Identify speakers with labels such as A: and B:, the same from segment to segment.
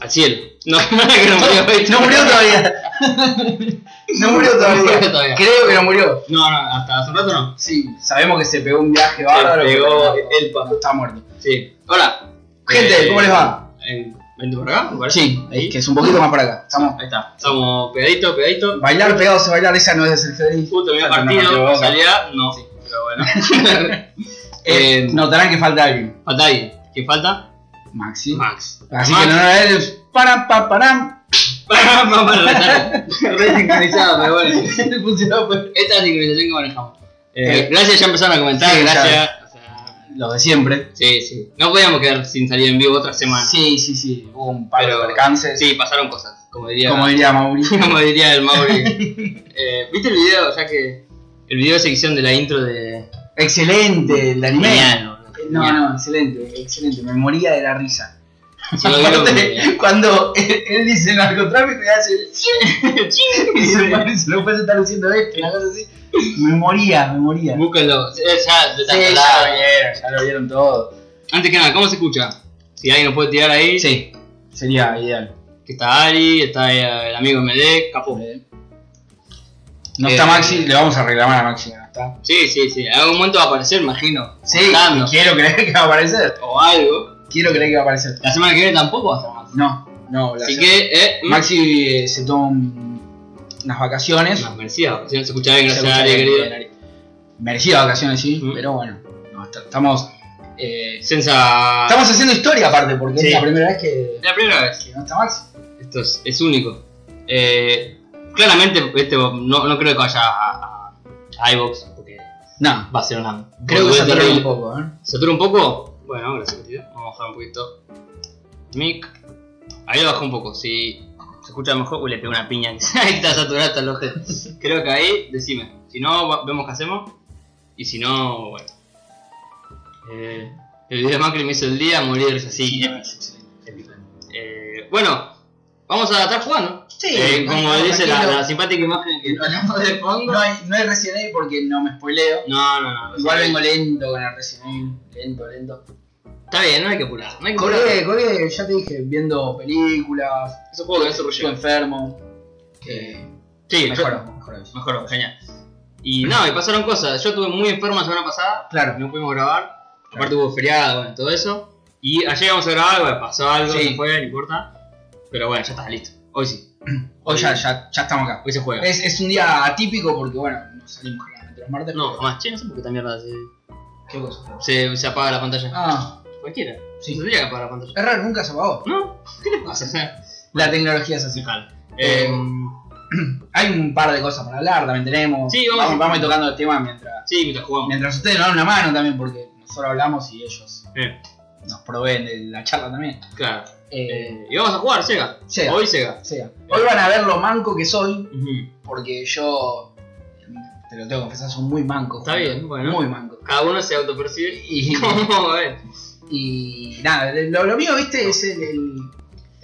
A: Al cielo. No, que no murió.
B: No murió todavía. No
A: No murió
B: murió todavía.
A: todavía.
B: Creo que no murió.
A: No, no, hasta hace un rato no.
B: Sí, sabemos que se pegó un viaje
A: Se
B: bárbaro.
A: pegó
B: pero
A: el paso.
B: Está muerto.
A: Sí. Hola.
B: Gente,
A: Eh,
B: ¿cómo les va?
A: en- ¿Vente por acá? me parece?
B: Sí,
A: ahí.
B: que es un poquito más para acá. Estamos.
A: Ahí está. Estamos pegadito, pegadito.
B: Bailar pegados a bailar, esa no es de Sergio Denis.
A: Justo terminó el
B: Falta una
A: partido.
B: boca.
A: En realidad, no. Pero bueno.
B: Eh,
A: Eh,
B: Notarán que falta alguien.
A: Falta alguien. ¿Quién falta?
B: Maxi.
A: Max.
B: Así
A: Max.
B: que no, no, es. Param, pam, param.
A: Para, para, para, para. Re sincronizado, pero bueno.
B: Funcionó, pues.
A: Esta es la sincronización que manejamos.
B: Eh,
A: Eh, gracias, ya empezaron a comentar.
B: sí, ya.
A: gracias. O sea,
B: Lo de siempre.
A: sí, sí. No podíamos quedar sin salir en vivo otra semana.
B: Sí, sí, sí. Hubo un par
A: Pero-
B: de alcances.
A: Sí, pasaron cosas, como diría,
B: Como
A: como,
B: diría Mauri.
A: diría el Mauri. Eh, ¿Viste el video? O sea que el video de sección de la intro de...
B: Excelente el anime. Eh,
A: Genial, boludo.
B: No,
A: Genial.
B: no, excelente, excelente. Me moría de la risa.
A: Si lo vieron,
B: Aparte,
A: eh,
B: cuando él, él dice narcotráfico y hace. y se parece, no puede estar diciendo esto, una cosa así. Me moría, me moría.
A: búsquenlo. Eh, ya, de
B: Sí,
A: tanto
B: ya lo
A: lado.
B: vieron, ya lo vieron todo.
A: Antes que nada, ¿cómo se escucha? Si alguien nos puede tirar ahí,
B: Sí, sería ideal.
A: que está Ari, está eh, el amigo MD, Capo.
B: No
A: Eh,
B: está Maxi, le vamos a reclamar a Maxi. ¿no está?
A: Sí, sí, sí. En algún momento va a aparecer, imagino.
B: Sí,
A: Contando.
B: quiero creer que va a aparecer.
A: O algo.
B: Quiero creer que va a aparecer.
A: La semana que viene tampoco va a estar más.
B: No, no, la
A: Así
B: semana-
A: que, eh,
B: Maxi eh, se toma un- unas vacaciones.
A: Más merecido. Si no se escucha bien, gracias
B: Se
A: Ari,
B: escucha
A: querido.
B: bien, Ari. Merecida vacaciones, sí,
A: Mm.
B: pero bueno, no, est- estamos, eh,
A: Senza.
B: estamos haciendo historia aparte, porque
A: Ah. Sí.
B: es la primera vez que,
A: La primera vez.
B: que no está Maxi.
A: Esto es, es único. Eh, claramente, este, no, no creo que vaya a, a, a iVox, porque
B: No,
A: va a ser una.
B: creo que se
A: satura
B: atoró un poco, ¿eh?
A: un poco? Bueno, gracias, querido. Vamos a bajar un poquito. Mic. Ahí bajó un poco. Si se escucha mejor, uy, le pego una piña. ahí está saturado hasta el ojete. Creo que ahí, decime. Si no, va- vemos qué hacemos. Y si no, bueno. Eh, el video de Macri me hizo el día, morir de risa. Sí, épico. Eh, bueno, vamos a estar jugando.
B: Sí,
A: Eh, como
B: no,
A: dice la,
B: tranquilo.
A: la simpática imagen que tenemos de fondo.
B: No hay, no hay Resident Evil porque no me spoileo.
A: No, no, no.
B: Igual vengo lento con el Resident Evil, lento, lento.
A: Está bien, no hay que apurar. No hay que apurar.
B: Corre, corre, ya te dije, viendo películas,
A: Eso juego que no se
B: estoy
A: rullen.
B: enfermo. Eh,
A: Sí,
B: mejoró, mejoró.
A: yo- mejoró, genial. Y no, y pasaron cosas. Yo estuve muy enfermo la semana pasada.
B: Claro,
A: No pudimos grabar. Aparte hubo feriado, bueno, todo eso. Y ayer íbamos a grabar, bueno, pasó algo,
B: Sí.
A: se fue, no importa. Pero bueno, ya está, listo. Hoy sí,
B: hoy ya, ya, ya estamos acá.
A: hoy se juega.
B: Es, es un día atípico porque, bueno, no salimos generalmente los martes.
A: No, jamás. Che, no sé por qué esta mierda se,
B: ¿Qué cosa?
A: se, se apaga la pantalla.
B: Ah,
A: Cualquiera.
B: sí.
A: No tendría que apagar la pantalla.
B: Es raro, nunca se apagó.
A: No, ¿qué le pasa?
B: La tecnología es
A: Se
B: así. Eh,
A: jala. Em,
B: Hay un par de cosas para hablar, también tenemos.
A: Sí, vamos a-
B: vamos, vamos a ir tocando el tema mientras,
A: sí, mientras jugamos.
B: mientras ustedes nos dan una mano también, porque nosotros hablamos y ellos
A: Eh,
B: nos proveen de la charla también.
A: claro.
B: Eh,
A: Eh, y vamos a jugar, Sega.
B: Sega.
A: Hoy Sega.
B: sea, hoy van a ver lo manco que soy,
A: Ujú.
B: porque yo, te lo tengo que confesar, soy muy manco.
A: Está bien, bueno.
B: Muy manco.
A: Cada uno se autopercibe.
B: Y,
A: ¿Cómo es?
B: Y nada, lo, lo mío, viste, es el, el,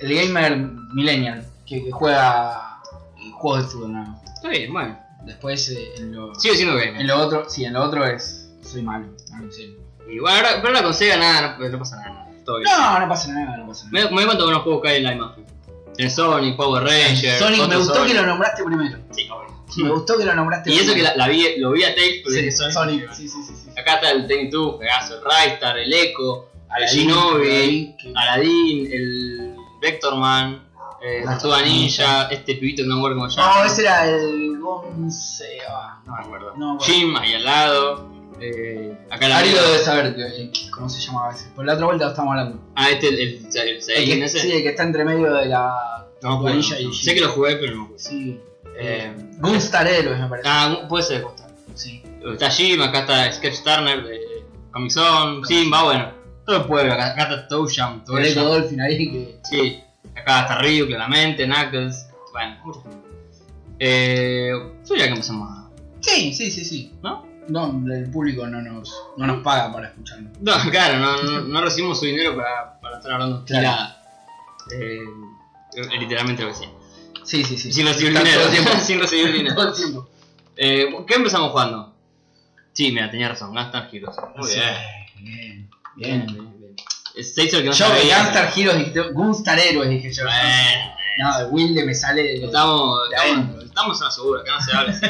B: el gamer millennial, que, que juega juegos de fútbol. nada más.
A: Está bien, bueno.
B: Después eh, en, lo,
A: Sigue siendo
B: en
A: gamer.
B: lo otro, sí, en lo otro es, soy malo. malo, en serio.
A: Y bueno, ahora, pero ahora con Sega nada, no, no pasa nada. Todo bien.
B: No, no pasa nada, no pasa
A: Me,
B: nada.
A: me doy cuenta que unos juegos que hay en la imagen. En Sonic, Power Rangers.
B: Sonic, me
A: otro
B: gustó
A: Sonic.
B: que lo nombraste primero.
A: Sí, obvio.
B: Me gustó que lo nombraste
A: Y eso que
B: primero.
A: la, la vi, lo vi a Tails, pero dije
B: Sí,
A: Sonic.
B: Sonic, sí, sí, sí. sí.
A: Acá está el Tekken 2, juegazo, el Raistar, el Echo, el
B: Aladdin,
A: Shinobi,
B: Aladdin, que-
A: Aladdin, el Vectorman, eh,
B: Ah,
A: Tortuga
B: sí.
A: Ninja, este pibito que no me acuerdo cómo se llama.
B: No, ese era el Gonseba.
A: No me acuerdo.
B: No, bueno.
A: Jim, ahí al lado. Eh, acá la
B: Ari lo debe saber que- eh, cómo se llamaba ese. Por la otra vuelta lo estamos hablando.
A: Ah, este, el, el, el
B: El
A: Saiyajin
B: que,
A: ese.
B: sí, el que está entre medio de la
A: No me acuerdo.
B: Vanilla y
A: Sé que lo jugué, pero no me acuerdo.
B: Sí.
A: Eh,
B: Gunstar Heroes me parece.
A: ah, puede ser. puede ser.
B: Sí.
A: Está Jim, acá está Sketch Turner, eh, Comic Zone, Simba, bueno. Todo el pueblo, acá, acá está Touchdown, todo
B: El Eco
A: eso.
B: Dolphin ahí que.
A: Sí, acá está Ryu, claramente, Knuckles. Bueno, muchas. Eh, yo diría que empezamos a.
B: Sí, sí, sí, sí.
A: ¿No?
B: No, el público no nos, no nos paga para escucharnos.
A: No, claro, no, no, no recibimos su dinero para, para estar hablando
B: Claro.
A: nada. Eh, es literalmente lo que sea.
B: Sí, sí, sí.
A: Sin recibir
B: Está
A: dinero.
B: Todo el tiempo.
A: Sin recibir dinero.
B: Todo el tiempo.
A: Eh, ¿Qué empezamos jugando? Sí, mira, tenía razón, Gunstar Heroes. Muy
B: Sí.
A: bien.
B: Bien.
A: Bien,
B: Bien.
A: bien, bien. States el que no
B: Yo de
A: sabía.
B: Gunstar Heroes dije, Gunstar Heroes dije yo.
A: Bueno,
B: No, el Wilde me sale. de-
A: estamos,
B: de
A: estamos,
B: adentro.
A: estamos en la segura, que no se hable. así,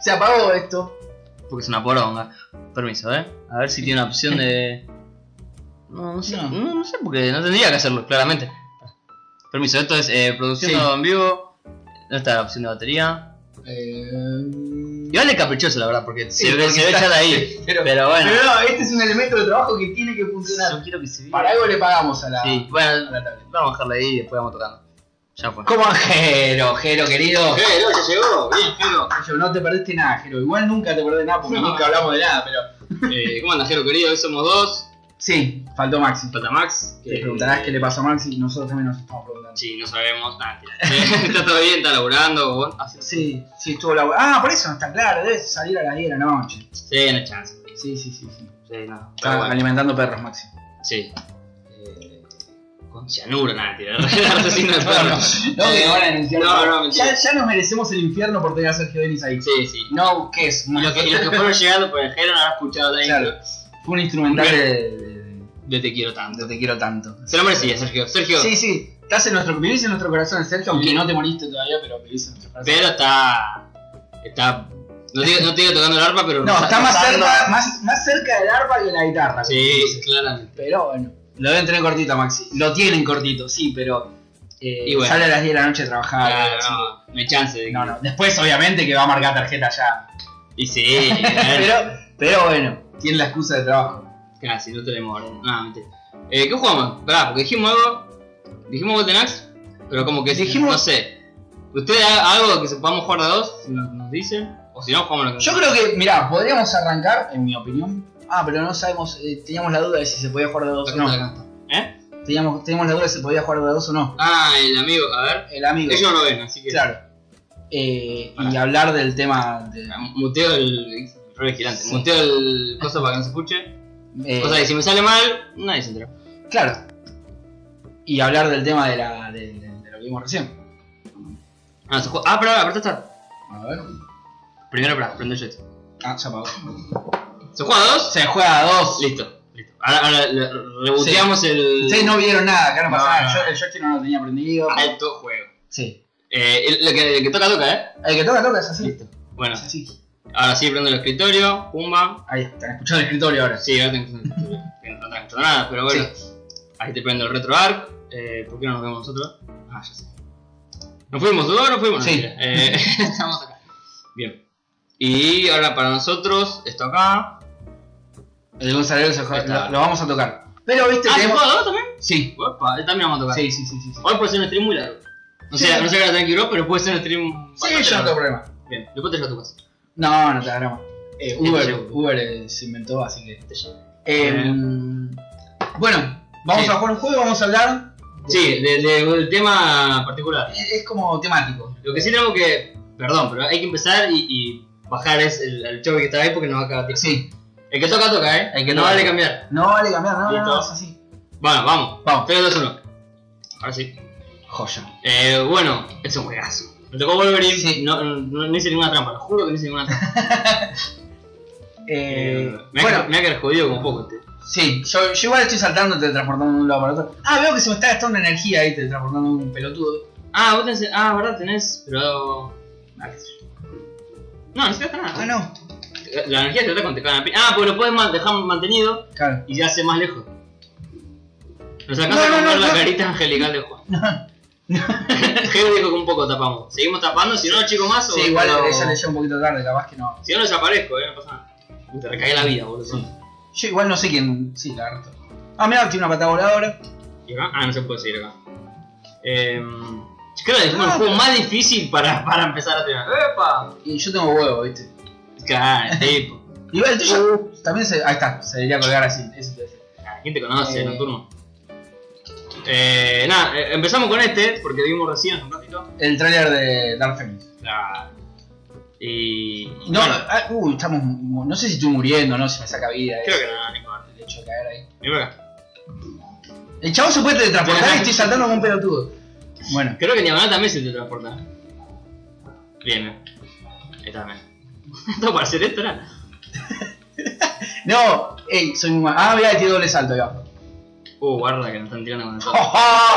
B: Se apagó esto.
A: Porque es una poronga. Permiso, eh. A ver si tiene una opción de. No, no sé. No,
B: No.
A: no sé porque no tendría que hacerlo, claramente. Permiso, esto es eh, producción
B: Sí.
A: en vivo. No está la opción de batería.
B: Eh,
A: Igual es caprichoso, la verdad, porque
B: Sí,
A: se ve,
B: porque
A: se ve
B: está-
A: echar ahí.
B: pero,
A: Pero bueno,
B: pero no, este es un elemento de trabajo que tiene que
A: yo
B: funcionar.
A: quiero que se vea.
B: Para algo le pagamos a la,
A: Sí,
B: a
A: bueno,
B: la tablet.
A: vamos a dejarla ahí y después vamos tocando. Ya fue.
B: ¿Cómo Jero, Jero querido?
A: Jero, ya llegó, bien, Jero.
B: Yo Ah, no te perdiste nada, Jero. Igual nunca te perdés nada porque
A: No.
B: nunca hablamos de nada, pero.
A: Eh, ¿Cómo andas, Jero querido? Hoy somos dos.
B: Sí, faltó Maxi.
A: Falta Max.
B: Te preguntarás qué le pasó a Maxi y nosotros también nos estamos preguntando.
A: Sí, no sabemos nada. tira. está todo bien, está laburando. vos, Ah, así-
B: Sí, sí, estuvo la. Ah, por eso no está claro, debe salir a las 10 de la noche.
A: Sí, no hay chance.
B: Sí, sí, sí. sí.
A: Sí, no.
B: Está
A: Pero bueno,
B: alimentando perros, Maxi.
A: sí. Eh, con cianuro, nada, tío. Asesino de perros.
B: No, que van a denunciar.
A: No, no, mentira.
B: ya, ya nos merecemos el infierno por tener a Sergio Denis ahí.
A: Sí, sí.
B: No, ¿qué es?
A: Y los que, y los que fueron llegando por el Jero no habrán escuchado de
B: Claro. Fue un instrumental de, de- de-
A: de Te quiero tanto.
B: de Te quiero tanto.
A: Se lo merecía, Sergio. Sergio,
B: Sí, sí. Estás en nuestro, vivís en nuestro corazón, Sergio, aunque no te moriste todavía, pero vivís en nuestro corazón.
A: pero está. Está. No te, digo- no te digo tocando el arpa, pero.
B: no, está más
A: rozando.
B: cerca, más, más cerca del arpa que de la guitarra.
A: Sí,
B: como dice.
A: claramente.
B: Pero bueno. Lo deben tener cortito, Maxi. Lo tienen cortito, sí, pero eh,
A: Y bueno.
B: sale a las 10 de la noche a trabajar.
A: Claro,
B: así
A: no, no hay chance. de
B: que-
A: que-
B: Ah, No, no. Después, obviamente, que va a marcar tarjeta ya.
A: Y sí,
B: Pero, pero bueno, tiene la excusa de trabajo.
A: Casi, no tenemos orden. Ah, mentira. Eh, ¿Qué jugamos? Pará, porque dijimos algo. Dijimos Golden Axe, pero como que dijimos.
B: Dijimos-
A: No sé. ¿Ustedes ha- algo que se podamos jugar de a dos? Si nos, nos dicen. O si no, jugamos lo que
B: Yo creo que, mirá, podríamos arrancar, en mi opinión. Ah, pero no sabemos, eh, teníamos la duda de si se podía jugar de dos o
A: Acá está,
B: no.
A: acá está. ¿Eh?
B: Teníamos, teníamos la duda de si se podía jugar de dos o no.
A: Ah, el amigo, a ver.
B: El amigo.
A: Ellos no ven, así que.
B: Claro. Eh, y
A: Pará.
B: hablar del tema de.
A: Muteo el. Re vigilante.
B: Sí.
A: Muteo el. Cosa para que no se escuche.
B: eh,
A: O sea, que si me sale mal, nadie se enteró.
B: claro. Y hablar del tema de, la, de, de- de lo que vimos recién.
A: Ah, se juega- Ah, pará, apretá esta.
B: A ver.
A: Primero, pará, prendo yo esto.
B: Ah, ya apagó.
A: ¿Se juega a dos?
B: Se juega a dos.
A: Listo. Listo. Ahora, ahora le- reboteamos el.
B: Ustedes no vieron nada, acá no
A: No,
B: pasaba.
A: no.
B: Yo, el joystick no lo tenía prendido.
A: Alto juego.
B: Sí.
A: Eh, el, el que, el que toca, toca, ¿eh?
B: El que toca, toca es así.
A: Listo. Bueno,
B: Es así.
A: ahora sí, prendo el escritorio, pumba.
B: Ahí están escuchando el escritorio ahora.
A: Sí, ahora tengo que que no están escuchando nada, pero bueno. Ahí te prendo el RetroArch. Eh, ¿Por qué no nos vemos nosotros? Ah, ya sé. ¿Nos fuimos todos? ¿Nos fuimos? No,
B: Sí.
A: mentira. Eh, estamos acá. Bien. Y ahora para nosotros, esto acá.
B: El Gonzalo se
A: Ahí está.
B: juega. Lo, lo vamos a tocar. Pero viste,
A: Ah, ¿se
B: tenemos.
A: juega a dos también?
B: Sí.
A: Opa, eh, también vamos a tocar.
B: Sí, sí, sí, sí. Sí,
A: Hoy puede ser un stream muy largo. No sé,
B: Sí.
A: no sé qué hora tengo que ir, pero puede ser un stream.
B: Sí,
A: bastante
B: yo no tengo
A: largo.
B: problema.
A: Bien, después te llevo a tu casa.
B: No, no te agarramos. Eh,
A: Este
B: Uber,
A: seguro.
B: Uber eh, se inventó, así que.
A: Te llevo.
B: Eh, bueno, vamos
A: Sí.
B: a jugar un juego, vamos a hablar.
A: Sí, de- de- del tema particular.
B: Es es como temático.
A: Lo que sí tenemos que. Perdón, pero hay que empezar y, y bajar es el, el chavo que está ahí porque nos va a cagar tiempo.
B: Sí,
A: El que toca, toca, ¿eh?
B: El que
A: no
B: toca.
A: vale cambiar.
B: no vale cambiar, no, no,
A: Listo.
B: no, es así.
A: Bueno, vamos.
B: Vamos,
A: 3, 2, 1. Ahora sí.
B: joya.
A: Eh, bueno, es un juegazo. Me tocó Wolverine.
B: Sí.
A: No, no, no hice ninguna trampa, lo juro que no hice ninguna trampa.
B: Eh,
A: me,
B: bueno,
A: ha, me ha quedado jodido con poco. Este.
B: sí, yo, yo igual estoy saltando, teletransportando de un lado para otro. Ah, veo que se me está gastando energía ahí, teletransportando un pelotudo.
A: Ah, vos tenés. Ah, verdad, tenés. Pero. No, no se gasta nada.
B: Ah, no,
A: La energía te trata te cagan la pi- Ah, pues lo puedes man- dejar mantenido
B: claro.
A: y se hace más lejos. Nos alcanza
B: No, no,
A: a comprar
B: no,
A: la
B: no.
A: carita angelical de Juan. Geo dijo que un poco tapamos. ¿Seguimos tapando? Si no, chico, más o.
B: Sí, igual
A: o-
B: esa le llega un poquito tarde, capaz que no.
A: Si no, desaparezco, eh, no pasa nada. Te recagué la vida, boludo.
B: Yo igual no sé quién. Sí, la harto. Ah, mira, tiene una pata voladora.
A: ¿Y acá? Ah, no se puede seguir acá. Em, creo que es
B: Ah,
A: el juego
B: pero-
A: más difícil para, para empezar a tirar. ¡Epa!
B: Y yo tengo huevo, viste.
A: Claro, tipo.
B: Igual el tuyo también se. Ahí está, se debería colgar así. Eso te decía.
A: ¿Quién te conoce,
B: Eh.
A: Nocturno? Eh, nada, eh, empezamos con este, porque vimos recién hace un ratito.
B: El trailer de Dark Phoenix.
A: Claro. Y.
B: No,
A: bueno,
B: ah, uy, estamos. mu- No sé si estoy muriendo, no, si me saca vida.
A: creo
B: eso,
A: que no, no importa.
B: El hecho de caer ahí.
A: Ven para acá.
B: El chavo se puede teletransportar y estoy saltando como un pelotudo. Bueno,
A: Creo que en diagonal también se te transporta. Bien, eh. Ahí está, bien. ¿Esto para hacer esto era?
B: no, ey, soy muy mal. Ah, mira, tiene doble salto, ya.
A: Uh, guarda que nos están tirando con nosotros.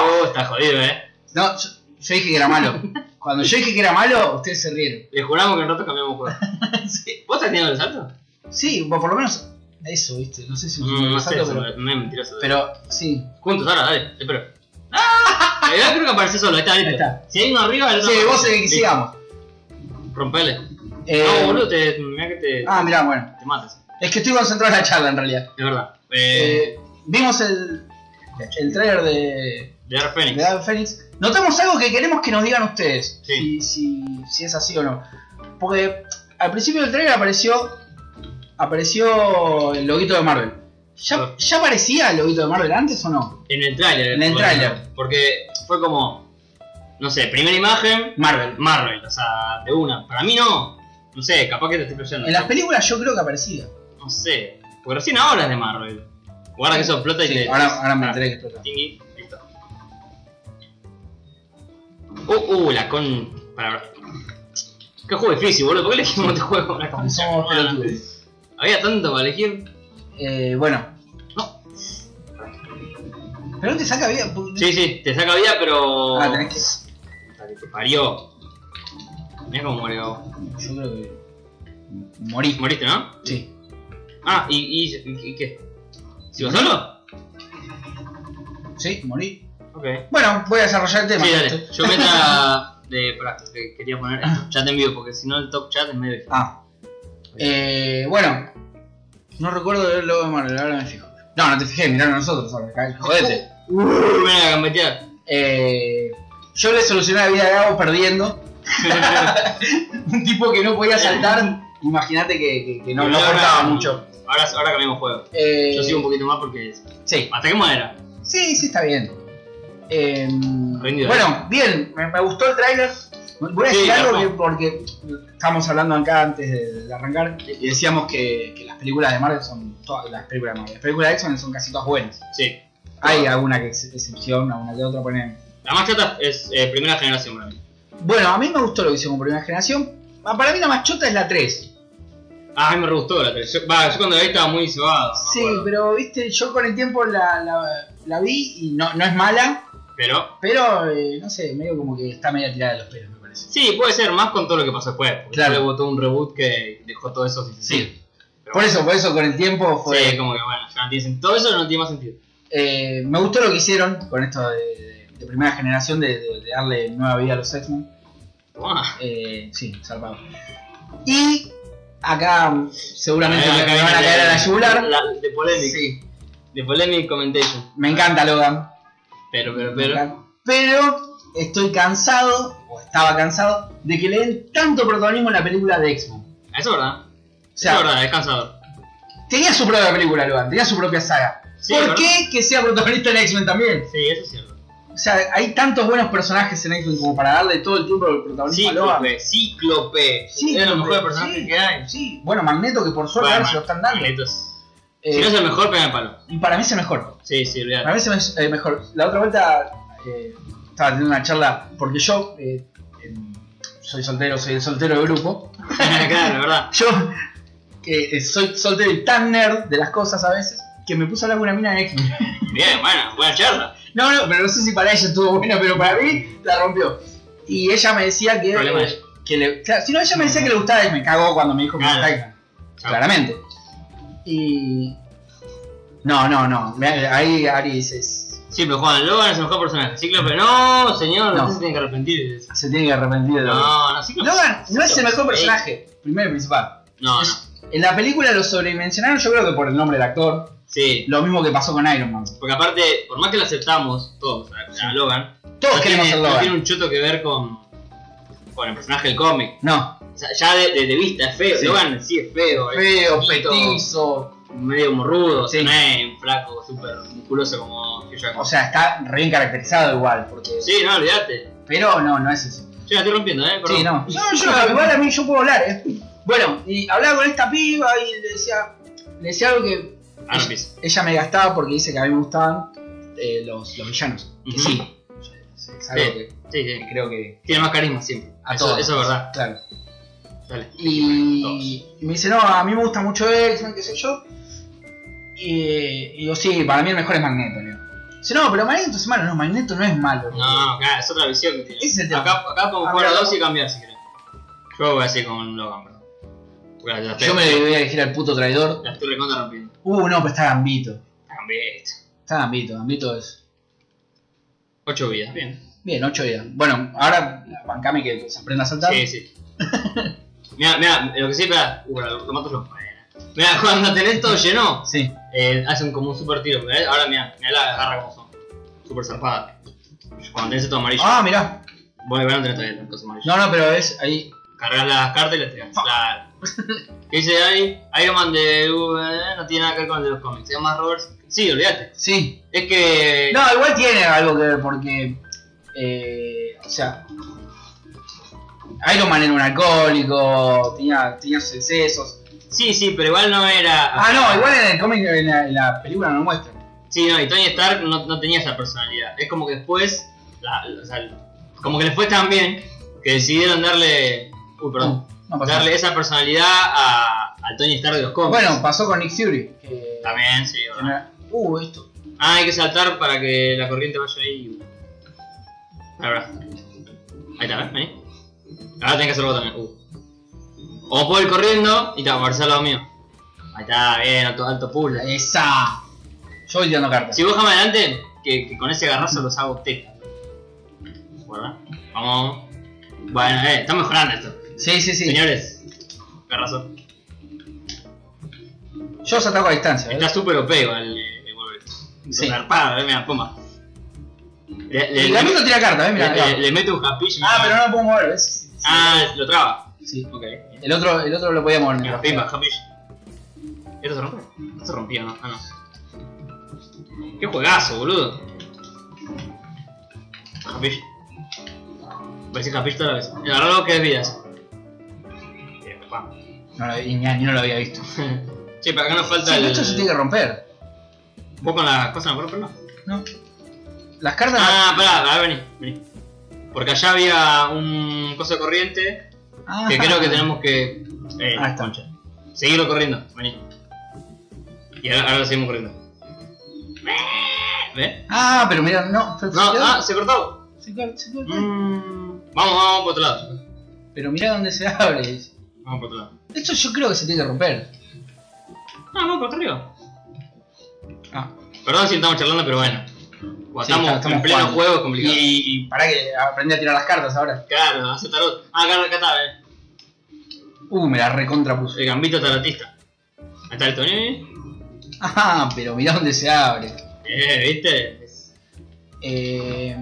B: No,
A: Uh, está jodido, eh.
B: yo, yo dije que era malo. Cuando yo dije que era malo, ustedes se rieron.
A: Le juramos que en rato cambiamos juego.
B: Sí,
A: ¿Vos estás tirando el salto?
B: sí, bueno, por lo menos eso, ¿viste? No sé si
A: Mm, no sé,
B: exacto,
A: eso,
B: pero,
A: no es mentiroso.
B: pero sí.
A: Juntos ahora, dale, te espero. ¡Ah! Ahí va, creo que apareció solo, ahí está, listo.
B: Ahí está.
A: Si hay uno arriba, el otro.
B: Sí, vos seguí, que
A: Listo.
B: sigamos.
A: Rompele.
B: Eh,
A: no, boludo, te, mirá que te,
B: ah, mirá, bueno.
A: te matas.
B: Es que estoy concentrado en la charla en realidad.
A: Es verdad. Eh,
B: Eh, vimos el, el trailer de
A: de Dark Phoenix.
B: de Dark Phoenix. Notamos algo que queremos que nos digan ustedes.
A: Sí.
B: Si, si- si es así o no. Porque al principio del trailer apareció. Apareció el loguito de Marvel.
A: Ah.
B: ¿Ya, ya aparecía el loguito de Marvel antes o no?
A: En el tráiler.
B: En el
A: bueno,
B: tráiler.
A: Porque fue como, no sé, primera imagen,
B: Marvel.
A: Marvel, o sea, de una. Para mí no, no sé, capaz que te estoy presionando.
B: En las películas yo creo que aparecía.
A: No sé, porque recién ahora es de Marvel. Guarda que eso explota y
B: Sí,
A: te...
B: ahora, ahora me enteré que explotó.
A: Tingui, listo. Uh, uh, la con... Para... Qué juego difícil, boludo, ¿por qué elegimos este juego? Una concha,
B: Somos
A: hermana.
B: pelotudos.
A: Había tanto para elegir.
B: Eh, bueno.
A: No.
B: Pero no te saca vida. pu-
A: Sí, sí, te saca vida, pero...
B: Ah, tenés que.
A: Puta que te parió. Mirá cómo murió.
B: Yo creo que. Morí.
A: Moriste, ¿no?
B: Sí.
A: Ah, ¿y, y, y qué? ¿Sigo solo?
B: Sí, morí.
A: Ok.
B: Bueno, voy a desarrollar el tema.
A: Sí, dale. Yo meta de... Pará, que quería poner esto, chat en vivo, porque si no el top chat es medio... difícil.
B: Ah. Eh, bueno. No recuerdo el logo de Marvel, ahora me fijo. No, no te fijé, miraron nosotros ahora, ca- jodete.
A: Uh, me la gambetear.
B: Eh, yo le solucioné la vida a Gabo perdiendo. Un tipo que no podía saltar. Imagínate que, que- que no, no
A: Ahora-
B: cortaba mucho.
A: Ahora, ahora cambiamos juego.
B: Eh,
A: Yo sigo un poquito más porque...
B: Sí,
A: ¿Hasta qué manera?
B: sí, sí, está bien. Eh,
A: Rendido.
B: bueno, bien, me, me gustó el tráiler. Voy a
A: Sí,
B: decir algo
A: la-
B: que- porque estábamos hablando acá antes de, de arrancar y decíamos que, que las películas de Marvel son todas las películas de Marvel. Las películas de X-Men son casi todas buenas.
A: Sí.
B: Hay alguna que es excepción, alguna que otra ponen.
A: La más chata es eh, primera generación para mí.
B: Bueno, a mí me gustó lo que hicieron con primera generación. Ah, Para mí la más chota es la 3.
A: Ah, a mí me re gustó la televisión. Va, yo cuando la vi estaba muy cebado. me
B: Sí,
A: acuerdo.
B: pero viste, yo con el tiempo la, la- la vi y no, no es mala,
A: Pero...
B: pero eh, no sé, medio como que está media tirada de los pelos, me parece.
A: Sí, puede ser más con todo lo que pasó después. Porque
B: Claro.
A: claro. le botó un reboot que dejó todo eso sin sentido. Pero
B: Por eso, por eso con el tiempo
A: bueno,
B: fue.
A: Sí, como que bueno, ya no tiene sentido. Todo eso no tiene más sentido.
B: Eh, me gustó lo que hicieron con esto de, de- de primera generación, de, de- de darle nueva vida a los X-Men.
A: Tomá.
B: Eh, sí, salvado. Y acá seguramente me,
A: Ah, Acá
B: me
A: viene
B: van a caer a la yugular.
A: la- de polémica.
B: Sí,
A: De polémica commentation.
B: me encanta Logan.
A: Pero, pero,
B: me
A: pero.
B: encanta. Pero estoy cansado, o estaba cansado, de que le den tanto protagonismo a la película de X-Men.
A: Eso es verdad.
B: O
A: Eso es
B: sea,
A: verdad, es cansador.
B: tenía su propia película Logan, tenía su propia saga.
A: Sí,
B: ¿Por
A: ¿verdad?
B: qué que sea protagonista en X-Men también?
A: Sí, eso es cierto.
B: O sea, hay tantos buenos personajes en X-Men como para darle todo el tiempo el protagonismo a Logan.
A: Cíclope, Cíclope.
B: Cíclope,
A: Es lo mejor de personaje
B: sí.
A: que hay.
B: Sí, bueno, Magneto que por suerte
A: Bueno,
B: ahora se lo están dando.
A: Magneto es-
B: Eh,
A: Si no es el mejor, pega el palo.
B: Y para mí es el mejor.
A: Sí, sí, olvidate.
B: Para mí es el eh, mejor. La otra vuelta eh, estaba teniendo una charla porque yo eh, em, soy soltero, soy el soltero del grupo.
A: claro, verdad.
B: Yo que eh, soy soltero y tan nerd de las cosas a veces que me puse a hablar con una mina de X-Men.
A: Bien, bueno, buena charla.
B: No, no, pero no sé si para ella estuvo bueno, pero para mí la rompió. Y ella me decía que.
A: Problema de ella.
B: que le, claro, si no, ella me decía que le gustaba y me cagó cuando me dijo que
A: Claro.
B: me gustaba.
A: Chao.
B: Claramente. Y. No, no, no. me- Ahí Ari dice, "S-
A: Sí, pero Juan, Logan es el mejor personaje. Cíclope, no, señor,
B: No.
A: usted se tiene que arrepentir. de eso.
B: se tiene que arrepentir de lo que-
A: No, no, Cíclope.
B: Logan no es el mejor
A: Sí.
B: personaje, primero y principal.
A: No, no.
B: En la película lo sobredimensionaron, yo creo que por el nombre del actor.
A: Sí.
B: Lo mismo que pasó con Iron Man.
A: Porque aparte, por más que lo aceptamos todos a, a
B: Sí.
A: Logan,
B: Todos
A: no
B: queremos
A: tiene,
B: ser
A: no
B: Logan.
A: tiene un choto que ver con, con el personaje del cómic.
B: No.
A: O sea, ya de, de- de vista es feo.
B: Sí.
A: Logan sí es feo. es
B: Feo,
A: flaquito,
B: petizo.
A: Medio morrudo.
B: Sí.
A: No es un flaco súper musculoso como Hugh Jackman.
B: O sea, está re bien caracterizado igual. Porque...
A: sí, no, olvídate.
B: Pero no, no es eso.
A: Yo la estoy rompiendo, ¿eh? Perdón.
B: Sí, no. No, yo, igual a mí yo puedo hablar, eh. Bueno, y hablaba con esta piba y le decía, le decía algo que
A: Ah, no empiezo.
B: ella me gastaba porque dice que a mí me gustaban eh, los, los villanos. Que
A: Ujú.
B: sí. Es, es algo
A: Sí.
B: que,
A: Sí,
B: que
A: sí.
B: creo que.
A: Tiene más carisma siempre.
B: A
A: eso,
B: todos.
A: eso es verdad.
B: Claro.
A: Dale.
B: Y, y me dice, no, a mí me gusta mucho X-Men, qué sé yo. Y, y digo, sí, para mí el mejor es Magneto, le digo. Dice, no, pero Magneto es malo. No, Magneto no es malo.
A: No, claro, es otra visión que tiene.
B: Ese es el tema.
A: Acá, acá podemos
B: Ah,
A: jugar a
B: pero-
A: dos y cambiar si querés. Yo voy así con Logan, bro. Porque la
B: Yo me voy a elegir al puto traidor.
A: la estoy recontra rompiendo.
B: Uh, no, pero está Gambito.
A: Cambié esto.
B: Está Gambito, Gambito es.
A: Ocho vidas, bien.
B: Bien, 8 días. Bueno, ahora bancame que se aprenda a saltar.
A: Sí, sí. Mira, mira, lo que sí, espera. Uh, lo, lo mato yo. Mira, cuando tenés todo lleno,
B: Sí.
A: eh, hacen como un super tiro. mirá, Ahora mira, mira la garra como son. Super zarpada. Cuando tenés esto amarillo,
B: Ah, mirá.
A: vos igual no tenés todavía tantos amarillos.
B: No, no, pero es ahí.
A: Cargas las cartas y las tirás. Claro. ¿Qué dice ahí? Iron Man de V no tiene nada que ver con el de los cómics. Se llama Robert. Sí, olvídate.
B: Sí.
A: Es que.
B: No, igual tiene algo que ver porque. eh, o sea. Iron Man era un alcohólico, tenía, tenía sus excesos.
A: Sí, sí, pero igual no era.
B: Ah, no, igual en el cómic, en la, en la película no lo muestra.
A: Sí, no, y Tony Stark no, no tenía esa personalidad. Es como que después. la- la- o sea, como que les fue tan bien que decidieron darle. Uy, perdón.
B: No pasa
A: darle
B: nada.
A: esa personalidad a, al Tony Stark de los cómics.
B: Bueno, pasó con Nick Fury. que-
A: También, sí,
B: que
A: ¿verdad?
B: no- Uh, esto.
A: Ah, hay que saltar para que la corriente vaya ahí. Ahí va. Ahí está, ¿ves? Vení. Ahora tenés que hacerlo vos también. Uh. O puedo ir corriendo y te va a aparecer al lado mío. Ahí está, bien, alto, alto puzzle.
B: Esa. Yo voy tirando cartas.
A: Si vos jamás adelante, que, que con ese garrazo los hago usted. ¿Verdad? Vamos. Bueno, eh, está mejorando esto.
B: Sí, sí, sí.
A: Señores, garrazo.
B: Yo os ataco a distancia. ¿eh?
A: Está súper OP igual eh, el Wolverine.
B: Sí.
A: Zarpado, eh, mira, poma. Le, le-
B: Y la mía no tira cartas, ¿eh? Mirá,
A: le- le-
B: acá.
A: le mete un japillo.
B: Ah, pero no lo puedo mover, ¿ves?
A: Ah, lo traba.
B: Sí.
A: Ok.
B: El otro, el otro lo podía mover.
A: Mira,
B: mientras
A: pimba,
B: jugaba.
A: japillo. ¿Esto se rompe? Esto se rompió, ¿no? Ah, no. Qué juegazo, boludo. Japillo. Parece japillo toda la vez. Mira, Ahora lo que es vidas. Bien, papá.
B: No lo, y ni, ni no lo había visto.
A: Che, pero acá nos falta
B: Sí,
A: el.
B: de hecho se tiene que romper.
A: ¿Vos con las cosas no rompes, no?
B: No. Las cartas.
A: Ah, pará, pará, vení, vení. Porque allá había un coso de corriente
B: Ah.
A: que creo que tenemos que. Eh,
B: Ah, está.
A: Seguirlo corriendo, vení. Y ahora, ahora lo seguimos corriendo. ¿Ves?
B: Ah, pero mira, no. pero
A: No,
B: se quedó-
A: ah, se cortó.
B: se quedó- se quedó-
A: Mm, vamos, vamos por otro lado.
B: Pero mira dónde se abre.
A: Vamos por otro lado.
B: Esto yo creo que se tiene que romper.
A: Ah, vamos por otro arriba.
B: Ah.
A: Perdón si estamos charlando, pero bueno. Como
B: Sí,
A: estamos,
B: está- estamos
A: en pleno
B: jugando.
A: juego, es complicado.
B: Y, para que aprendí a tirar las cartas ahora.
A: Claro, hace tarot. Ah, claro, acá está, eh.
B: Uh, me la recontra puse.
A: El gambito tarotista. Ahí está el Tony.
B: Ah, pero mira dónde se abre.
A: Eh, ¿viste? Es
B: Eh,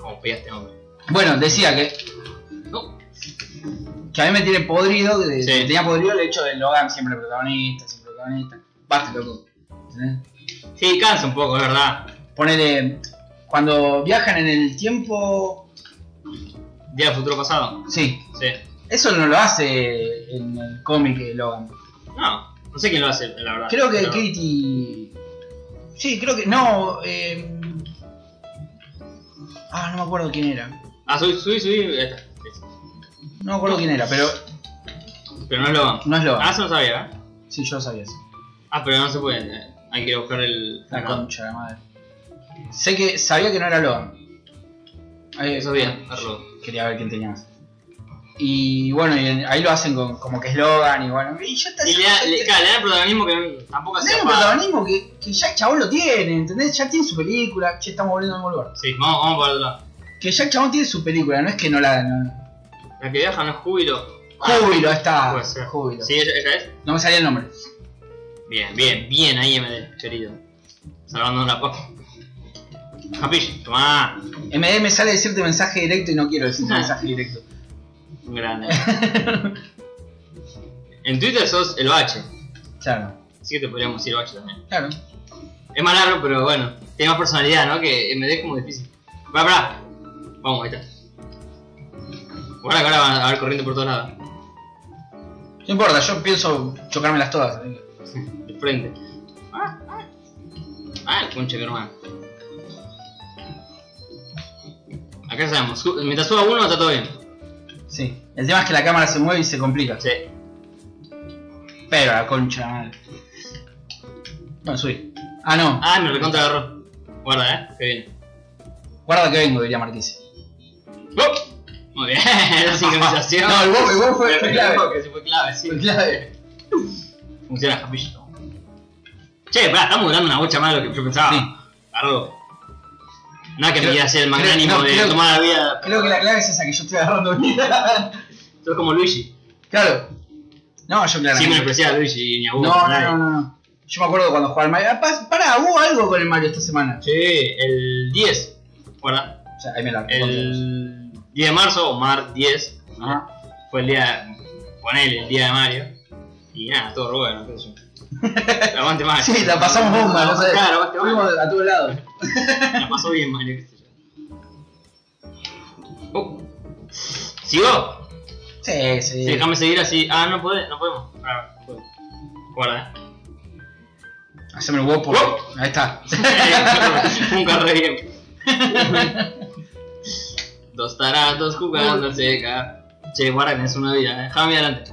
A: Como pegaste, este hombre.
B: bueno, decía que
A: No.
B: que a mí me tiene podrido, que de-
A: Sí.
B: me tenía podrido el hecho de Logan siempre protagonista, siempre protagonista. Basta, loco. ¿Entendés?
A: Sí, cansa un poco, es verdad.
B: Ponele, cuando viajan en el tiempo...
A: Día del futuro pasado.
B: Sí,
A: Sí.
B: eso no lo hace en el cómic de Logan.
A: No, no sé quién lo hace, la verdad.
B: Creo que
A: Pero-
B: Katie... Sí, creo que... No, eh... Ah, no me acuerdo quién era.
A: Ah, subí, subí, subí. ahí está. Sí.
B: No me acuerdo quién era, pero
A: Pero no es Logan.
B: no es Logan.
A: Ah, eso no sabía, ¿eh?
B: Sí, yo lo sabía eso.
A: Ah, pero no se puede. eh, Hay que ir a buscar el.
B: La
A: no.
B: concha de la madre. Sé que sabía que no era Logan. Eh,
A: Eso Ah, es bien, Arlo.
B: Quería ver quién tenía más. Y bueno, y en- ahí lo hacen con- como que es Logan y bueno. Y ya está.
A: Y le da, le, claro, le da el protagonismo que no- tampoco
B: Le
A: hacía
B: dan un
A: falta.
B: protagonismo que, que ya el chabón lo tiene, ¿entendés? Ya tiene su película, che, estamos volviendo al mismo lugar.
A: Sí, vamos, vamos para el otro lado.
B: Que ya el chabón tiene su película, no es que no la. No...
A: La que viaja no es Júbilo.
B: Júbilo, ahí está.
A: Ah, Puede ser.
B: Júbilo.
A: Sí, ella, ella es.
B: No me salía el nombre.
A: Bien, bien, bien ahí, MD, querido. Salvando la papa. Japillo, tomá.
B: MD me sale decirte mensaje directo y no quiero decirte
A: Ah.
B: mensaje directo.
A: Un grande. en Twitter sos el bache.
B: Claro,
A: Así que te podríamos decir bache también.
B: claro.
A: Es más largo, pero bueno. Tiene más personalidad, ¿no? Que MD es como difícil. Va, pará. Vamos, ahí está. Ahora que ahora van a ver corriendo por todos lados.
B: No importa, yo pienso chocármelas todas. ¿eh? así que-
A: De frente. Ah, ah. Ah, el conche, mi hermano. Acá sabemos. su- Mientras suba uno, está todo bien.
B: Sí. El tema es que la cámara se mueve y se complica.
A: Sí.
B: Pero la concha de la madre. Bueno, subí. Ah, no.
A: Ah, me recontra agarró. Guarda, eh. Qué bien.
B: Guarda que vengo, diría Marquise.
A: ¡Oh! Muy bien, la sincronización.
B: No, el wow, el wow fue
A: Pero
B: clave.
A: creo que sí fue clave, sí.
B: Fue clave.
A: Funciona, capillo. Che, pará, estamos durando una bocha más de lo que yo pensaba.
B: Sí.
A: Largo. Nada que me
B: Creo-
A: quiera hacer el
B: creo-
A: magnánimo
B: no,
A: de
B: creo-
A: tomar la vida.
B: Creo que la clave es esa que yo estoy agarrando vida.
A: Soy como Luigi.
B: Claro. No, yo claramente.
A: Siempre apreciaba a Luigi y ni a vos.
B: No, no,
A: nadie.
B: no, no, no. Yo me acuerdo cuando jugaba al Mario. Ah, pas- Pará, hubo algo con el Mario esta semana.
A: Sí, el 10. Guarda,
B: O sea, ahí me la encontré.
A: el 10 de marzo, o mar 10,
B: Ajá.
A: fue el día. Ponele el día de Mario. Y nada, todo bueno, qué sé yo. Aguante Mario.
B: Sí, la pasamos bomba, no sé.
A: Claro, aguante Mario.
B: Fuimos a todos lados.
A: La pasó bien Mario, qué sé yo. Oh. ¿Sigo?
B: Sí,
A: Sí,
B: sí.
A: déjame seguir así. Ah, no, puede, no podemos. Ah, no podemos. Guarda.
B: Haceme el huevo por.
A: ¡Wow!
B: Ahí está.
A: Nunca re bien. Dos tarados jugando seca. Che, guarda, es una vida, eh. Déjame adelante.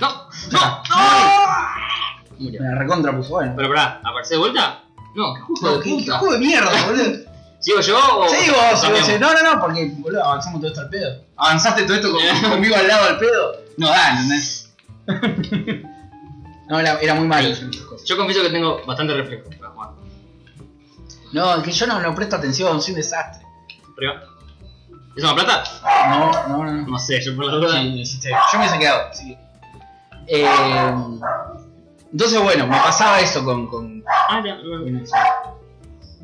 A: No, no, no. Murió.
B: Me la recontra puso, bueno.
A: Pero pará, ¿aparece de vuelta? No, qué juego
B: No,
A: de
B: ¿Qué, qué
A: puta.
B: juego de mierda, boludo?
A: ¿Sigo yo o.?
B: Sí, vos,
A: cambiamos?
B: vos, no, no, no, porque boludo, avanzamos todo esto al pedo. ¿Avanzaste todo esto con- conmigo al lado al pedo? No da, ¿entendés? No, era, era muy malo. yo en esas cosas.
A: Yo confieso que tengo bastante reflejo para jugar.
B: No, es que yo no, no presto atención, soy un desastre.
A: Prueba. ¿Es una plata?
B: No, no, no. no.
A: No sé, yo por la duda.
B: Sí, hiciste- yo me he quedado, sí. Eh, entonces, bueno, me pasaba eso con. con,
A: Ah, ya, bueno.
B: con eso.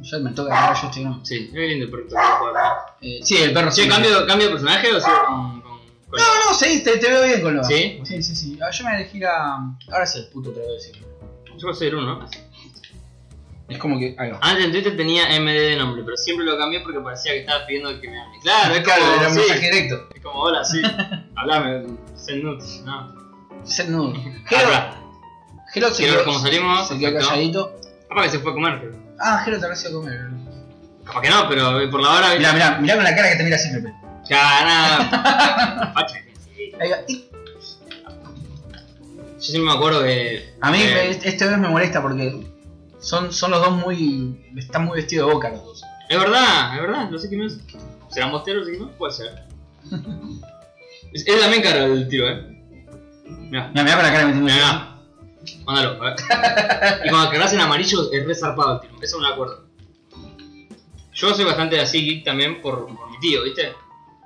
B: Ya me toca agarrar, yo estoy. no.
A: Sí, es lindo el proyecto para jugar.
B: Eh, sí, el perro
A: Che,
B: sí.
A: ¿cambio, ¿cambio de personaje o sigo con.? con, con-
B: No, no, sí, te, te veo bien con lo.
A: ¿Sí?
B: Sí, sí, sí. Ah, Yo me voy a elegir a. Ahora sí, el puto te lo voy a decir.
A: Yo soy el uno, ¿no?
B: Es como que. Ahí va.
A: Antes en Twitter tenía MD de nombre, pero siempre lo cambié porque parecía que estaba pidiendo que me hable. Ah, Claro, es
B: Claro,
A: como.
B: era un
A: sí,
B: mensaje directo.
A: es como hola, sí. Hablame, send nudes, no.
B: Send nude. Gelo,
A: Habla.
B: Gelo se
A: Quiero ver cómo
B: quedó,
A: salimos.
B: se quedó
A: perfecto.
B: calladito.
A: Capaz que se fue a comer, pero.
B: Ah, Gelo te habrá sido a comer.
A: Capaz que no, pero eh, por la hora.
B: Mirá, mirá, mirá con la cara que te mira siempre. pe.
A: Cara. Facha.
B: Ahí va. Tic.
A: Yo siempre me acuerdo que.
B: A mí
A: eh,
B: me- este vez me molesta porque son, son los dos muy. Están muy vestidos de boca los dos.
A: Es verdad, es verdad, no sé qué más. ¿Serán bosteros y no? Puede ser. es, es también caro el tiro, eh. Mirá,
B: Mirá, mirá con la cara que me
A: mirá,
B: mira.
A: mirá. Mándalo, a ver. y cuando cargas en amarillo es re zarpado el tiro, eso me lo acuerdo. Yo soy bastante así geek también por, por mi tío, ¿viste?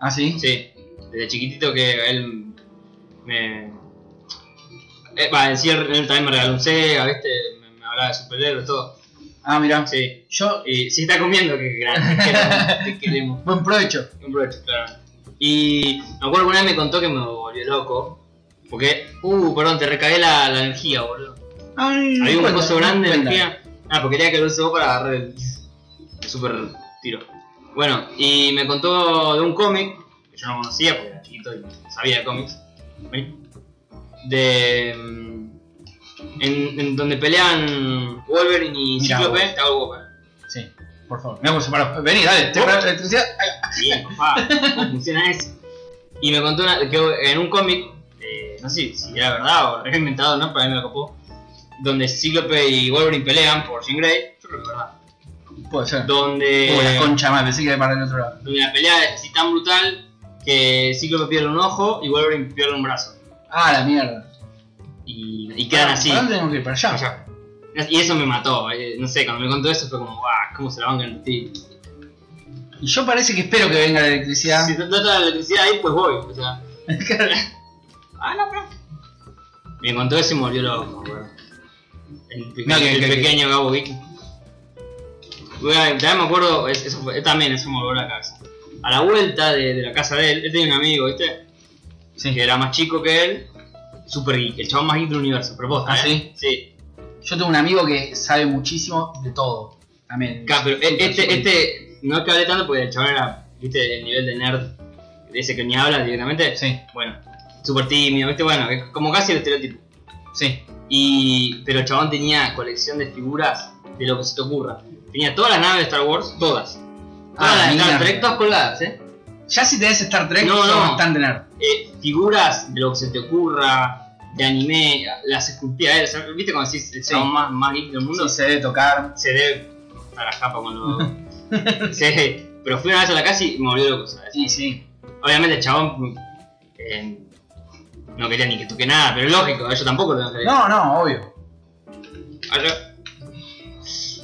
B: Ah, sí.
A: Sí, desde chiquitito que él me. eh, Va, en sí él él también me regaló un Sega, ¿viste? Me, me hablaba de superhéroes, todo.
B: Ah, mirá.
A: Sí,
B: Yo.
A: y si está comiendo, que grande, te queremos.
B: Buen provecho.
A: Un broche, claro. Y me acuerdo que una vez me contó que me volvió loco. Porque, uh, perdón, te recagué la, la energía, boludo.
B: Ay, no
A: Había un
B: cuenta,
A: coso grande de
B: no cuenta.
A: energía. Ah, porque tenía que lo use vos para agarrar el, el super tiro. Bueno, y me contó de un cómic, que yo no conocía porque era chiquito y no sabía de cómics. ¿Ven? De. mm, En, en donde pelean Wolverine y
B: Mirá
A: Cíclope,
B: vos.
A: te hago Wolverine.
B: Sí, por favor. Mirá cómo se paró. Vení, dale. Te
A: Oh.
B: paró la electricidad. Ahí va.
A: Bien, papá, ¿cómo funciona eso? Y me contó una- que en un cómic, eh, no sé si era verdad o lo he inventado, ¿no? Para mí me lo copó. Donde Cíclope y Wolverine pelean por Jean Grey, yo creo que es verdad.
B: Puede ser.
A: Donde,
B: Oh, la concha más, pensé que era para el otro lado.
A: donde la pelea es así tan brutal que Cíclope pierde un ojo y Wolverine pierde un brazo.
B: Ah, la mierda.
A: Y, y quedan así.
B: ¿Para Ah, dónde tenemos que ir? Para allá.
A: allá. Y eso me mató, eh, no sé, cuando me contó eso fue como, guau, cómo se la bancan el tipo.
B: Y yo parece que espero que venga la electricidad.
A: Si no está la electricidad ahí, pues voy. O sea. ah, no, pero. Me encontró ese y me volvió loco, weón. El, peque-
B: No, que-
A: el
B: que-
A: pequeño Gabo Geek. Weón, también me acuerdo, es- eso fue- también eso me volvió la cabeza. A la vuelta de, de la casa de él, él tenía un amigo, ¿viste?
B: Sí.
A: Que era más chico que él. Super geek, el chabón más geek del universo, pero posta,
B: ¿Ah,
A: ¿eh? Sí.
B: Yo tengo un amigo que sabe muchísimo de todo. También.
A: Ca- pero e- este,
B: Súper
A: este, no te hablé tanto porque el chabón era, ¿viste? El nivel de nerd. De ese que ni habla directamente.
B: Sí,
A: bueno, súper tímido, ¿viste? Bueno, es como casi el estereotipo.
B: sí.
A: Y, pero el chabón tenía colección de figuras de lo que se te ocurra. Tenía todas las naves de Star Wars, todas. Todas
B: Ah,
A: las de Star
B: mierda.
A: Trek, todas colgadas, ¿eh?
B: Ya si tenés Star Trek,
A: No,
B: sos
A: no.
B: bastante nerd.
A: Eh, Figuras de lo que se te ocurra, de anime, las esculpidas, eh, o sea, ¿viste cuando decís el chabón más, más geek del mundo?
B: Sí, se debe tocar.
A: Se debe cortar la capa cuando... sí, pero fui una vez a la casa y me volvió loco, ¿sabes?
B: Sí, sí.
A: Obviamente el chabón eh, no quería ni que toque nada, pero es lógico, yo tampoco lo quería.
B: No, no, obvio.
A: Allá.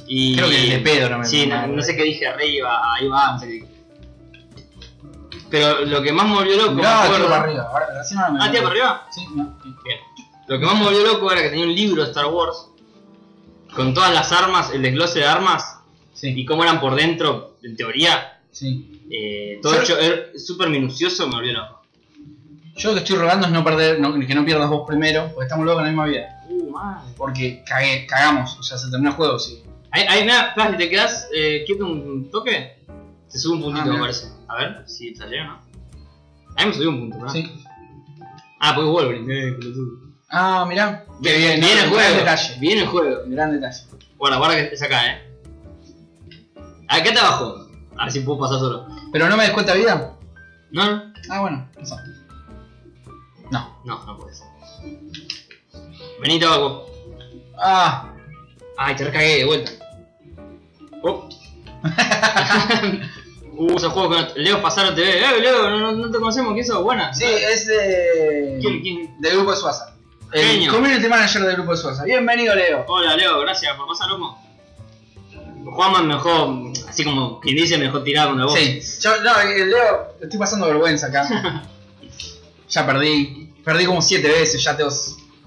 A: Y...
B: Creo que de pedo no me
A: Sí, no, no sé qué dije arriba, ahí va, no sé qué dije. Pero lo que más me volvió loco,
B: No,
A: me
B: tiro
A: acuerdo-
B: para arriba. Ahora, recién ahora me
A: Ah, tía para arriba.
B: Sí, no. sí.
A: Bien. Lo que más me volvió loco era que tenía un libro de Star Wars con todas las armas, el desglose de armas y
B: Sí,
A: cómo eran por dentro, en teoría.
B: sí.
A: eh, todo
B: Sí.
A: hecho era súper minucioso, me volvió loco.
B: Yo lo que estoy rogando es no perder, no- que no pierdas vos primero, porque estamos luego en la misma vida.
A: Uh, madre.
B: Porque cagué, cagamos, o sea, se terminó el juego, sí.
A: Ahí, ahí, mirá, Flash, si te quedas eh, quieto un toque, te sube un puntito,
B: Ah,
A: me
B: mirá.
A: parece. A ver si salió o no. A mí me subió un punto, ¿verdad?
B: Sí.
A: Ah, porque es Wolverine, eh, pelotudo.
B: Ah, mirá. Qué
A: Bien
B: bien, no,
A: el
B: Gran
A: juego,
B: detalle.
A: bien el juego.
B: Gran detalle.
A: Guarda, guarda que es acá, eh. Ah, Acá está abajo. A ver si puedo pasar solo.
B: Pero no me des cuenta vida.
A: No, no,
B: Ah, bueno, eso. No.
A: no, no puede ser. Vení, tabaco.
B: Ah,
A: Ay, te recagué de vuelta. Oh. uh, esos juegos que no- Leo pasaron TV. Eh, Leo, no, no, no te conocemos. ¿Quién sos? Buena.
B: sí, es de.
A: ¿Quién, quién?
B: Del grupo de Suaza. El
A: Genio.
B: community manager del grupo de Suaza. Bienvenido, Leo.
A: Hola Leo, gracias por pasar, loco. Juanman mejor, así como quien dice, mejor tirar con la voz.
B: Sí, yo, no, el Leo, estoy pasando vergüenza acá. ya perdí, perdí como 7 veces, ya tengo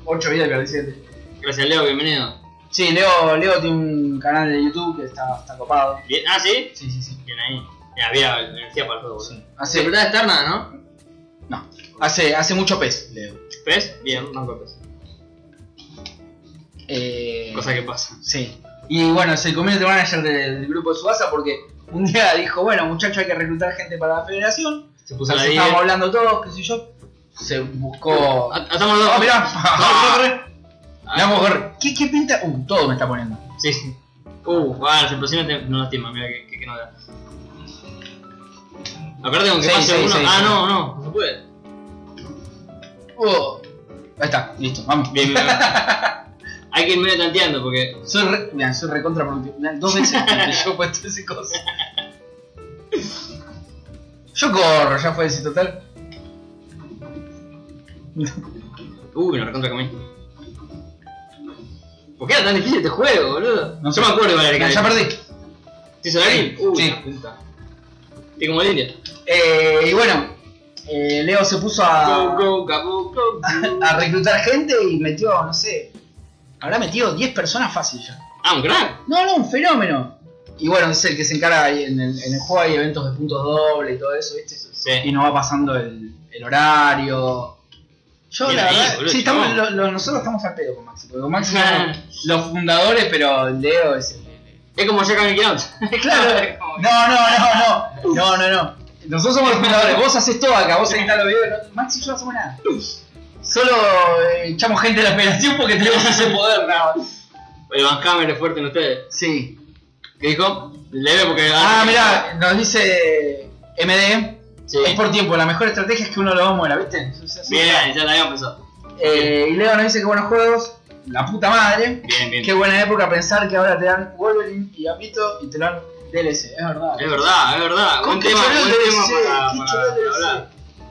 B: 8 vidas y perdí 7.
A: Gracias Leo, bienvenido.
B: Sí, Leo, Leo tiene un canal de YouTube que está, está copado.
A: Bien- Ah, ¿sí?
B: Sí, sí, sí.
A: Bien ahí. Ya, había energía para el juego. boludo.
B: Hace,
A: Seguridad externa, ¿no?
B: hace, hace mucho pez, Leo.
A: ¿Pes? Bien, banco de pes.
B: Eh,
A: Cosa que pasa.
B: Sí. Y bueno, es el community manager del grupo de Subasa porque un día dijo, bueno muchachos hay que reclutar gente para la federación.
A: Se puso la
B: Entonces
A: 10.
B: estábamos hablando todos, qué sé yo. Se buscó...
A: Ah, Estamos los
B: ¡Ah,
A: dos.
B: mirá!
A: corre,
B: Le vamos a correr. ¿Qué, ¿Qué pinta? Uh, todo me está poniendo.
A: Sí, sí. Uh, ah, las explosiones te- no lastiman, mira que, que, que no da. Aparte con que
B: Sí,
A: pase
B: sí,
A: uno.
B: sí,
A: ah,
B: sí.
A: no, no, no se puede.
B: Oh, ahí está, listo, vamos.
A: Bien, bien, bien. Hay que ir medio tanteando porque
B: Soy re, mirá, soy recontra productivo. Mirá, Dos veces que yo he puesto ese cosa. Yo corro, ya fue ese total.
A: Uh, me lo recontra comí. ¿Por qué era tan difícil este juego, boludo?
B: No sé.
A: Yo me acuerdo igual de
B: Mirá,
A: que
B: ya perdí.
A: ¿Sí Solarín?
B: Sí,
A: Uh,
B: sí.
A: la puta. Estoy como Lilia.
B: Eh, y bueno, eh, Leo se puso a,
A: Go, go, go, go, go.
B: a reclutar gente y metió, no sé, habrá metido 10 personas fácil ya.
A: Ah, un crack.
B: No, no, un fenómeno. Y bueno, es el que se encarga ahí en el, en el juego, hay eventos de puntos doble y todo eso, ¿viste? y
A: Sí.
B: nos va pasando el, el horario. Yo,
A: Bien
B: la
A: ahí,
B: verdad,
A: boludo,
B: sí, estamos-
A: chabón.
B: lo- lo- nosotros estamos al pedo con Maxi, porque con Maxi somos los fundadores, pero Leo es el.
A: Es como Jack and the Out.
B: Claro, no, no, no, no, no, no, no. Nosotros somos los fundadores, vos haces todo acá, vos editás los videos, no- Maxi y yo no hacemos nada. Solo eh, echamos gente de la federación porque tenemos ese poder, nada más.
A: El Van Hammer es fuerte en ustedes.
B: Sí.
A: ¿Qué dijo? Leve porque.
B: Ah, mirá, nos dice MD,
A: Sí.
B: es por tiempo, la mejor estrategia es que uno lo muera, ¿viste? Entonces, así.
A: Bien, ya la habíamos pensado.
B: Eh, y Leo nos dice que buenos juegos, la puta madre.
A: Bien, bien.
B: Qué buena época pensar que ahora te dan Wolverine y Apito y te dan DLC, es verdad.
A: Es verdad, es verdad.
B: Con
A: Buen
B: qué
A: tema,
B: choreo
A: buen
B: de
A: tema
B: DC,
A: para,
B: qué
A: para
B: choreo de
A: hablar.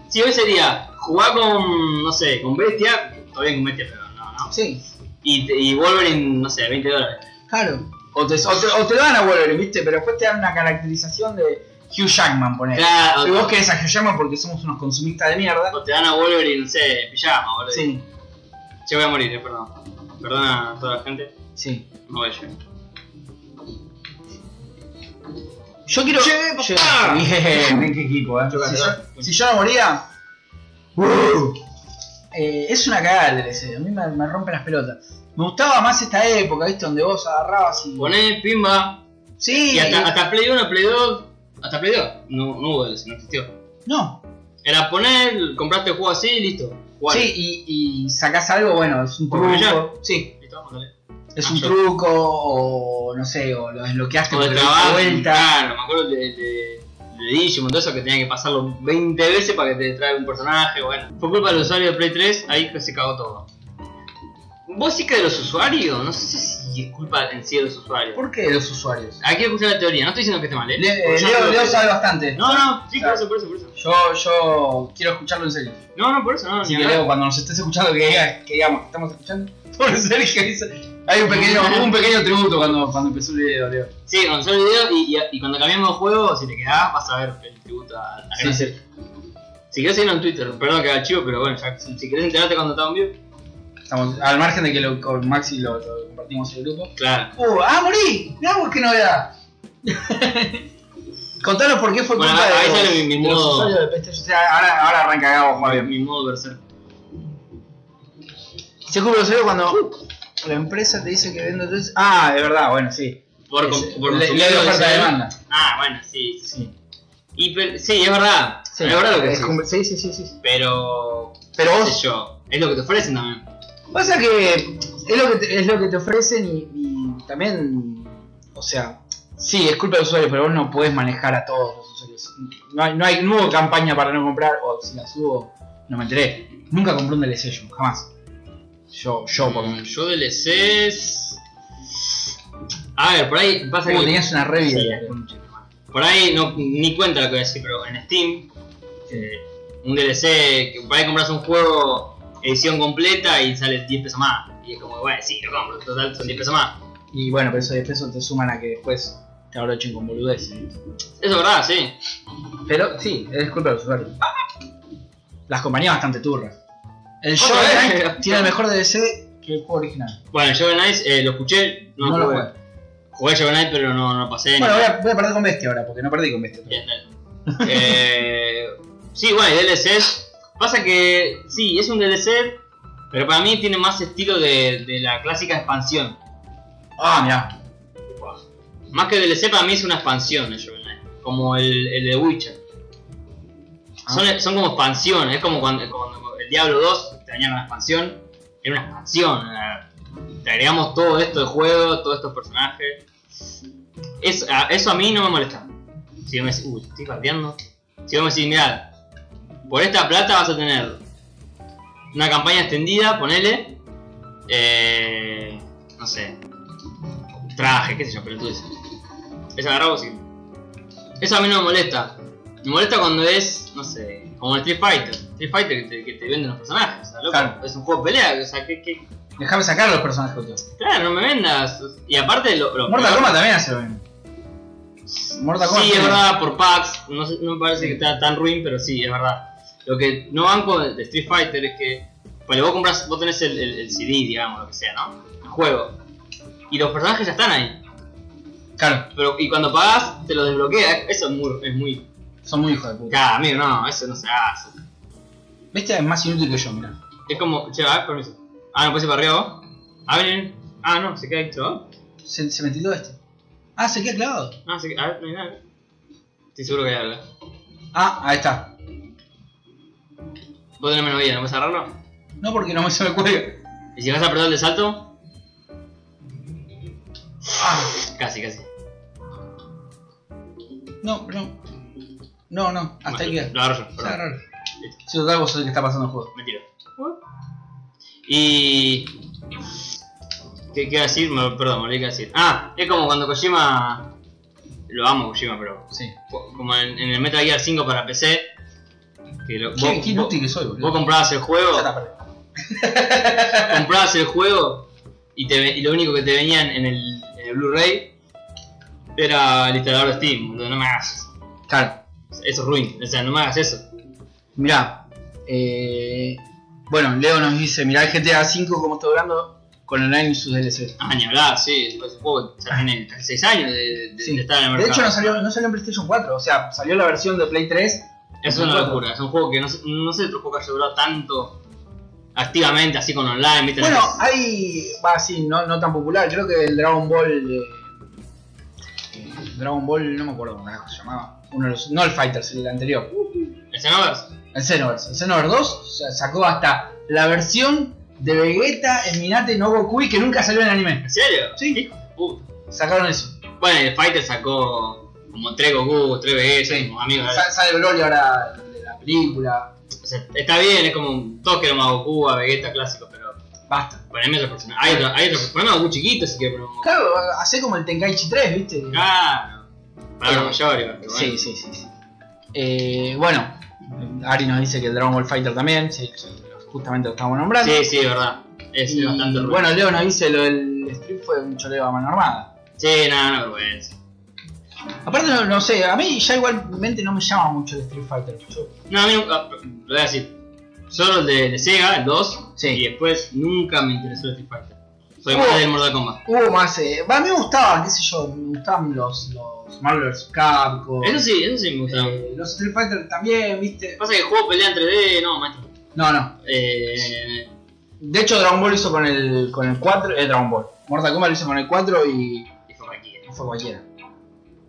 A: Si hoy sería jugar con, no sé, con Bestia, todavía con Bestia, pero no, ¿no?
B: Sí,
A: Y, te- y Wolverine, no sé, 20 dólares.
B: claro. O te, o, te, o te dan a Wolverine, ¿viste? Pero después te dan una caracterización de Hugh Jackman, poner.
A: Claro,
B: Y
A: o,
B: vos querés a Hugh Jackman porque somos unos consumistas de mierda.
A: o te dan a Wolverine, no sé, en pijama, boludo.
B: Sí,
A: Yo voy a morir, eh, perdón. Perdona a toda la gente,
B: sí.
A: no voy yo.
B: Yo quiero.
A: Che, papá.
B: Bien, ven qué equipo, eh.
A: Chocate,
B: Si yo,
A: dale.
B: si yo no moría. uh, Eh, es una cagada el DLC, a mí me, me rompe las pelotas. Me gustaba más esta época, ¿viste? Donde vos agarrabas y.
A: Poné, pimba.
B: Sí,
A: Y hasta,
B: y-
A: hasta Play 1, Play 2, hasta Play 2. No, no hubo DLC, no existió.
B: No,
A: Era poner, compraste el juego así y listo. Jugar.
B: sí, y, y sacás algo, bueno, es un
A: Por brillar.
B: truco. Sí,
A: Listo, mandale.
B: es
A: Ah,
B: un
A: yo-
B: truco, o no sé, o lo desbloqueaste
A: O de
B: porque le diste
A: trabajo,
B: vuelta.
A: claro, me acuerdo de, de, de Digimon, todo eso que tenía que pasarlo 20 veces para que te traiga un personaje, bueno. Fue culpa del usuario de Play 3, ahí que se cagó todo. Vos sí que de los usuarios, no sé si es culpa en sí de los usuarios.
B: ¿Por qué los usuarios?
A: Aquí escuchar la teoría, no estoy diciendo que esté mal, ¿eh?
B: Le- eh,
A: Porque yo
B: Leo,
A: creo
B: Leo
A: que-
B: sabe bastante.
A: No, no, sí, por
B: Sabe.
A: eso, por eso, por eso.
B: Yo, yo quiero escucharlo en serio.
A: No, no, por eso, no,
B: Así
A: ni
B: que
A: hablar.
B: Leo, cuando nos estés escuchando, que, diga- que digamos que estamos escuchando. Por Sergio dice. Hay un pequeño, un pequeño tributo cuando, cuando empezó el video, Leo.
A: Sí, cuando sale el video y, y- y cuando cambiamos de juego, si te quedás, vas a ver el tributo a, a
B: Sí,
A: Gran
B: sí.
A: Theft. Si querés seguirlo en Twitter, perdón que haga chivo, pero bueno, ya, si, si querés enterarte cuando está un vivo,
B: Estamos, al margen de que lo, con Maxi lo, lo compartimos en el grupo.
A: claro.
B: ¡Uh! ¡Ah, morí! Mirá vos qué novedad. Contanos por qué fue
A: Bueno,
B: culpa
A: ahí-
B: de,
A: ahí
B: los,
A: sale mi- mi
B: de los
A: modo.
B: usuarios de PlayStation. O sea, ahora, ahora arranca Gabo, Javier.
A: Mi modo berserk.
B: Se cubre los oídos cuando la empresa te dice que vende tres. Ah, de verdad, bueno, sí.
A: Por, com-
B: Es-
A: por
B: le-
A: consumidor
B: ley de oferta
A: ese-
B: y demanda.
A: Ah, bueno, sí. sí.
B: Sí.
A: Y, pero- sí, es verdad. es verdad lo que
B: es
A: decís.
B: com- sí, sí, sí, sí.
A: Pero.
B: Pero
A: qué
B: vos,
A: sé yo. Es lo que te ofrecen también.
B: pasa que es lo que te, es lo que te ofrecen y, y también, o sea, sí, es culpa del usuario, pero vos no podés manejar a todos los usuarios. No hay, no hay no hubo campaña para no comprar, o si la subo, no me enteré. Nunca compré un DLC yo, jamás. Yo, yo por lo menos.
A: Yo DLCs. A ver, por ahí pasa
B: Uh,
A: que.
B: tenías una re vida,
A: Sí.
B: la concha de tu madre.
A: Por ahí no, ni cuenta lo que voy a decir, pero en Steam, eh, un DLC, que por ahí compras un juego edición completa y sale 10 pesos más. Y es como, bueno, sí, lo compro, total son 10 pesos más.
B: Y bueno, pero esos 10 pesos te suman a que después te abrochen con boludeces.
A: Eso es verdad, sí.
B: Pero sí, es culpa de los usuarios. Las compañías bastante turras. El
A: Otra
B: show
A: vez.
B: tiene el mejor DLC que el juego original.
A: Bueno, Shovel Knight eh, lo escuché, no,
B: lo
A: jugué.
B: jugué.
A: Jugué Shovel Knight, pero no, no pasé. ni
B: Bueno, voy
A: nada.
B: a, voy a perder con Bestia ahora, porque no perdí con Bestia. otra vez.
A: Bien, dale. Eh, sí, bueno, y DLCs. Pasa que, sí, es un DLC, pero para mí tiene más estilo de, de la clásica expansión.
B: Ah, mirá.
A: Más que DLC, para mí es una expansión el Shovel Knight. Como el, el de Witcher. Son, son como expansiones, es como cuando, cuando el Diablo 2 tenía una expansión. Era una expansión. eh, era- Te agregamos todo esto de juego, todos estos personajes. Es, a- eso a mí no me molesta. Si yo me decís, uy, estoy partiendo. Si vos me decís, mirá, por esta plata vas a tener una campaña extendida, ponele. Eh, no sé. Traje, qué sé yo, pero tú dices. Es agarrado sí. Eso a mí no me molesta. Me molesta cuando es, no sé, como el Street Fighter. Street Fighter que te, que te venden los personajes. O sea, loco,
B: Claro.
A: Es un juego de pelea. O sea, que, que-
B: Déjame sacar a los personajes otros.
A: claro, no me vendas. Y aparte, lo, lo
B: Mortal
A: peor-
B: Kombat también hace lo mismo. Mortal Kombat.
A: Sí, es
B: tiene-
A: verdad, por packs. No, sé- no me parece que está tan ruin, pero sí, es verdad. Lo que no banco de de Street Fighter es que. Vale, vos compras, vos tenés el, el- el CD, digamos, lo que sea, ¿no? El juego. Y los personajes ya están ahí.
B: Claro,
A: Pero, y cuando pagás, te los desbloquea. Eso es muy. Es muy
B: son muy hijos de puta.
A: ya, amigo, no, eso no se hace.
B: Bestia es más inútil que yo, mirá.
A: Es como. Che, a ver, permiso. Ah, no, pues se arriba vos. A ver, ah, no, se queda ahí, chavón.
B: Se, se me tildó este. Ah, se queda clavado.
A: No, se queda. A ver, no hay nada. Estoy seguro que hay algo.
B: Ah, ahí está.
A: Vos tenés menos vida, ¿no puedes agarrarlo?
B: No porque no me se me cuelga.
A: Y si vas a apretar el de salto,
B: Ah.
A: casi, casi.
B: No, no. No, no, hasta ahí
A: Bueno,
B: queda.
A: Lo agarro yo,
B: Se
A: perdón.
B: agarraron. Si total vos sos el que está pasando el juego.
A: Mentira. Y. ¿Qué qué iba a decir? Me- Perdón, me olvidé qué iba a decir. Ah, es como cuando Kojima. Lo amo, Kojima, pero.
B: Sí.
A: co- Como en, en el Metal Gear 5 para PC. Que lo,
B: Qué, qué inútil que soy,
A: vos- vos
B: boludo.
A: comprabas el juego.
B: Ya está, perdón.
A: comprabas el juego y, te, ve- y lo único que te venían en el, en el Blu-ray era el instalador de Steam. boludo, No me hagas eso.
B: Claro.
A: Eso es ruin. O sea, no me hagas eso.
B: Mirá. eh, bueno, Leo nos dice, mirá el GTA V cómo está durando con online y sus DLC.
A: Ah, ni hablar, sí. Pues, el juego ya tiene casi 6 años de, de-
B: Sí.
A: de estar en el
B: De
A: mercado.
B: hecho no salió, no salió en PlayStation 4, o sea, salió la versión de Play 3.
A: Es una locura, es un juego que no sé, no sé otro juego que haya durado tanto activamente, así con online, ¿viste?
B: Bueno,
A: Entonces,
B: hay. Va, sí, no, no tan popular. Creo que el Dragon Ball. eh, eh, Dragon Ball, no me acuerdo cómo carajo se llamaba. Uno de los, no el Fighters, el anterior.
A: el Xenoverse.
B: El Xenoverse. El Xenoverse 2 sa- sacó hasta la versión de Vegeta, el Minate no Goku y que nunca salió en el anime.
A: ¿En serio?
B: Sí.
A: Hijo de puta.
B: Sacaron eso.
A: Bueno, el Fighter sacó como 3 Goku, 3 Vegeta,
B: Sí.
A: como amigos.
B: Sa- Sale Broly ahora de la película.
A: O sea, está bien, es como un toque más Goku, a Vegeta clásico, pero
B: Basta.
A: Poneme otro personaje. Hay otro, hay otro personaje, algún chiquito si quieres poner un
B: Claro, hace como el Tenkaichi 3, ¿viste?
A: Ah, Claro. Palabra
B: Eh,
A: mayor, igual, pero
B: Sí, sí, sí. sí. Eh, bueno, Ari nos dice que el Dragon Ball Fighter también, sí, justamente lo estamos
A: bueno.
B: nombrando.
A: Sí, sí, es verdad. Es
B: Y,
A: bastante ruido.
B: bueno, Leo nos dice lo del strip fue un choreo a mano armada.
A: Sí, nada, no, vergüenza.
B: Aparte, no, no sé, a mí ya igualmente no me llama mucho el Street Fighter. Yo-
A: No, a mí nunca. ah, Lo voy a decir. Solo el de, de Sega, el 2.
B: Sí.
A: Y después nunca me interesó el Street Fighter. Soy
B: Oh.
A: más del Mortal Kombat.
B: hubo más. eh, va, a mí me gustaban, qué sé yo, me gustaban los, los Marvel vs. Capcom.
A: Eso sí, eso sí me gustaba.
B: eh, los Street Fighter también, viste.
A: Pasa que el juego pelea en 3D, no, maestro.
B: No, no.
A: Eh,
B: De hecho, Dragon Ball lo hizo con el, con el 4. Eh, Dragon Ball. Mortal Kombat lo hizo con el 4 y.
A: dijo cualquiera.
B: No fue cualquiera.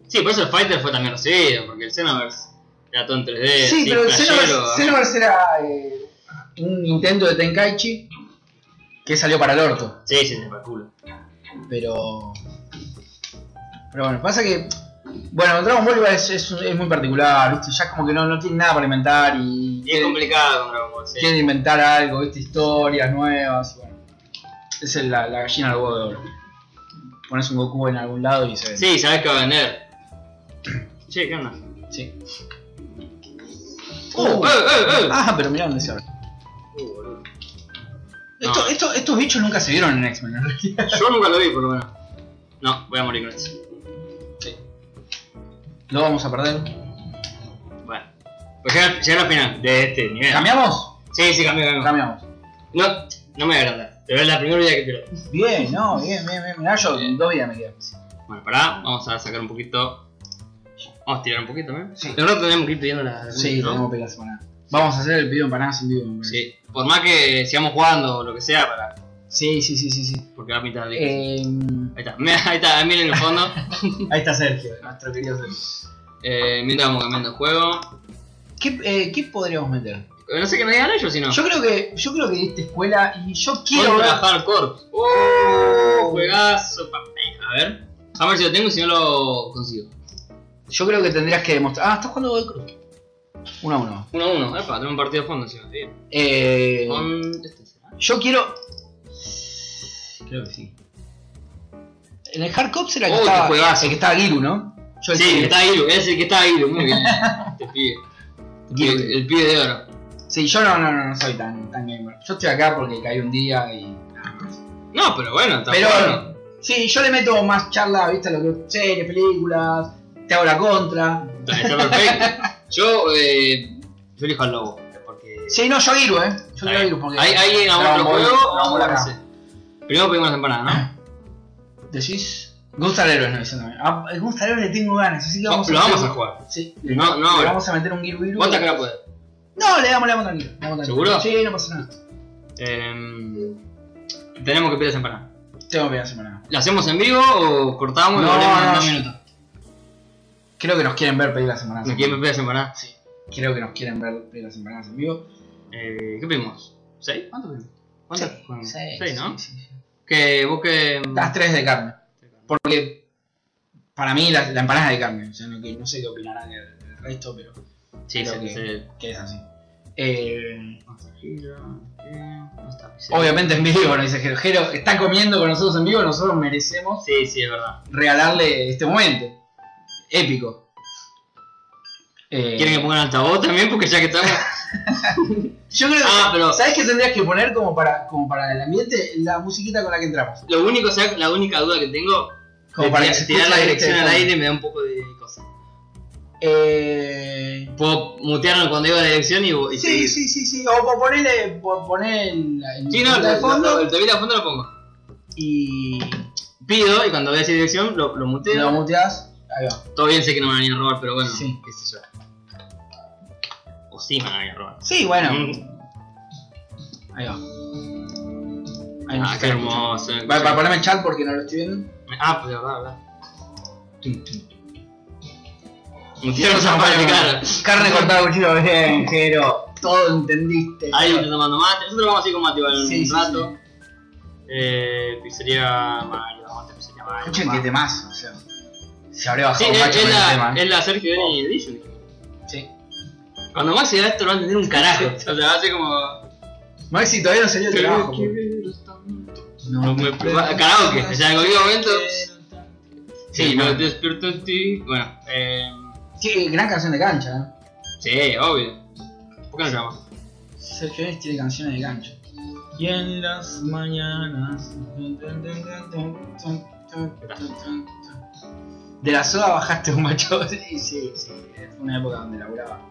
A: Sí, por eso el Fighter fue también recibido, porque el Xenoverse era todo en 3D.
B: Sí,
A: así,
B: pero el Xenoverse,
A: flashero.
B: Xenoverse era eh, un intento de Tenkaichi que salió para el orto.
A: Sí, sí, se fue al culo.
B: Pero. Pero bueno, pasa que. Bueno, Dragon Ball igual es, es, es muy particular, ¿viste? Ya es como que no, no tiene nada para inventar y.
A: Y es complicado con Dragon Ball, sí.
B: quiere inventar algo, ¿viste? Historias nuevas. y Bueno, esa es la, la gallina del huevo de oro. Pones un Goku en algún lado y se vende.
A: Sí, sabes que va a vender. Che, ¿qué onda?
B: Sí.
A: ¡Uh! ¡Eh, eh, eh!
B: Ah, pero mirá dónde se abre.
A: Uh, boludo. No.
B: Esto- esto- estos bichos nunca se vieron en X-Men, en realidad.
A: Yo nunca lo vi, por lo menos. No, voy a morir con eso.
B: Lo vamos a perder.
A: Bueno. Pues llega, llega al final de este nivel.
B: ¿Cambiamos?
A: Sí, sí, cambio, cambio.
B: Cambiamos.
A: No, no me voy a agrandar. Pero es la primera idea que quiero.
B: Bien, no, bien, bien, bien. Mirá, yo
A: Bien.
B: dos vidas me quedan.
A: Bueno, pará. Vamos a sacar un poquito. Vamos a tirar un poquito, ¿eh?
B: Sí.
A: De verdad tenemos que ir pidiendo la...
B: Sí,
A: ¿no?
B: tenemos que pegar semana. Vamos a hacer el pedido de empanadas en vivo.
A: Sí. Por más que sigamos jugando o lo que sea, para...
B: Sí, sí, sí, sí. sí.
A: Porque va a pintar de...
B: Eh,
A: Ahí está, Mira, ahí está, miren en el fondo.
B: ahí está Sergio, nuestro querido Sergio.
A: eh, mientras vamos cambiando el juego. Eh,
B: ¿Qué, eh, qué podríamos meter?
A: No sé qué nos digan ellos, sino.
B: Yo creo que yo creo que esta escuela y yo quiero
A: Contra
B: ver.
A: Hardcore.
B: Oh.
A: Juegazo, papá. A ver. A ver si lo tengo y si no lo consigo.
B: Yo creo que tendrías que demostrar. Ah, estás jugando de Cruz. Uno a uno.
A: 1 a 1. Epa, tengo un partido de fondo encima. Bien.
B: Eh,
A: Con. Este será.
B: yo quiero.
A: Creo que sí.
B: En el Hard Cops era el que,
A: Oh, qué
B: estaba,
A: juegazo.
B: el que estaba Giru, ¿no? Yo
A: Sí, el que está Iru. Es el que está Iru. Muy bien. Este pibe.
B: Giru.
A: El, el pibe de oro.
B: Sí, yo no, no, no, no soy tan, tan gamer. Yo estoy acá porque caí un día y. nada más.
A: No, pero bueno, está
B: Pero-
A: bueno.
B: Sí, yo le meto más charla, viste, a lo que series, películas, te hago la contra.
A: Está, está perfecto. Yo, eh. Yo elijo al lobo. Porque.
B: Sí, no, yo Giru, eh. Yo
A: Está
B: quiero
A: bien.
B: Giru porque.
A: Hay, hay en algún otro
B: Dragon Ball-
A: juego.
B: Dragon Ball
A: No,
B: acá.
A: sé. Primero pedimos las empanadas,
B: Decís. Gusta Héroes, no dicen también. Ah, el Gusta Héroes le tengo ganas, así que
A: ¿no?
B: vamos
A: Lo
B: a
A: vamos a
B: hacer-
A: jugar.
B: Sí,
A: No, no,
B: le
A: ahora.
B: vamos a meter un Giru Giru.
A: ¿Cuántas que la puedes?
B: No, le damos, le damos tranquilo. le damos tranquilo.
A: ¿Seguro?
B: Sí, no pasa nada.
A: Eh, tenemos que pedir las empanadas.
B: Tengo que ir a la semana.
A: ¿La hacemos en vivo o cortamos y
B: No,
A: volvemos en
B: no,
A: dos
B: yo-
A: minutos?
B: Creo que nos quieren ver pedir la semana.
A: ¿Me quieren pedir las empanadas?
B: Sí. Creo que nos quieren ver pedir las empanadas en vivo.
A: Eh, ¿Qué pedimos? ¿Seis? ¿Cuánto pedimos? ¿Cuánto? Bueno,
B: Sí,
A: seis,
B: sí,
A: ¿no?
B: sí, sí.
A: Que vos que...
B: Las tres de carne. Porque para mí la, la empanada es de carne. O sea, no, que- no sé qué opinarán el, el resto, pero
A: Sí,
B: creo
A: sí,
B: que-
A: sí. sí.
B: que es así. Eh,
A: Masajillo, eh, pasta pizza.
B: Obviamente en vivo, no dice Jero. Jero está comiendo con nosotros en vivo, nosotros merecemos
A: Sí, sí, es verdad.
B: regalarle este momento. Épico. Eh,
A: ¿Quieren que pongan altavoz también? Porque ya que estamos...
B: Yo creo que.
A: Ah, pero-
B: ¿Sabes qué tendrías que poner como para, como para el ambiente? La musiquita con la que entramos.
A: Lo único, o sea, la única duda que tengo...
B: Como
A: de
B: para que
A: tirar-
B: se
A: tirar
B: escuche
A: la
B: este
A: dirección al
B: fondo.
A: aire me da un poco de cosa.
B: Eh,
A: Puedo mutearlo cuando digo la dirección y... y
B: Sí,
A: seguir.
B: sí, sí, sí. O po- ponele, po- poné el, el
A: Sí, no,
B: el
A: el, el,
B: fondo
A: el temita de fondo lo pongo.
B: y
A: pido y cuando voy a decir dirección lo, lo
B: te
A: muteo.
B: lo muteás. Ahí va.
A: Todo bien sé que no me van a venir a robar, pero bueno,
B: Sí.
A: qué sé yo. O sí me van a venir a robar.
B: Sí, bueno.
A: Mm.
B: Ahí va.
A: Ah,
B: Ahí nos
A: qué
B: está
A: hermoso.
B: escuchando. Va, va, poneme en chat porque no lo estoy viendo.
A: Ah, pues de verdad, de verdad.
B: Tum, tum.
A: Mutearon esa parte, claro.
B: Carne cortada, cuchillo, bien, Jero. Todo entendiste.
A: Ahí está tomando mate. Nosotros vamos a ir con mate igual en
B: Sí,
A: un
B: sí,
A: rato. Eh, pizzería Mario, vamos a pizzería Mario.
B: Escuchen qué
A: papá.
B: temazo. O sea, se abrió bajo
A: Sí,
B: un
A: es,
B: macho
A: es
B: con el
A: la,
B: tema.
A: es la Sergio Denny Edition. dijimos.
B: Sí.
A: Cuando más se da esto, lo va a entender un carajo. O sea, va a ser como.
B: Maxi todavía no salió el trabajo.
A: Quiero estar No me- karaoke, o sea, en cualquier momento. Sí,
B: Sí,
A: no
B: bueno.
A: te despierto en ti. Bueno, eh,
B: Qué gran canción de cancha, ¿eh?
A: sí, obvio. ¿Por qué no llamas?
B: Sergio Enes tiene canciones de cancha. Y en las mañanas. De la soda bajaste un macho. Sí, sí, sí. Fue una época donde laburaba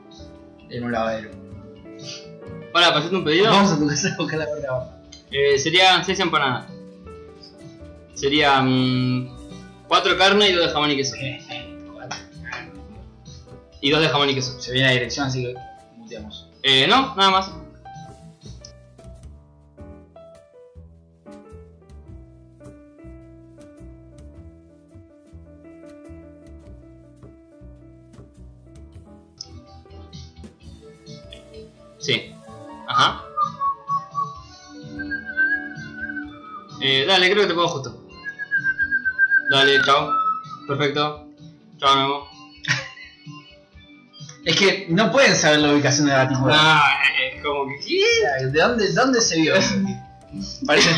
B: en un lavadero.
A: Hola, pasé un pedido.
B: Vamos a tu casa a buscar la puerta baja.
A: Eh, serían 6 empanadas. Serían 4 carne y 2 de jamón y queso. Y 2 de jamón y queso.
B: Se viene la dirección, así que muteamos.
A: Eh, no, nada más. Sí. Ajá. Eh, dale, creo que te puedo justo. Dale, chao. Perfecto. Chao, nuevo.
B: Es que no pueden saber la ubicación de la tijuana.
A: Ah, eh, como que.
B: O sea, ¿De dónde, dónde se vio? Parece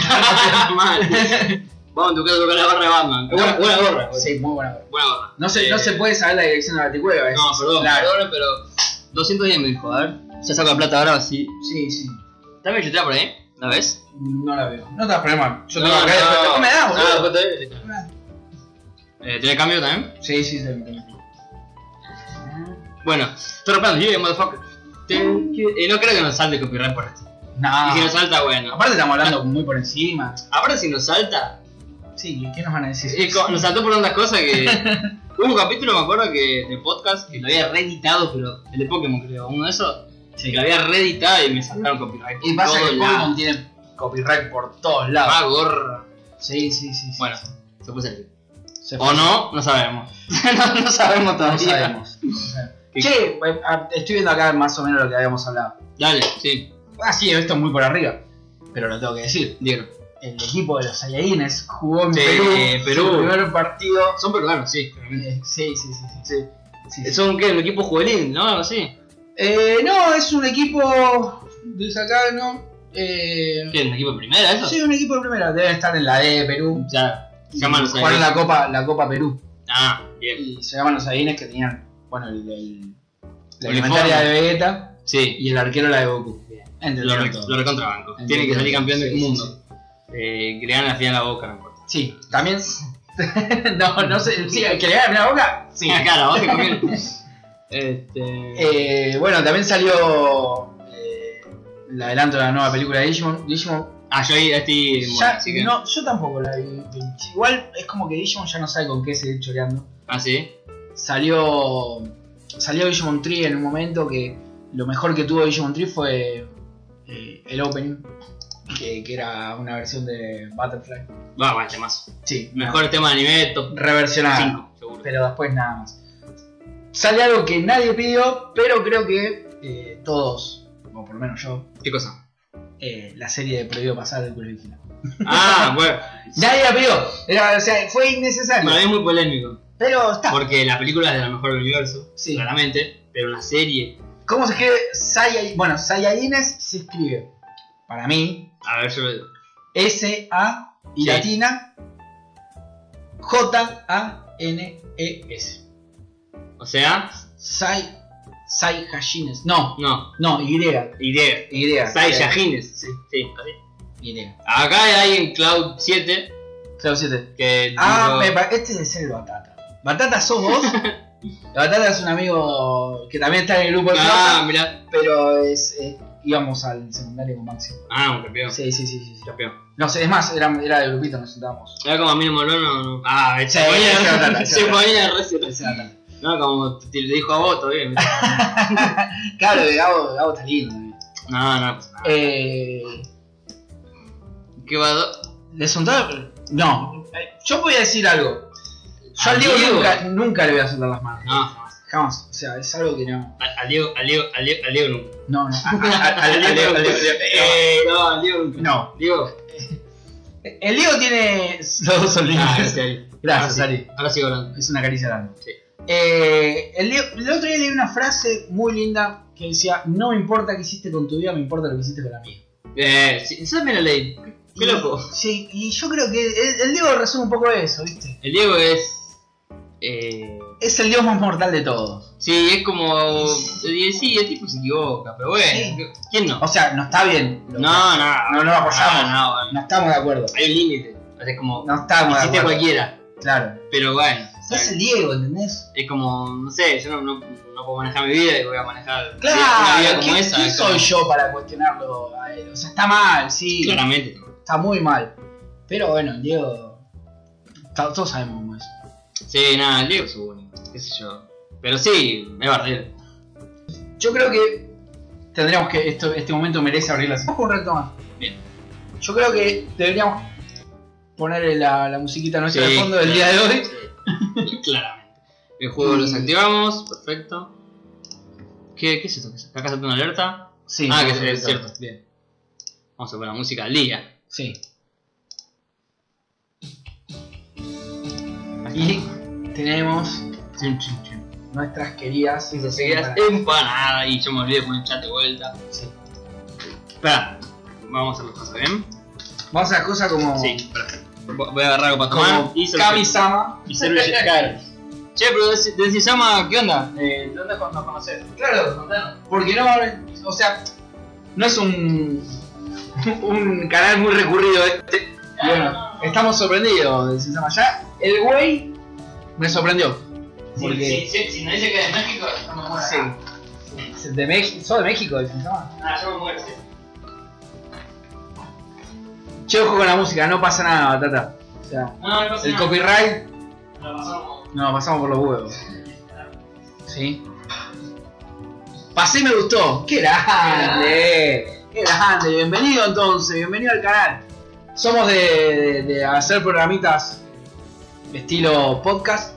A: Mal. Vamos a tu casa con la barra de Batman. Buena, buena gorra. güey.
B: Sí, muy buena gorra.
A: Buena gorra.
B: No se, no
A: Eh,
B: se puede saber la dirección de la ticueva. es-
A: No, perdón,
B: Claro.
A: perdón, pero 210 me dijo, a ver. Ya saco la plata ahora, sí.
B: Sí, sí.
A: También chutea por ahí, ¿la ves?
B: No la veo. No te das problema. Yo tengo
A: No,
B: acá
A: no.
B: después. ¿Cómo me das,
A: Ah,
B: boludo?
A: después te- te- Eh, ¿Tiene cambio también?
B: Sí, sí, Ah. sí. sí.
A: Bueno, estoy rapeando, yeah, motherfucker. Te- que- eh, no creo que nos salte copyright por esto. Y
B: No.
A: si nos salta, bueno.
B: Aparte estamos hablando muy por encima.
A: Ahora si nos salta,
B: Sí, ¿qué- ¿qué nos van a decir?
A: eh, co- nos saltó por tantas cosas que... Hubo un capítulo, me acuerdo, que de podcast, que lo había reeditado, pero el de Pokémon creo, uno de esos.
B: Sí.
A: que la había reeditado y me sacaron copyright.
B: Y pasa que
A: Todo
B: el
A: lado.
B: Pokémon tiene copyright por todos lados.
A: Ah, gorra.
B: Sí, sí, sí. sí.
A: Bueno, se puede salir.
B: Se
A: O no, no sabemos. no, no sabemos
B: No
A: todavía.
B: sabemos. Che, eh, ah, estoy viendo acá más o menos lo que habíamos hablado.
A: Dale, sí,
B: Ah, sí, esto es muy por arriba. Pero lo tengo que decir.
A: Diego.
B: El equipo de los Saiyajines jugó en
A: Sí,
B: Perú,
A: Perú.
B: Su primer partido.
A: Son peruanos, sí, claramente.
B: Eh, sí, sí, sí. sí, sí. Sí, sí.
A: Son ¿qué? un equipo juvenil, ¿no? Algo así.
B: Eh, no, es un equipo de sacar, ¿no? Eh,
A: ¿Qué? ¿Un equipo de primera eso?
B: sí, un equipo de primera. Deben estar en la D de Perú.
A: Ya. Se llaman los
B: Jugaron
A: Saiyajin.
B: la Copa, la Copa Perú.
A: Ah, bien.
B: Y se llaman los Saiyajines que tenían, bueno, el, el-
A: Uniforme.
B: la alimentaria de Vegeta
A: Sí.
B: y el arquero la de Goku.
A: Lo,
B: Entendieron
A: re-
B: todo.
A: lo recontrabanco.
B: Entendieron
A: Tienen que salir
B: todo.
A: campeón
B: Sí,
A: del
B: sí,
A: mundo.
B: sí.
A: Eh, que le dan la final a la boca, no importa.
B: Sí, también. no, no sé. Sí, ¿Que le gane la boca? Sí.
A: acá la boca también. Este.
B: Eh, bueno, también salió eh, el adelanto de la nueva película de Digimon. Digimon
A: Ah, yo ahí estoy.
B: ya-
A: bueno, así que-
B: no, yo tampoco la vi. Igual es como que Digimon ya no sabe con qué seguir choreando.
A: Ah, sí.
B: Salió. Salió Digimon Tree en un momento que lo mejor que tuvo Digimon Tree fue eh, el opening, que, que era una versión de Butterfly.
A: Va, va, más.
B: Sí,
A: Mejor tema de anime, top
B: reversionada.
A: 5, seguro.
B: pero después nada más. Sale algo que nadie pidió, pero creo que eh, todos, o por lo menos yo,
A: ¿Qué cosa?
B: eh, la serie de Prohibido Pasar del Culo Vigila.
A: Ah, bueno.
B: Nadie la pidió, era, o sea, fue innecesario.
A: Para mí es muy polémico.
B: Pero está.
A: Porque la película es de la mejor del universo,
B: Sí.
A: claramente. Pero una serie.
B: ¿Cómo se escribe Sayai? Bueno, Saiyajines se escribe, para mí,
A: A ver, yo. lo-
B: S-A y
A: Sí.
B: latina J-A-N-E-S.
A: O sea,
B: E Sai. Saiyajines. No,
A: no.
B: no, Y.
A: Idea.
B: Y.
A: Sai Yajines.
B: Sí.
A: Sí, así.
B: Y.
A: Acá hay en Cloud 7
B: Claro, siete.
A: que.
B: Ah, me
A: digo-
B: pa- este es el Batata. Batata sos vos. Batata es un amigo que también está en el grupo de
A: Ah,
B: Plata,
A: mirá.
B: pero es, eh, íbamos al secundario con Maxi.
A: Ah, un campeón.
B: Sí, sí, sí, sí. sí.
A: Campeón.
B: No sé, es más, era, era del grupito, nos sentábamos.
A: Era como a mí no me habló, no. no. Ah, se
B: Sí,
A: ponía.
B: sí, sí, sí,
A: se
B: sí.
A: ponía re-
B: Ese Batata.
A: No, como te le dijo a vos, todo bien.
B: Claro, Gabo, Gabo está lindo. eh.
A: No, no, pues nada.
B: Eh,
A: ¿Qué va? do-
B: ¿Le soltar? No. Eh, Yo voy a decir algo. Yo
A: ¿A
B: al Diego
A: Diego?
B: nunca, nunca le voy a soltar las manos.
A: No, jamás.
B: Jamás. O sea, es algo que no.
A: Al al Diego, al Diego, al Diego, al Diego nunca.
B: No, no. A- a- a- al Diego- al Diego- al Diego-
A: Eh, no, al Diego nunca.
B: No.
A: Diego.
B: El Diego tiene los dos solillos.
A: Ah, gracias, Ari. Ahora
B: Gracias,
A: sí,
B: Ari.
A: Ahora sigo hablando.
B: Es una caricia grande.
A: Sí.
B: Eh, el, Diego- el otro día leí una frase muy linda que decía: No me importa qué hiciste con tu vida, me importa lo que hiciste con la mía.
A: Eh, sí, yo también la leí. Qué
B: Y-
A: loco.
B: Sí, y yo creo que el, el Diego resume un poco eso, ¿viste?
A: El Diego es. Eh,
B: Es el dios más mortal de todos.
A: sí, es como. eh, Sí, el tipo se equivoca, pero bueno. ¿Quién no?
B: O sea, no está bien.
A: No, no,
B: No, no apoyamos.
A: No, no, no.
B: No estamos de acuerdo.
A: Hay un límite. O sea, es como.
B: No estamos de
A: Hiciste
B: acuerdo.
A: cualquiera.
B: Claro.
A: Pero bueno. o sea,
B: Es el Diego, ¿entendés?
A: Es como, no sé, yo no, no, no puedo manejar mi vida y voy a manejar una vida
B: Claro,
A: como
B: ¿quién,
A: esa.
B: quién
A: es
B: soy
A: como-
B: yo para cuestionarlo a él? O sea, está mal, sí,
A: Claramente.
B: está muy mal. Pero bueno, el Diego. ta- Todos sabemos cómo es.
A: Sí, nada, el Diego es único, qué sé yo. Pero sí, es barrio.
B: Yo creo que tendríamos que. Esto, este momento merece abrir las. Vamos un rato más.
A: Bien.
B: Yo creo que deberíamos ponerle la, la musiquita nuestra
A: Sí,
B: de fondo del día de hoy. Mm.
A: sí, claramente. El juego lo desactivamos, perfecto. ¿Qué, qué es esto? ¿Está acá saltando una alerta?
B: Sí.
A: ah, que
B: sí,
A: es cierto, bien. Vamos a poner la música al día.
B: Sí. Y tenemos
A: Chum, chum, chum.
B: nuestras queridas.
A: Te quedas empanada y yo me olvidé de poner chat de vuelta.
B: Sí.
A: Espera, vamos a hacer las cosas bien.
B: Vamos a hacer cosas como.
A: Sí, espera. Vo- Voy a agarrar algo para tomar.
B: Como
A: y se lo-
B: Kami-sama.
A: Y cerveza, claro. Che, pero de, de Sisama, ¿qué onda? Eh, ¿Dónde con- nos conoces?
B: Claro, porque no. O sea, no es un. Un canal muy recurrido este.
A: Ah.
B: Y bueno, estamos sorprendidos de Sesama ya. El güey me sorprendió. Porque.
A: si, si nos dice que es de México, yo me muero.
B: Sí. De México, ¿Sos de México, de Sesama?
A: Ah, yo me muero. sí.
B: Che, ojo con la música, no pasa nada, Batata. O sea,
A: No, no pasa
B: el
A: nada.
B: copyright,
A: Lo pasamos.
B: no, pasamos por los huevos. Sí. Pasé y me gustó. ¡Qué grande! ¡Qué grande! Bienvenido entonces, bienvenido al canal. Somos de, de- de hacer programitas de estilo podcast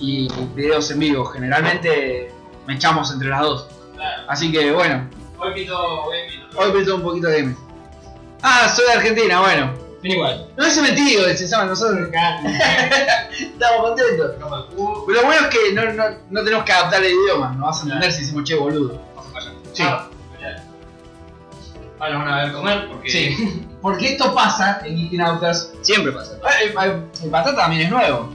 B: y videos en vivo. Generalmente me echamos entre las dos.
A: Claro.
B: Así que bueno,
A: Hoy pito, hoy pito.
B: hoy pito un poquito de gaming. Ah, soy de Argentina, bueno.
A: Bien igual.
B: No es mentido, se saben nosotros. Estamos contentos.
A: Toma el cubo.
B: Pero Lo bueno es que no, no, no tenemos que adaptar el idioma, no vas a entender si decimos che boludo. Sí.
A: Ah, mirá. Ahora nos van a ver comer porque.
B: Sí. Porque esto pasa en Geekinautas.
A: Siempre pasa.
B: El patata también es nuevo.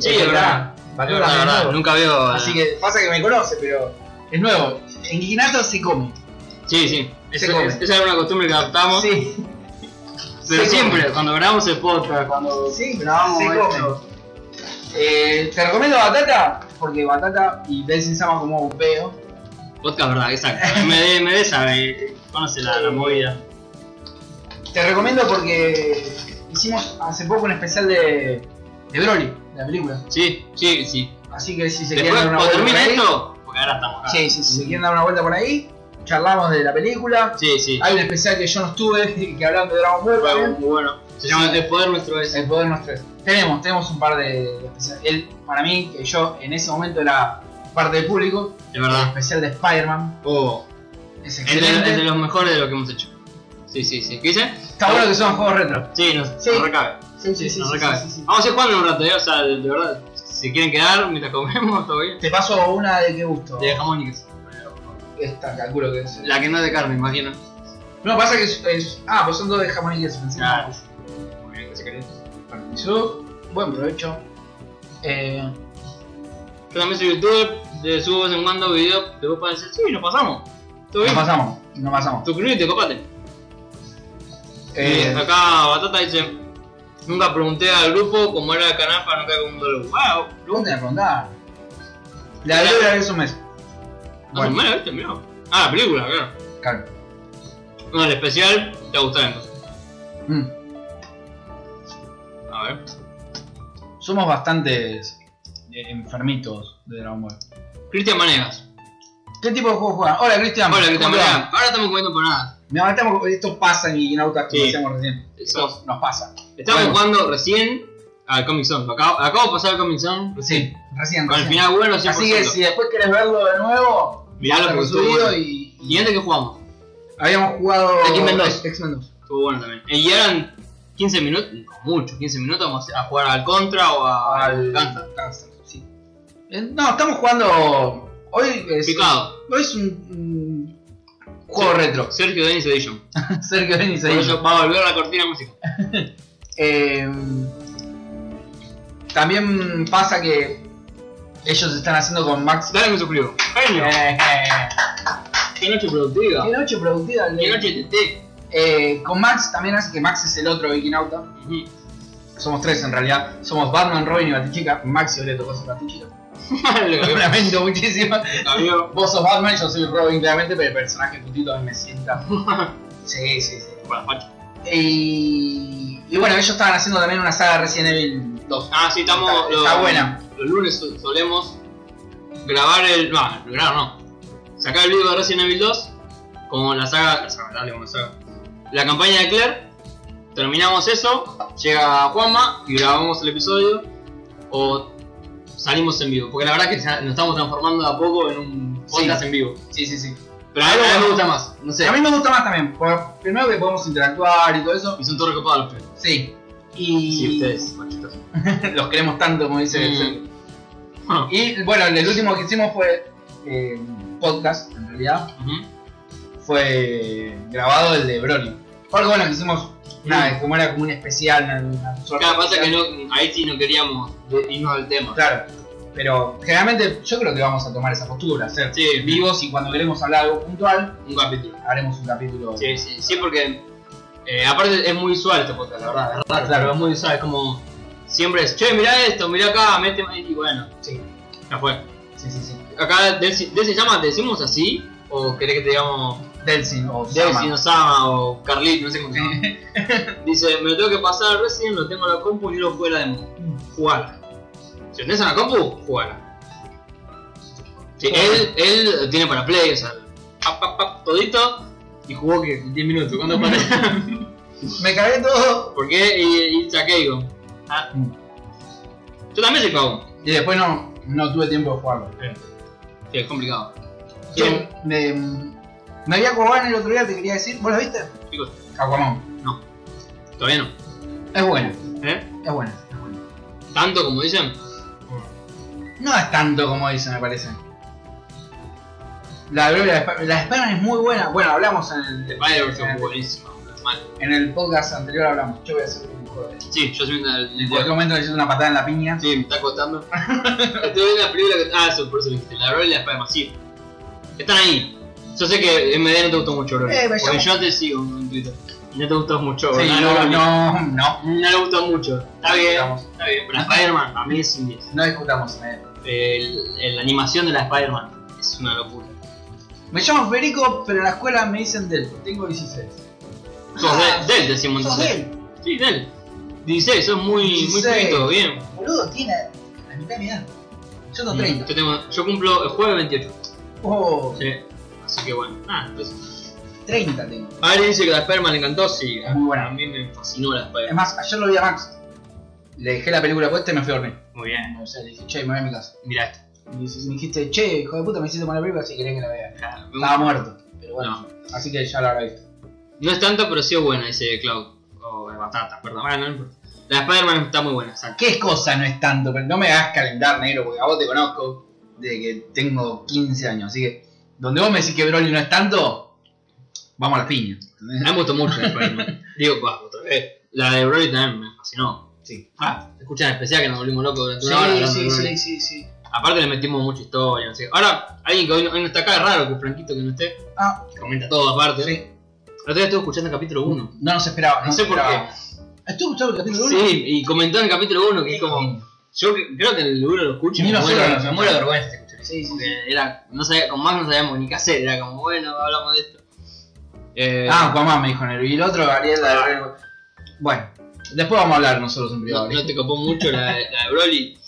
A: Sí,
B: Es
A: es verdad.
B: Patata también es nuevo.
A: nunca veo.
B: Así que pasa que me conoce, pero es nuevo. En Geekinautas se come.
A: Sí, sí.
B: Se
A: Esa-
B: come.
A: esa era una costumbre que adaptamos.
B: Sí,
A: Pero
B: Se
A: siempre, cuando grabamos el podcast, cuando.
B: sí, grabamos
A: Se come.
B: esto. Eh, te recomiendo Batata, porque Batata y Benson Sama como veo.
A: Podcast, verdad, exacto. MD, MD sabe, eh, conoce la, la movida.
B: Te recomiendo porque hicimos hace poco un especial de, de Broly, de la película.
A: Sí, sí, sí.
B: Así que si se
A: Después,
B: quieren dar una
A: cuando
B: vuelta por
A: termine
B: ahí, ah,
A: esto, mm. porque ahora estamos acá.
B: sí, sí, si se quieren dar una vuelta por ahí, charlamos de la película.
A: sí. sí.
B: Hay un especial que yo no estuve, que hablan de Dragon
A: Fue
B: Ball.
A: muy,
B: también.
A: muy bueno. Se llama El Poder Nuestro es.
B: El poder nos tres. Tenemos, tenemos un par de especiales. Él, para mí, que yo en ese momento era parte del público,
A: De
B: el
A: verdad.
B: especial de Spider-man
A: Oh.
B: es
A: Es, de, es de
B: excelente.
A: los mejores de lo que hemos hecho. Sí, sí, sí. ¿Qué dice?
B: Está bueno que son juegos retro.
A: Sí, nos,
B: Sí.
A: nos recabe.
B: Sí,
A: nos recabe. Vamos a ir jugando un rato, ¿eh? O sea, de, de verdad. Si quieren quedar mientras comemos, todo bien.
B: Te paso una de qué gusto.
A: De jamón y queso.
B: Esta, calculo que es.
A: La que no es de carne, imagino.
B: No, pasa que es. es- ah, pues son dos de jamón y queso. pensé que
A: Claro.
B: era más.
A: Muy bien, si querés.
B: Permiso, buen provecho. Eh,
A: Yo también soy youtuber, de subo de vez en cuando videos, te puedo decir, sí, nos pasamos. Todo
B: nos
A: bien.
B: pasamos, nos pasamos.
A: Suscríbete, copate.
B: Eh,
A: Eh, acá Batata dice, nunca pregunté al grupo cómo era el canal para no caer con un dolor. Wow,
B: pregunta de rondar. La hablé una vez un mes.
A: no se
B: Bueno.
A: muera, viste, mirá. Ah, la película, claro.
B: Claro.
A: No, el especial te va a gustar entonces.
B: Mm,
A: A ver.
B: Somos bastantes eh, enfermitos de Dragon Ball.
A: Cristian Manegas.
B: ¿Qué tipo de juegos juegan? Hola, Cristian.
A: Hola, Cristian
B: ¿Cómo te va?
A: Manegas. Ahora estamos comiendo por nada.
B: No, estamos- esto pasa en Guinautas, como
A: Sí.
B: decíamos recién. Esto nos pasa.
A: Estamos
B: Bueno.
A: jugando recién al Comic Zone. Lo Acabo, acabo de pasar al Comic Zone.
B: Pues Sí, recién,
A: Con el
B: recién.
A: final bueno, 100%.
B: Así que si después querés verlo de nuevo,
A: Mirá lo que
B: lo
A: estuvo
B: subido
A: bueno.
B: y,
A: Y antes que jugamos.
B: Habíamos jugado.
A: X-Men 2.
B: X-Men 2.
A: Estuvo bueno también. Eh, Y eran 15 minutos, mucho, 15 minutos vamos a jugar al Contra o a- al Ganta.
B: Gangster, sí. Eh, No, estamos jugando. Hoy es,
A: Picado.
B: hoy es un, un Juego retro.
A: Sergio Dennis Edition.
B: Sergio Denis
A: Por eso va a volver la cortina musical.
B: Eh, también pasa que ellos están haciendo con Max.
A: Dale que suscribo. Genio.
B: Eh,
A: Qué noche productiva.
B: qué noche productiva. el de-
A: Qué noche TT.
B: Eh, con Max también hace que Max es el otro Vikinauta.
A: Ujú.
B: Somos tres en realidad. Somos Batman, Robin y Batichica. Max y le tocó ser Batichica.
A: Lo
B: Lo
A: que
B: lamento muchísimo.
A: cambió.
B: Vos sos Batman, yo soy Robin claramente, pero el personaje putito a mí me sienta. Sí, sí, sí.
A: Por las patas.
B: Y, y bueno, ellos estaban haciendo también una saga Resident Evil 2.
A: Ah, sí, estamos.
B: Está-
A: los-
B: está buena.
A: Los lunes so- solemos grabar el. Va, grabar no. Sacar el video de Resident Evil 2 con la saga. La saga, dale, con la saga. La campaña de Claire. Terminamos eso. Llega Juanma y grabamos el episodio. O salimos en vivo. Porque la verdad que ya nos estamos transformando de a poco en un
B: Sí.
A: podcast en vivo.
B: Sí, sí, sí.
A: Pero a mí me gusta más. No sé.
B: A mí me gusta más también. por- primero que podemos interactuar y todo eso.
A: Y son todos recopados los perros.
B: Sí. Y
A: Sí, ustedes, machitos.
B: los queremos tanto, como dice
A: Mm.
B: Sergio.
A: Ah.
B: Y bueno, el último que hicimos fue eh, podcast, en realidad.
A: Ujú.
B: Fue grabado el de Broly. Porque bueno, que hicimos nada,
A: Mm.
B: como era como un especial, una, una suerte
A: Claro, pasa
B: especial.
A: que no, ahí sí no queríamos de- irnos del tema.
B: Claro, pero generalmente yo creo que vamos a tomar esa postura, ser
A: Sí, vivo
B: vivos y cuando queremos hablar algo puntual,
A: un capítulo.
B: haremos un capítulo.
A: Sí, sí, sí, porque eh, aparte es muy usual este podcast, la verdad. es raro,
B: Claro.
A: es muy usual, es como siempre es, che, mirá esto, mirá acá, mete más", y bueno,
B: Sí,
A: ya fue.
B: sí, sí. sí.
A: Acá, Delsi Delsi llama, ¿te decimos así? ¿O querés que te digamos
B: Delsin o
A: Delsi
B: Delsin.
A: nos ama o Carlit, no sé cómo se llama? Dice, me lo tengo que pasar recién, lo tengo en la compu y no lo fuera de modo. Jugala. Si lo tenés en la compu, jugala. Sí, él, él tiene para play, o sea, pap, pap, pap, todito y jugó que 10 minutos. ¿Cuándo paró?
B: Me cargué todo.
A: Porque y, y Takeigo. Ah.
B: Mm.
A: Yo también soy Kago.
B: Y después no, no tuve tiempo de jugarlo.
A: Sí, es complicado.
B: Yo
A: Sí.
B: me, me vi a Aquaman el otro día, te quería decir. ¿Vos lo viste?
A: Chicos,
B: Aquaman.
A: todavía no.
B: Es buena,
A: ¿Eh?
B: es buena, es buena.
A: Tanto como dicen.
B: No es tanto como dice, me parece. La de Broly, la de Sp- la de Spider-Man es muy buena. Bueno, hablamos en el,
A: Spider-Verse
B: Ah.
A: es buenísimo. Mal.
B: en el podcast anterior, hablamos. Yo voy a hacer un juego de
A: Sí, yo soy el
B: En cualquier momento le siento una patada en la piña.
A: Sí, me está costando. Estuve viendo las películas que. Ah, eso, por eso lo dijiste. La Broly y la Spider-Man. Sí. Están ahí. Yo sé que MD no te gustó mucho, Broly.
B: Eh, me
A: porque
B: llamó.
A: yo te sigo en Twitter. No te gustó mucho,
B: Sí,
A: ¿verdad?
B: no,
A: Broly?
B: no, no.
A: No le gustó mucho. Está bien,
B: Discutamos,
A: está bien. Pero Spider-Man, a mí es un 10.
B: no discutamos. eh.
A: el, el- la animación de la Spider-Man es una locura.
B: Me llamo Federico, pero en la escuela me dicen Del. Tengo 16.
A: Sos
B: Ah,
A: de, Del, decimos
B: Sos
A: entonces.
B: Del.
A: Sí, Del. 16, sos muy, muy
B: 16.
A: chiquito, bien.
B: Boludo, tiene la mitad de mi edad. Yo tengo 30.
A: Yo, tengo, yo cumplo el jueves 28.
B: Oh,
A: Sí. Así que bueno, nada, entonces.
B: 30 tengo.
A: Alguien dice que la Spider-Man le encantó, sí.
B: Es muy buena.
A: A mí me fascinó la
B: Es
A: Spider-Man.
B: más, ayer lo vi a Max. Le dejé la película puesta y me fui a dormir.
A: Muy bien.
B: O sea, le dije, che, me voy a mi casa.
A: Mirá esto.
B: Y dices- me dijiste, che, hijo de puta, me hiciste poner la película si querés que la vea.
A: Claro, me
B: Estaba
A: gusta.
B: muerto. Pero bueno,
A: No,
B: así que ya la habrá visto.
A: no es tanto, pero sí es buena, dice Cloud. O eh, Batata, perdón. Bueno, no importa. La Spider-Man está muy buena, exacto.
B: ¿Qué cosa no es tanto? Pero no me hagas calentar, negro, porque a vos te conozco desde que tengo 15 años. Así que, donde vos me decís que Broly no es tanto, vamos a la piña.
A: A mí me gustó mucho la Spider-Man. Digo, va, otra vez. La de Broly también me fascinó.
B: Sí.
A: Ah, escuchan especial que nos volvimos locos durante una hora. hablando de Broly.
B: sí, sí.
A: Aparte le metimos mucha historia, no sé. Ahora, alguien que hoy no, hoy no está acá, es raro que un Franquito que no esté,
B: Ah,
A: comenta todo aparte.
B: sí.
A: El otro día estuve escuchando el capítulo 1.
B: No nos esperaba, no
A: No sé
B: nos
A: por
B: esperaba. ¿Estuvo escuchando el capítulo uno?
A: Sí, y comentó en el capítulo 1 que es como. Yo cre- creo que el libro lo escucho y
B: Ni
A: me
B: nosotros
A: muero,
B: nos
A: me muero de
B: enteramos.
A: vergüenza. escuchar eso,
B: Sí, sí,
A: porque Era, no sabía, con más no sabíamos ni qué hacer, era como, bueno, hablamos de esto. Eh,
B: Ah, Aquaman me dijo negro. Y el otro, Ariel, la de Broly. Bueno, después vamos a hablar nosotros en
A: no,
B: privado.
A: no te copó mucho la, de- la de Broly.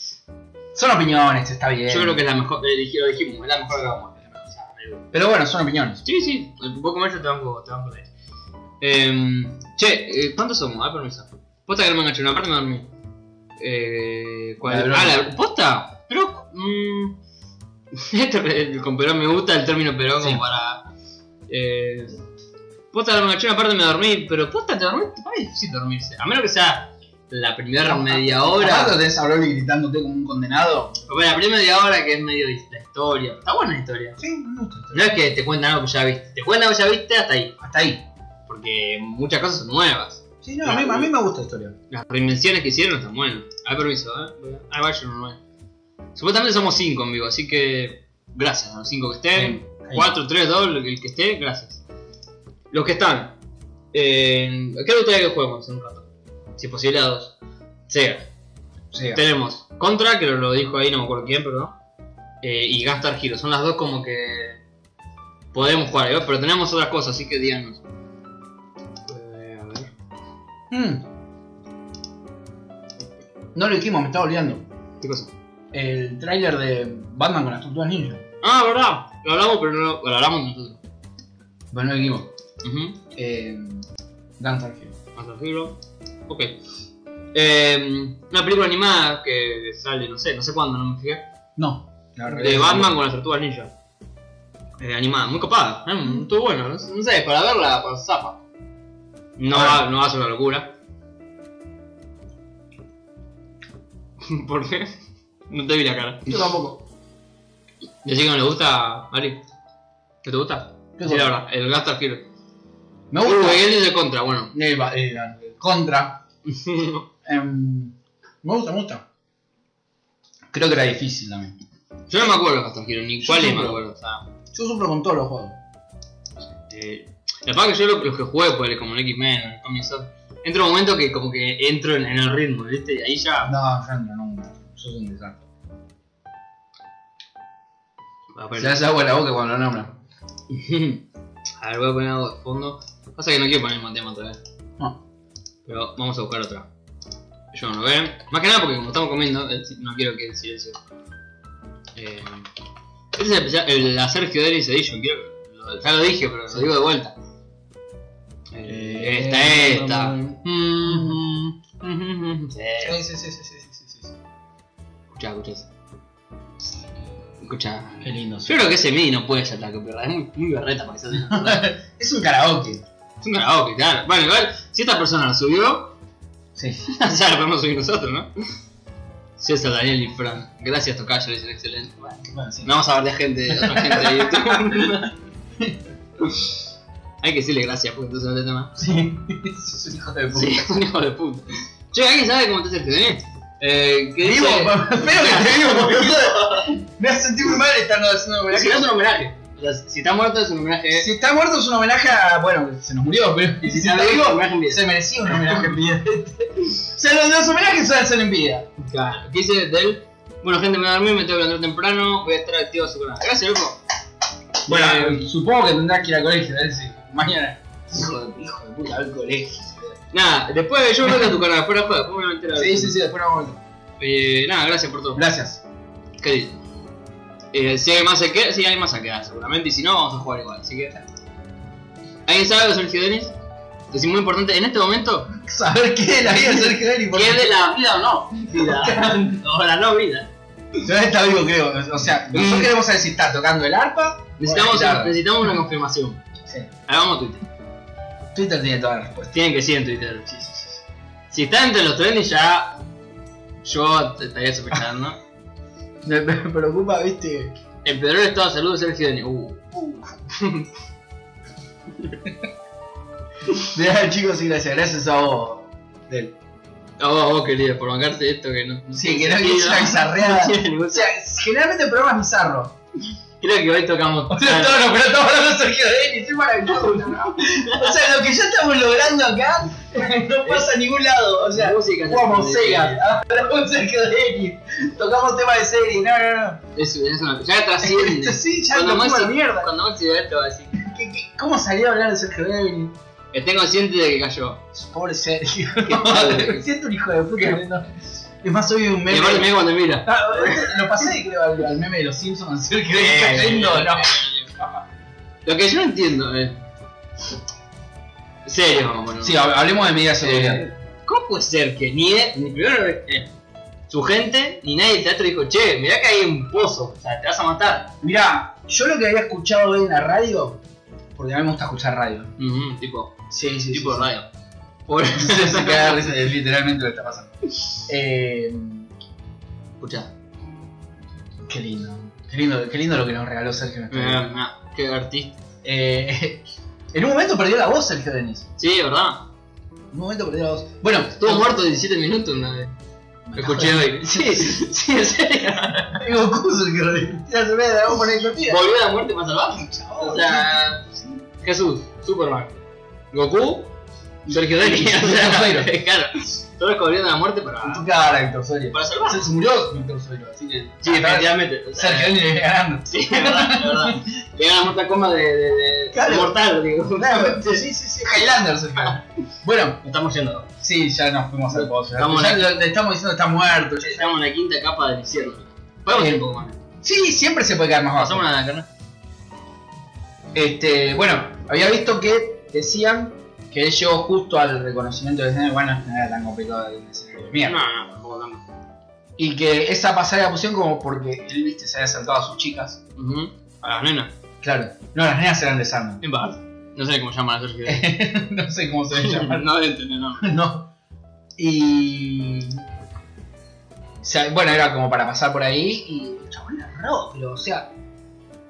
B: Son opiniones, está bien.
A: Yo creo que es la mejor, eh, dij- lo dijimos, es la mejor que vamos a hacer. o sea, eh,
B: Pero bueno, son opiniones.
A: Sí, sí, un poco más yo te banco, te banco de ahí. Em, che, eh, ¿cuántos somos? Ah, permiso. Posta que no me enganché, una parte me dormí. Eh,
B: La de
A: ¿cuál?
B: Broly.
A: Ah, la, ¿posta? Pero, mm, esto, eh, con Perón me gusta el término Perón
B: Sí.
A: como para... Eh, posta que no me enganché, una parte me dormí, pero posta, ¿te dormiste? Para mí es difícil dormirse, a menos que sea la primera media hora.
B: Aparte tenés a Broly gritándote como un condenado.
A: Bueno, la primera media hora que es medio dis- la historia. Está buena la historia.
B: Sí, me gusta. esto.
A: No es que te cuentan algo que ya viste. Te cuentan algo que ya viste hasta ahí.
B: Hasta ahí.
A: Porque muchas cosas son nuevas.
B: Sí, no, a mí, a mí me gusta la historia.
A: Las reinvenciones que hicieron están buenas. Ah, permiso, ¿eh? Ah, vaya normal. Supuestamente somos 5 en vivo, así que gracias a los 5 que estén.
B: Ahí.
A: 4, 3, 2, el que esté, gracias. Los que están. Eh, ¿Qué le gustaría que juguemos en un rato? Si es posible a dos. Sega.
B: Sí.
A: Tenemos Contra, que lo, lo dijo ahí, no me acuerdo quién, pero. eh, y Gastar Hero. Son las dos como que. Podemos jugar, ¿eh? pero tenemos otras cosas, así que díganos. Eh, a ver.
B: Mm. No lo dijimos, me estaba olvidando.
A: ¿Qué cosa?
B: El tráiler de Batman con las tortugas ninja.
A: Ah, verdad. Lo hablamos, pero no lo, lo hablamos nosotros.
B: Bueno, no lo dijimos.
A: Ujú.
B: Eh, Dan Targio.
A: Gunstar Hero. Ok. Eh, una película animada que sale, no sé, no sé cuándo, no me fijé.
B: No. La verdad
A: De
B: que-
A: Batman con las tortugas ninja. Eh, animada, muy copada. eh, estuvo bueno, no sé, no sé, para verla, para zapa. No,
B: Ah.
A: va, no va a ser una locura. ¿Por qué? No te vi la cara.
B: Yo tampoco.
A: Decir que no le gusta, Mari. ¿Qué te gusta?
B: ¿Qué
A: Sí, la
B: cosa?
A: verdad, el Gastar Hero.
B: Me
A: Uy,
B: gusta.
A: él dice contra, bueno.
B: Eh, va- eh, la- contra. Em, me gusta, me gusta. Creo que era difícil también.
A: Yo no me acuerdo de Gastar Hero, ni
B: Yo
A: cuál es, me
B: tampoco.
A: acuerdo. O sea,
B: Yo sufro con todos los juegos.
A: eh, la verdad que yo lo- los que jugué, pues, como el X-Men, el Comic Zone, entra un momento que como que entro en, en el ritmo, ¿viste? Ahí ya...
B: No, Sandra, nunca. Sos un desastre.
A: Va a
B: Se
A: poner-
B: hace agua en la boca cuando lo nombra.
A: a ver, voy a poner algo de fondo. Pasa que no quiero poner el mismo tema otra vez.
B: No.
A: Pero vamos a buscar otra. Yo no ven. Más que nada porque como estamos comiendo, el si- no quiero que el silencio. Eh, ese es el, especial- el- la Sergio Deris Edition, quiero que- lo- ya lo dije, pero lo digo de vuelta. Eh, esta, esta. Mm, mm, mm, sí.
B: eh, Sí, sí, sí, sí, sí, sí, sí, sí.
A: Escuchá, escuchá. Escuchá.
B: Qué lindo.
A: Yo creo que ese MIDI no puede ser la copyright, es muy, muy berreta para que sea una copyright.
B: Es un karaoke.
A: Es un karaoke, claro. Bueno, igual, si esta persona lo subió,
B: Sí.
A: ya lo podemos subir nosotros, ¿no? César, Daniel y Fran. Gracias, Tocayo, lo hicieron excelente. Bueno,
B: Bueno, sí.
A: no vamos a hablar de gente, de otra gente de YouTube. Hay que decirle gracias, porque entonces no te tema.
B: Sí. Es un hijo de puta.
A: Sí, es un hijo de puta. Che, ¿alguien sabe cómo te hace el TDN? Eh, que
B: Vivo,
A: dice-
B: espero que te vivo, porque yo- me hace sentir muy mal estar haciendo un
A: Es que no es
B: homenaje.
A: un homenaje. O sea, si está muerto es un homenaje.
B: Si está muerto es un homenaje a. Bueno, que se nos murió, pero.
A: Y
B: Si
A: está
B: está
A: vivo, es un
B: vivo,
A: homenaje en vida.
B: se merecía un homenaje en vida. O sea, los, los homenajes suelen ser en vida.
A: Claro, ¿qué dice de él? Bueno, gente, me voy a dormir, me tengo que levantar temprano, voy a estar activo a su canal. Gracias, loco. Eh,
B: Bueno, supongo que tendrás que ir al colegio, ¿eh? Sí. Mañana.
A: Hijo de, hijo de puta, al
B: colegio.
A: Nada, después yo voy a tu canal, fuera de juego, después me voy a meter a ver.
B: Sí, sí, sí, después nos vamos.
A: Eh, nada, gracias por todo.
B: Gracias.
A: ¿Qué dices? Eh, si hay más se queda, si hay más se queda seguramente, y si no, vamos a jugar igual, así que. ¿Alguien sabe de Sergio Denis? Que es muy importante, en este momento,
B: Saber qué es la vida de Sergio Deli,
A: ¿qué es de la vida o no? Vida. o la no vida.
B: Todavía está vivo, creo. O sea, nosotros
A: Mm.
B: queremos saber si está tocando el arpa.
A: Necesitamos,
B: o la guitarra.
A: necesitamos una confirmación.
B: Sí.
A: Ahora vamos a Twitter.
B: Twitter tiene toda la respuesta.
A: Tienen que ser en Twitter. Si está entre los trenes ya. Yo te estaría sospechando.
B: Me, me preocupa, viste.
A: El peor estado de salud de Sergio Denis. Uh.
B: De nada, chicos, y gracias. Gracias a vos. Del.
A: A Oh, vos, a vos querido, por bancarte esto que no.
B: Sí, que no que es una
A: No
B: bizarreada.
A: tiene ningún
B: O sea, generalmente el programa es bizarro.
A: Creo que hoy tocamos.
B: O sea, todo lo pero estamos hablando de Sergio Denis, es maravilloso. ¿no? O sea, lo que ya estamos logrando acá no pasa a ningún lado. O sea,
A: música.
B: jugamos Sega, hablamos de Sergio Denis, tocamos temas de serie. No, no, no.
A: Es, es una, ya trasciende.
B: Sí, ya
A: cuando
B: lo
A: más
B: fuimos a la
A: se-
B: mierda.
A: Cuando Maxi vea esto va a decir.
B: ¿Qué- qué- ¿Cómo salió a hablar de Sergio Denis?
A: Esté consciente de que cayó.
B: Pobre Sergio.
A: padre.
B: Siento un hijo de puta. no. Es más, soy un
A: Y
B: meme.
A: aparte me cuando mira.
B: Ah, lo pasé, creo, al, al meme de los Simpsons. Sergio Denis cayendo, no.
A: Lo que yo no entiendo es. Serio, vamos a poner.
B: Sí, hab- hablemos de medidas de seguridad.
A: Eh, ¿Cómo puede ser que ni, ni primero eh, su gente ni nadie del teatro dijo, che, mirá que hay un pozo, o sea, te vas a matar?
B: Mirá, yo lo que había escuchado hoy en la radio, porque a mí me gusta escuchar radio.
A: Ujú, tipo,
B: Sí, sí,
A: tipo de
B: radio.
A: radio. Por...
B: Se caga de risa, es literalmente lo que está pasando. Eh,
A: Escucha,
B: qué lindo. Qué lindo, qué lindo lo que nos regaló Sergio. en este video.
A: Eh, ah, qué artista.
B: Eh, en un momento perdió la voz Sergio Denis.
A: Sí, ¿verdad?
B: En un momento perdió la voz. Bueno,
A: Estuvo muerto 17 minutos una vez. Lo escuché hoy. Sí, sí, en serio.
B: Goku Sergio Denis. Ya se ve, Dragon Ball Encopía.
A: Volvió a la muerte más salvaje. O sea, Jesús, Superman, Goku, Sergio Denis. O
B: Pero-
A: sea, claro, todos corriendo a la muerte ah, para,
B: En tu cara, Víctor Soria.
A: para salvarse.
B: Se se murió Víctor Soria. Así que.
A: Sí, definitivamente. O sea,
B: Sergio Denis viene ganando.
A: Sí, es verdad, es verdad. Le gana Mortal Kombat de, de, de-
B: Claro.
A: mortal, digo.
B: Sí, sí, sí. Highlander Sergio Denis. Bueno,
A: Nos estamos yendo.
B: sí, ya nos fuimos al pozo.
A: Estamos
B: Ya
A: en-
B: lo- le estamos diciendo que está muerto. ya-
A: Estamos en la quinta capa del infierno. Podemos ir un poco
B: Ah,
A: más.
B: Sí, siempre se puede quedar más bajo.
A: Pasamos a la carne.
B: Este, bueno, había visto que decían que él llegó justo al reconocimiento de escenario. Bueno, no era tan complicado el escenario de mierda.
A: No, no, tampoco tanto.
B: Y que esa pasada la pusieron como porque él, viste, se había saltado a sus chicas.
A: Ujú. A las nenas.
B: Claro. No, las nenas eran de Sandman.
A: En paz. No sé cómo llaman a Sergio Denis.
B: no sé cómo se llaman.
A: no deben tener nombre.
B: no. Y. o sea, bueno, era como para pasar por ahí y. el Chabón, la robó, pero, o sea,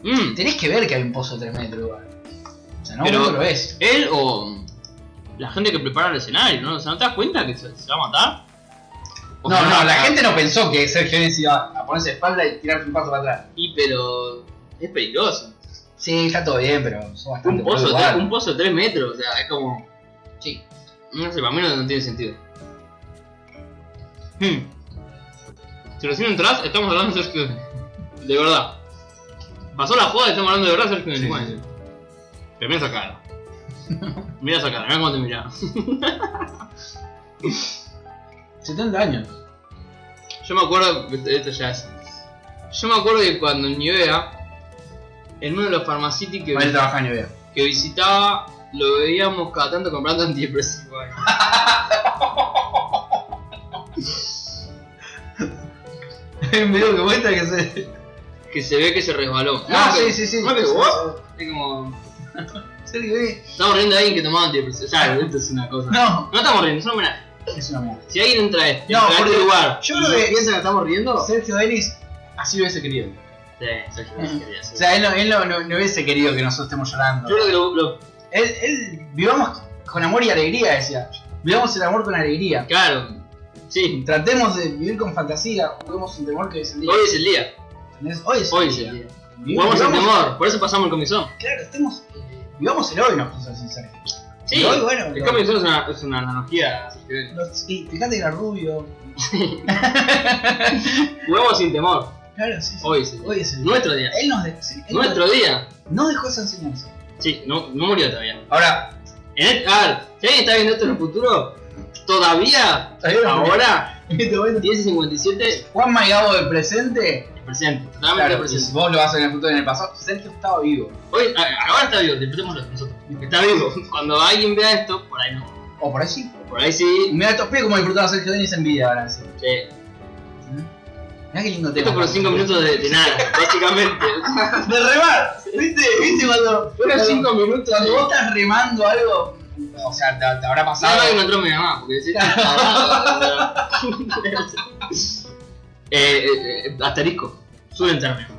A: Mm,
B: tenés que ver que hay un pozo de 3 metros igual. O sea, no,
A: Pero-
B: no lo ves.
A: Él o la gente que prepara el escenario, ¿no? O sea, ¿no te das cuenta que se, se va a matar? O
B: No,
A: sea,
B: no, la
A: ah,
B: gente no pensó que Sergio Enes iba a ponerse de espalda y tirarse un paso para atrás.
A: Y pero es peligroso.
B: Sí, está todo bien, pero son bastante
A: Un pozo,
B: boludo
A: de-
B: igual.
A: un pozo de 3 metros, o sea, es como... Sí. No sé, para mí no, no tiene sentido. Hmm. Si recién entras, estamos hablando de Sergio Denis. De verdad. Pasó la joda, estamos hablando de verdad Sergio Denis.
B: Sí,
A: Bueno,
B: sí, sí.
A: Pero mira esa cara. mira esa cara, mira cómo te mira.
B: 70 años.
A: Yo me acuerdo, esto ya es. Yo me acuerdo que cuando en Nivea, en uno de los farmacity que,
B: Para trabajar en NBA.
A: que visitaba, lo veíamos cada tanto comprando antidepresivos.
B: Hay un video que muestra que se.
A: Que se ve que se resbaló.
B: Ah,
A: No,
B: sí,
A: que-
B: sí, sí.
A: no, que-
B: Sí,
A: ¿what? Es como.
B: sí. Sergio Enes.
A: Estamos riendo de alguien que tomaba antidepresivos. Ya, esto es una cosa.
B: No,
A: No estamos riendo, es una homenaje.
B: es una mierda.
A: Si alguien entra a este,
B: No,
A: entra a este
B: porque
A: lugar,
B: yo creo que-
A: piensa que estamos riendo. Sí,
B: Sergio Enes así lo hubiese querido.
A: sí, sí, sí, sí.
B: Mm. O sea, él, no, él no, no- no hubiese querido que nosotros estemos llorando.
A: yo creo que lo, lo-
B: Él, él, vivamos con amor y alegría, decía. Vivamos el amor con alegría.
A: Claro, sí.
B: Tratemos de vivir con fantasía, juguemos sin temor que es el día.
A: Hoy es el día.
B: ¿Entendés? Hoy es el
A: Hoy es
B: día.
A: el día.
B: Vivamos-
A: Jugamos al
B: vivamos-
A: temor, por eso pasamos el comisón.
B: Claro, estemos. eh, Vivamos el hoy, nos puso así Sergio.
A: Sí,
B: El hoy, bueno.
A: el
B: lo-
A: cambio de sol es una, es una analogía.
B: los- y fíjate que era rubio.
A: Huevos sin temor,
B: Claro, sí. sí.
A: hoy es el día.
B: Hoy es el día.
A: Nuestro día.
B: Él nos de- sí, él
A: Nuestro día.
B: nos- no dejó esa enseñanza.
A: Sí, no, no murió todavía.
B: Ahora,
A: En el- a ver, si alguien está viendo esto en el futuro, todavía,
B: ¿sabieron?
A: ahora,
B: En este momento,
A: 10 y 57,
B: Juan Maigabo del presente.
A: el presente, totalmente
B: Claro,
A: el
B: y
A: presente.
B: vos lo vas en el futuro y en el pasado. Sergio estaba vivo.
A: Hoy, a- ahora está vivo, disfrutémoslo nosotros. Está vivo. Cuando alguien vea esto, por ahí no.
B: O por allí.
A: Por ahí sí.
B: Mirá estos pies como disfrutaba Sergio Denis en vida ahora. Sí.
A: che,
B: Mirá qué lindo tema.
A: Esto por 5 minutos de, de nada, básicamente.
B: De remar. ¿Viste? ¿Viste cuando.
A: Fueron 5 minutos.
B: Cuando vos estás remando algo. O sea, te, te habrá
A: Nada
B: pasado.
A: más que no entró mi mamá, porque "Ah, decís. eh, eh, eh, asterisco, suele entrar mi mamá.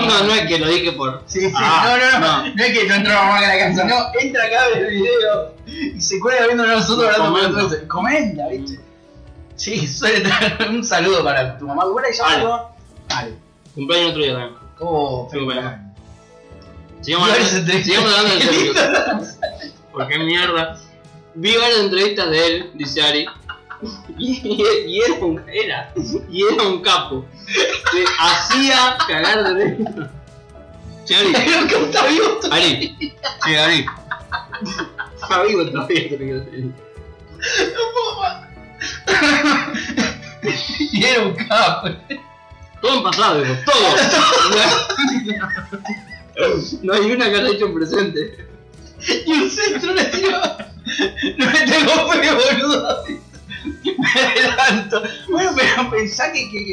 A: No, no es que lo dije por.
B: Sí, sí.
A: Ah,
B: no, no, no,
A: no.
B: no. es que no entró mamá a la casa. No, entra acá ve el video y se cuelga viendo nosotros hablando con
A: Comenta.
B: nosotros. Comenta, viste. Sí, suele tener un saludo para tu mamá. ¿Cómo era que se
A: Ale.
B: llama? Vale.
A: Cumpleaños otro día también.
B: Oh,
A: Sí, bueno. Sigamos
B: Igual se
A: hablando,
B: te-
A: sigamos hablando de
B: Qué
A: Sergio.
B: lindo.
A: Porque mierda. Vi varias entrevistas de él, dice Ari. Y, y- y era, un, era, y era un capo. Se hacía cagar de risa. Che, Ari.
B: Pero que está vivo tú.
A: Ari. Che, Ari. Está vivo todavía, te lo quiero decir.
B: Y era un capo.
A: Todo en pasado, digo, todo. No hay una que haya hecho un presente.
B: Y un centro le tiró. No me tengo frío, boludo. Me adelanto. Bueno, pero pensá que, que,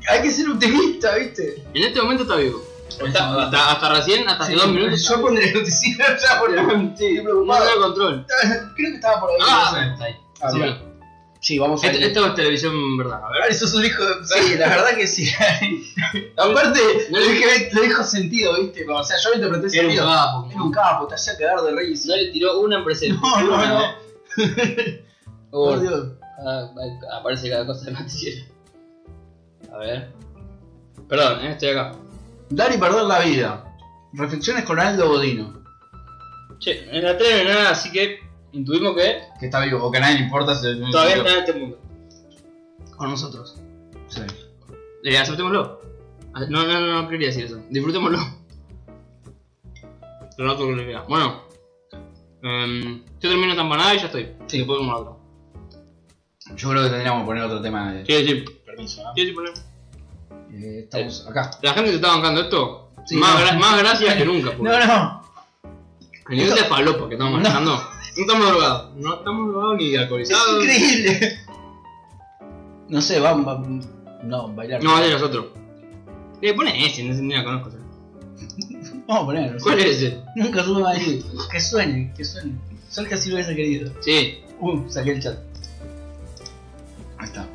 B: que hay que ser optimista, viste.
A: En este momento está vivo. Está- hasta, hasta recién, hasta hace
B: Sí,
A: dos minutos.
B: Yo pondré noticina ya por el
A: Sí,
B: estoy
A: no
B: preocupado.
A: tengo control.
B: Creo que estaba por ahí.
A: Ah, Este,
B: no sé.
A: está ahí.
B: Ah,
A: Sí.
B: bueno.
C: Sí, vamos a
A: Esto, esto es televisión, ¿verdad? A ver.
B: Ah, Eso es un hijo de... Sí, la verdad que sí. Aparte,
A: No
B: no
A: le-
B: le dije, lo dijo sentido, ¿viste? O sea, yo lo interpreté
A: Era un
B: sentido.
A: capo.
B: Era un capo, te hacía quedar de rey.
C: No le tiró una en presente.
B: No, no,
A: Bueno,
B: no.
C: Oh,
B: Por Dios.
C: ah, ah, aparece cada cosa de Matillera. A ver.
A: Perdón, eh, estoy acá.
B: Dar y perder la vida. Reflexiones con Aldo Bodino.
A: Che, en la tele no hay nada, así que intuimos que
B: Que está vivo, o que a nadie le importa. si-
A: todavía
B: si-
A: está en este mundo. Con nosotros.
B: Sí.
A: Eh, aceptémoslo. Ah, No, no, no, no quería decir eso. Disfrutémoslo. Lo noto que lo queda. Bueno. em, yo termino esta empanada y ya estoy.
B: Sí.
A: Después como la otra.
B: Yo creo que tendríamos que poner otro tema de
A: Sí, sí.
B: permiso, ¿no?
A: Sí, sí, ponelo.
B: Eh, estamos acá.
A: La gente se está bancando esto.
B: Sí,
A: más,
B: no.
A: gra- más gracias que nunca. porque
B: no.
A: El nivel de falopa que estamos
B: No.
A: manejando. No. estamos drogados. No estamos drogados ni alcoholizados.
B: increíble. No sé, van, van. No, bailar.
A: No, ese es otro. Eh, pone ese, no, sé, ni la conozco. yo.
B: Vamos a ponerlo.
A: ¿Cuál es ese?
B: Nunca sube a ir. Que suene, que suene. Sol casi lo hubiese querido.
A: Sí.
B: Uh, saqué el chat. Ahí está.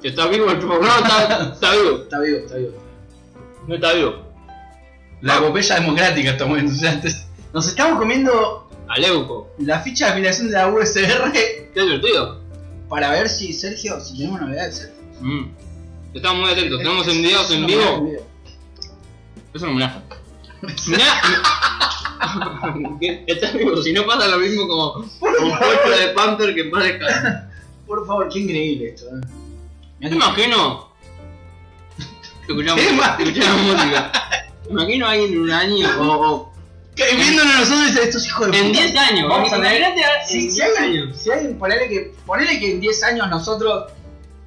A: Si está vivo el chupo. No, está, está vivo.
B: Está vivo, está vivo.
A: No está vivo.
B: La epopeya democrática estamos entusiastas. Nos estamos comiendo
A: Aleuco.
B: la ficha de afiliación de la USR
A: Qué divertido.
B: para ver si Sergio, si tenemos novedades ¿eh? de Sergio.
A: Mm. Estamos muy atentos, tenemos enviados en vivo. Es un homenaje. Mirá. Que Está vivo, si no pasa lo mismo como un puesto de Panther que en paz descanse.
B: Por favor, qué increíble esto. eh.
A: Yo me imagino. Escuchamos,
B: ¿Qué más?
A: escuchamos música. Me imagino a alguien en un año.
B: O-
A: Que
B: Y viéndonos nosotros dice, estos hijos de
A: En
B: puta.
A: 10 años.
B: Vamos a tener-
A: Imagínate a-
B: Si,
A: en
B: si
A: 10
B: alguien, si alguien ponele, que, ponele que en 10 años nosotros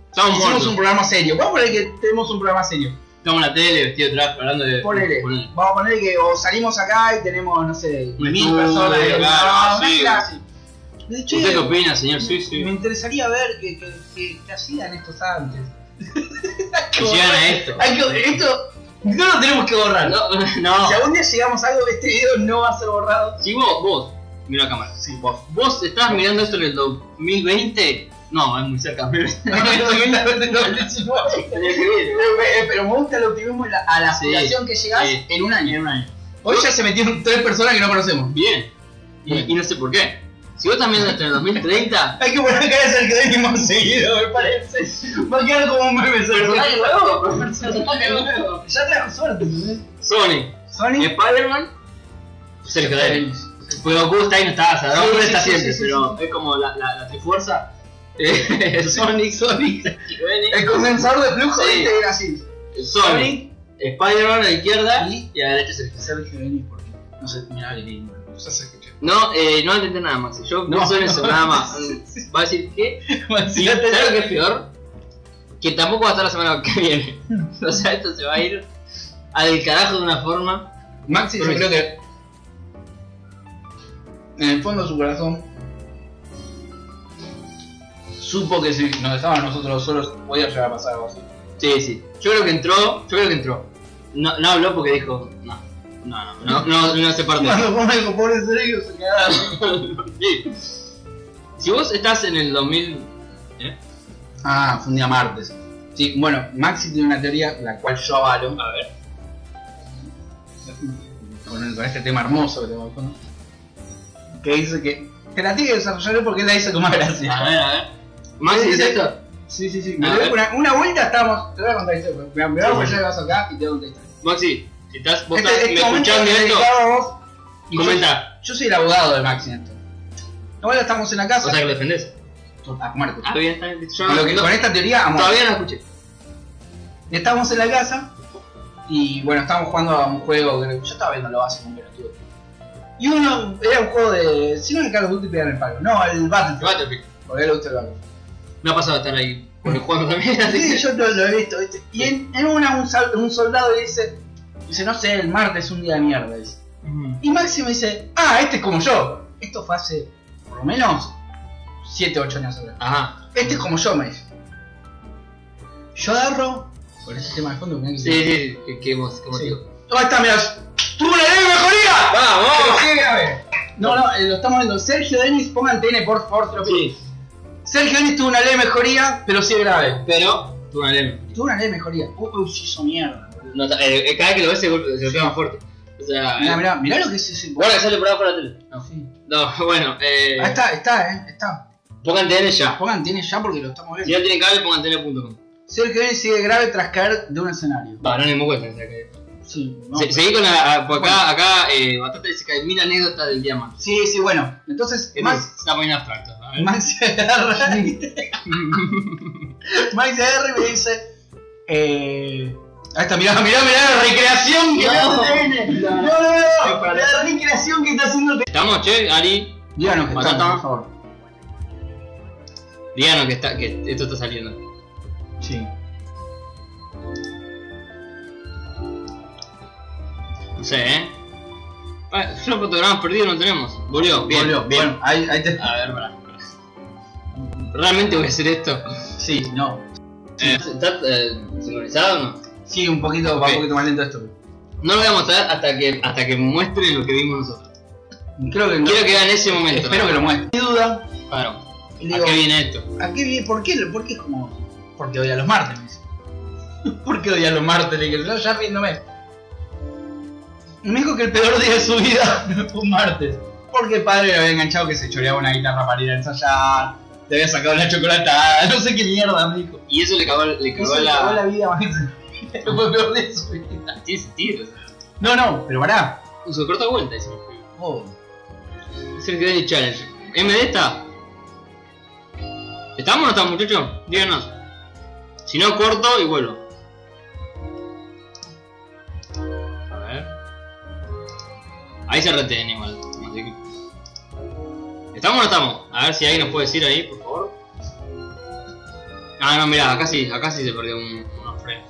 A: Estamos
B: hicimos
A: muertos.
B: un programa serio. Vamos a poner que tenemos un programa serio.
A: Estamos en la tele, vestido de traje, hablando de.
B: Ponele.
A: Eh, Ponele.
B: Vamos a poner que o salimos acá y tenemos, no sé,
A: Un
B: mil
A: estudio,
B: personas.
A: claro,
B: no,
A: sí.
B: mezcla así. Ah, De hecho,
A: ¿Usted qué opina, señor? Sí, sí.
B: me interesaría ver qué que, que, que hacían estos antes.
A: Que llegan a esto.
B: Hay que- esto no lo tenemos que borrar.
A: No, no.
B: Si algún día llegamos a algo, este video no va a ser borrado.
A: Si vos, vos, mira la cámara.
B: Sí, vos.
A: Vos estás mirando esto en el 2020. No, es muy cerca. pero-
B: Pero me- pero me gusta el optimismo y la- a la
A: Sí.
B: situación que llegás
A: Sí.
B: en un año. Hoy ya se metieron tres personas que no conocemos.
A: Bien. Y, y no sé por qué. Si vos estás mirando esto en el 2030.
B: Hay que poner acá de ser que hemos seguido, me parece. Va a quedar como un meme sobre
A: Personaje nuevo, personaje nuevo.
B: Ya trajo suerte, ¿entendés?
A: Sony,
B: Sonic.
A: Spider-Man. Cerca de él. Porque Goku está ahí, no está. O sea, Dragon
B: Sí,
A: Ball
B: sí,
A: está
B: sí,
A: siempre,
B: sí, sí,
A: pero es como la, la, la trifuerza. Eh, Sonic, Sonic,
B: El condensador de flujo,
A: Sí.
B: ¿viste? Era así.
A: Sonic, Spider-Man a la izquierda
B: Y-
A: y a la derecha Sonic.
B: Sergio Denis, porque no sé, mirá que lindo. No sé, se escucha.
A: No, eh, no entendí nada más. Yo
B: No.
A: pienso en eso, nada más. Mm, Va a decir que. Y ¿Sabes lo que es peor? Que tampoco va a estar la semana que viene. O sea, esto se va a ir al carajo de una forma.
B: Maxi, yo creo que. En el fondo de su corazón. Supo que si nos dejaban nosotros solos podía llegar a pasar algo así.
A: Sí, sí. Yo creo que entró, yo creo que entró. No, no habló porque dijo, no, no, no, no, no, no se parte.
B: Cuando vos me dijo, pobre Sergio, se quedaba.
A: Sí. Si vos estás en el 2000. ¿eh?
B: Ah, fue un día martes. Sí, bueno, Maxi tiene una teoría, la cual yo avalo,
A: A ver.
B: con, con este tema hermoso que tengo al fondo, que dice que te la tiene que desarrollar él porque él la hizo con más
A: A
B: gracia.
A: ver, a ver. Más
B: Sí, sí,
A: dice
B: sí.
A: esto.
B: Sí, sí, sí.
A: A
B: Me
A: ver.
B: una, una vuelta estábamos. Te voy a contar esto, me voy a
A: bueno.
B: apoyar el vaso acá y te voy a contar esto.
A: Maxi, si estás, vos
B: Este-
A: estás,
B: este
A: me
B: momento
A: escuchás
B: es
A: esto,
B: dedicado a vos y yo-
A: comenta.
B: Yo soy el abogado de Maxi en esto. Ahora estamos en la casa.
A: O sea que lo defendés.
B: a muerte.
A: Ah, bien, está bien. Yo
B: Con
A: no-
B: lo que-
A: no-
B: con esta teoría, a muerte.
A: Todavía no escuché.
B: Estábamos en la casa y bueno, estábamos jugando a un juego que yo estaba viendo lo básico, un pelotudo. Y uno era un juego de. Si no el Call of Duty pegan el palo, no, el Battlefield,
A: Battlefield.
B: porque a él le gusta el Battlefield.
A: Me ha pasado estar ahí bueno, jugando también, así
B: Sí,
A: que
B: yo lo, lo he visto, ¿viste? Y en, en una un, sal- un soldado le dice, dice, no sé, el martes es un día de mierda, dice.
A: Mm.
B: Y Máximo dice, ah, este es como yo. Esto fue hace por lo menos 7 o 8 años atrás.
A: Ajá.
B: Este es como yo, me dice. Yo agarro. Por ese tema de fondo, mirá que-
A: Sí, sí, sí. Qué emotivo.
B: Sí. Ahí está, mirá. ¡Tuvo una leve mejoría!
A: ¡Vamos!
B: No, no, eh, lo estamos viendo. Sergio Denis, pongan TN por favor. te lo pido.
A: Sí.
B: Sergio Denis tuvo una leve mejoría, pero sí es grave.
A: Pero tuvo una leve.
B: Tuvo una leve mejoría. Uy, uy, se hizo mierda. boludo.
A: No, eh, eh, cada vez que lo ves se golpe- se golpea más fuerte. O sea,
B: Mirá,
A: eh,
B: mirá, mirá lo que es ese.
C: Guarda, sale por abajo la tele. No.
B: Sí.
A: no, bueno, eh,
B: Ah, está, está, eh. Está.
A: pongan TN ya.
B: Pongan, tiene ya porque lo estamos
A: Si
B: viendo.
A: no tienen cable, pongan TN.com.
B: Sergio Denis sigue grave tras caer de un escenario.
A: Va, no ni me cuesta. o sea que-
B: Sí, no,
A: Se-
B: pero-
A: Seguí con la. a- por acá, acá, eh, Batata dice que hay mil anécdotas del día más.
B: sí, sí, bueno. Entonces,
A: Es
B: Max,
A: más, está muy abstracto. a ver.
B: Max R. Max R me dice. Eh... Ahí está, mirá, mirá, mirá la recreación que
A: No.
B: me hace TN. No, no,
A: Qué
B: no,
A: padre.
B: la recreación que está haciendo.
A: Estamos, che, Ari.
B: Díganos que
A: Matata.
B: están, por favor.
A: Díganos que, está, que esto está saliendo.
B: Sí.
A: No sé, eh. Ah, Solo fotogramas perdidos no tenemos. Volvió, bien.
B: Volvió.
A: bien.
B: Bueno, ahí, ahí te.
A: A ver, pará. ¿Realmente voy a hacer esto?
B: Sí, no.
A: Eh,
C: ¿Está eh, sincronizado o no?
B: Sí, un poquito, va
A: Ok.
B: un poquito más lento esto.
A: no lo voy a mostrar hasta que, hasta que muestre lo que vimos nosotros.
B: Creo que no.
A: Quiero que vean ese momento.
B: Espero que lo muestre. Sin duda.
A: Claro.
B: Y le
A: ¿A
B: digo,
A: qué viene esto?
B: ¿a qué viene? ¿Por qué? ¿Por qué es como.? Porque odia los martes. me dice. ¿Por qué odia los martes? Le dije, no, ya riéndome. Me dijo que el peor día de su vida fue un martes. Porque el padre le había enganchado que se choreaba una guitarra para ir a ensayar. Le había sacado la chocolatada, no sé qué mierda, me dijo.
A: Y eso le cagó, le cagó
B: Eso le
A: la...
B: cagó la vida, Max. Fue el peor día de su vida.
A: Tiene sentido. o sea,
B: No, no, pero pará.
A: Su corta vuelta, eso.
B: Oh.
A: Sergio Dani Challenge. MD está. ¿Estamos o no estamos, muchachos? Díganos. Si no, corto y vuelvo. A ver. Ahí se retiene igual. así que- ¿Estamos o no estamos? A ver si alguien nos puede decir ahí, por favor. Ah, no, mirá, acá sí, acá sí se perdió un- unos frames.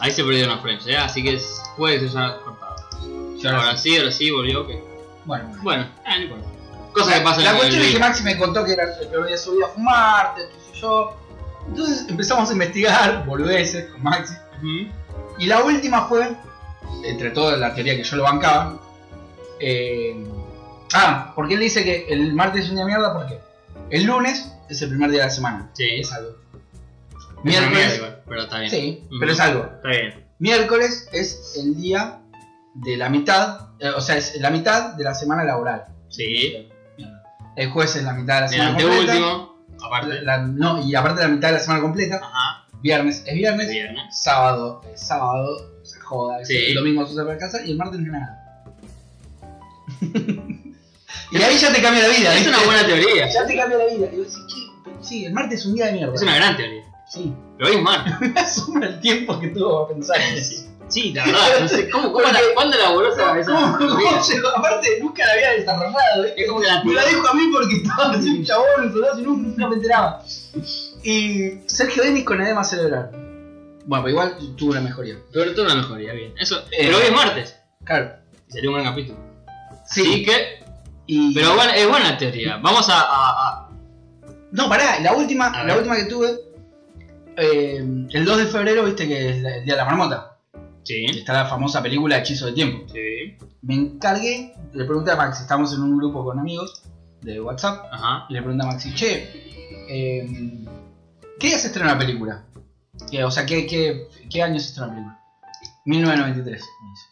A: Ahí se perdió unos frames, ¿eh? así que es- puede que se haya cortado.
B: Yo ahora
A: Ahora sí, ahora sí, volvió, ok.
B: Bueno.
A: Bueno, ah, no importa. Cosas que pasan
B: La
A: en
B: cuestión
A: el
B: es que
A: día.
B: Maxi me contó que era el peor día de su vida fue un martes, qué sé yo. Entonces empezamos a investigar, boludeces, con Maxi.
A: Ujú.
B: Y la última fue, entre todas la teoría que yo lo bancaba, eh, ah, porque él dice que el martes es una mierda, ¿por qué? El lunes es el primer día de la semana,
A: Sí,
B: es algo.
A: es una mierda
B: Miércoles,
A: igual, pero está bien.
B: sí,
A: Ujú.
B: pero es algo.
A: Está bien.
B: Miércoles es el día de la mitad, eh, o sea, es la mitad de la semana laboral.
A: Sí.
B: El jueves es la mitad de la
A: El
B: semana completa.
A: anteúltimo, aparte.
B: La- no, y aparte la mitad de la semana completa,
A: Ajá.
B: viernes es viernes,
A: Viernes.
B: sábado es sábado, se joda,
A: Sí.
B: el domingo se usa para casa y el martes no es nada. y ahí ya te cambia la vida,
A: Es
B: ¿viste?
A: una buena teoría.
B: Ya te cambia la vida. Y vos decís, "Che, sí, el martes es un día de mierda.
A: Es una gran teoría.
B: Sí.
A: Lo vi mal.
B: Me asombra el tiempo que tuvo para pensar en eso.
A: Sí, la verdad. No sé, ¿cómo, cómo
B: Porque-
A: la- ¿Cuándo la voló esa
B: ¿Cómo-
A: esa
B: cómo
A: teoría?
B: llegó? Aparte, nunca la había desarrollado. ¿viste?
A: Es como que la
B: Me la dijo a mí porque estaba así un chabón, un soldado, y nu- nunca me enteraba. Y Sergio Denis con edema cerebral. Bueno, pero igual tuvo una mejoría.
A: Pero tuvo una mejoría, bien. Eso.
B: Eh.
A: Pero hoy es martes.
B: Claro.
A: Sería un gran capítulo.
B: Sí.
A: Así que.
B: Y...
A: Pero bueno, es buena teoría. Vamos a. a, a-
B: No, pará, la última,
A: A
B: la
A: ver.
B: última que tuve. eh, el 2 de febrero, viste que es la- el día de la marmota.
A: Sí.
B: Está la famosa película Hechizo de Tiempo.
A: Sí.
B: Me encargué, le pregunté a Max, estamos en un grupo con amigos de WhatsApp.
A: Ajá.
B: Y le pregunta a Maxi, che, eh, ¿qué día se estrena la película? ¿Qué- o sea, ¿qué, qué, qué año se estrena la película? 1993. me dice.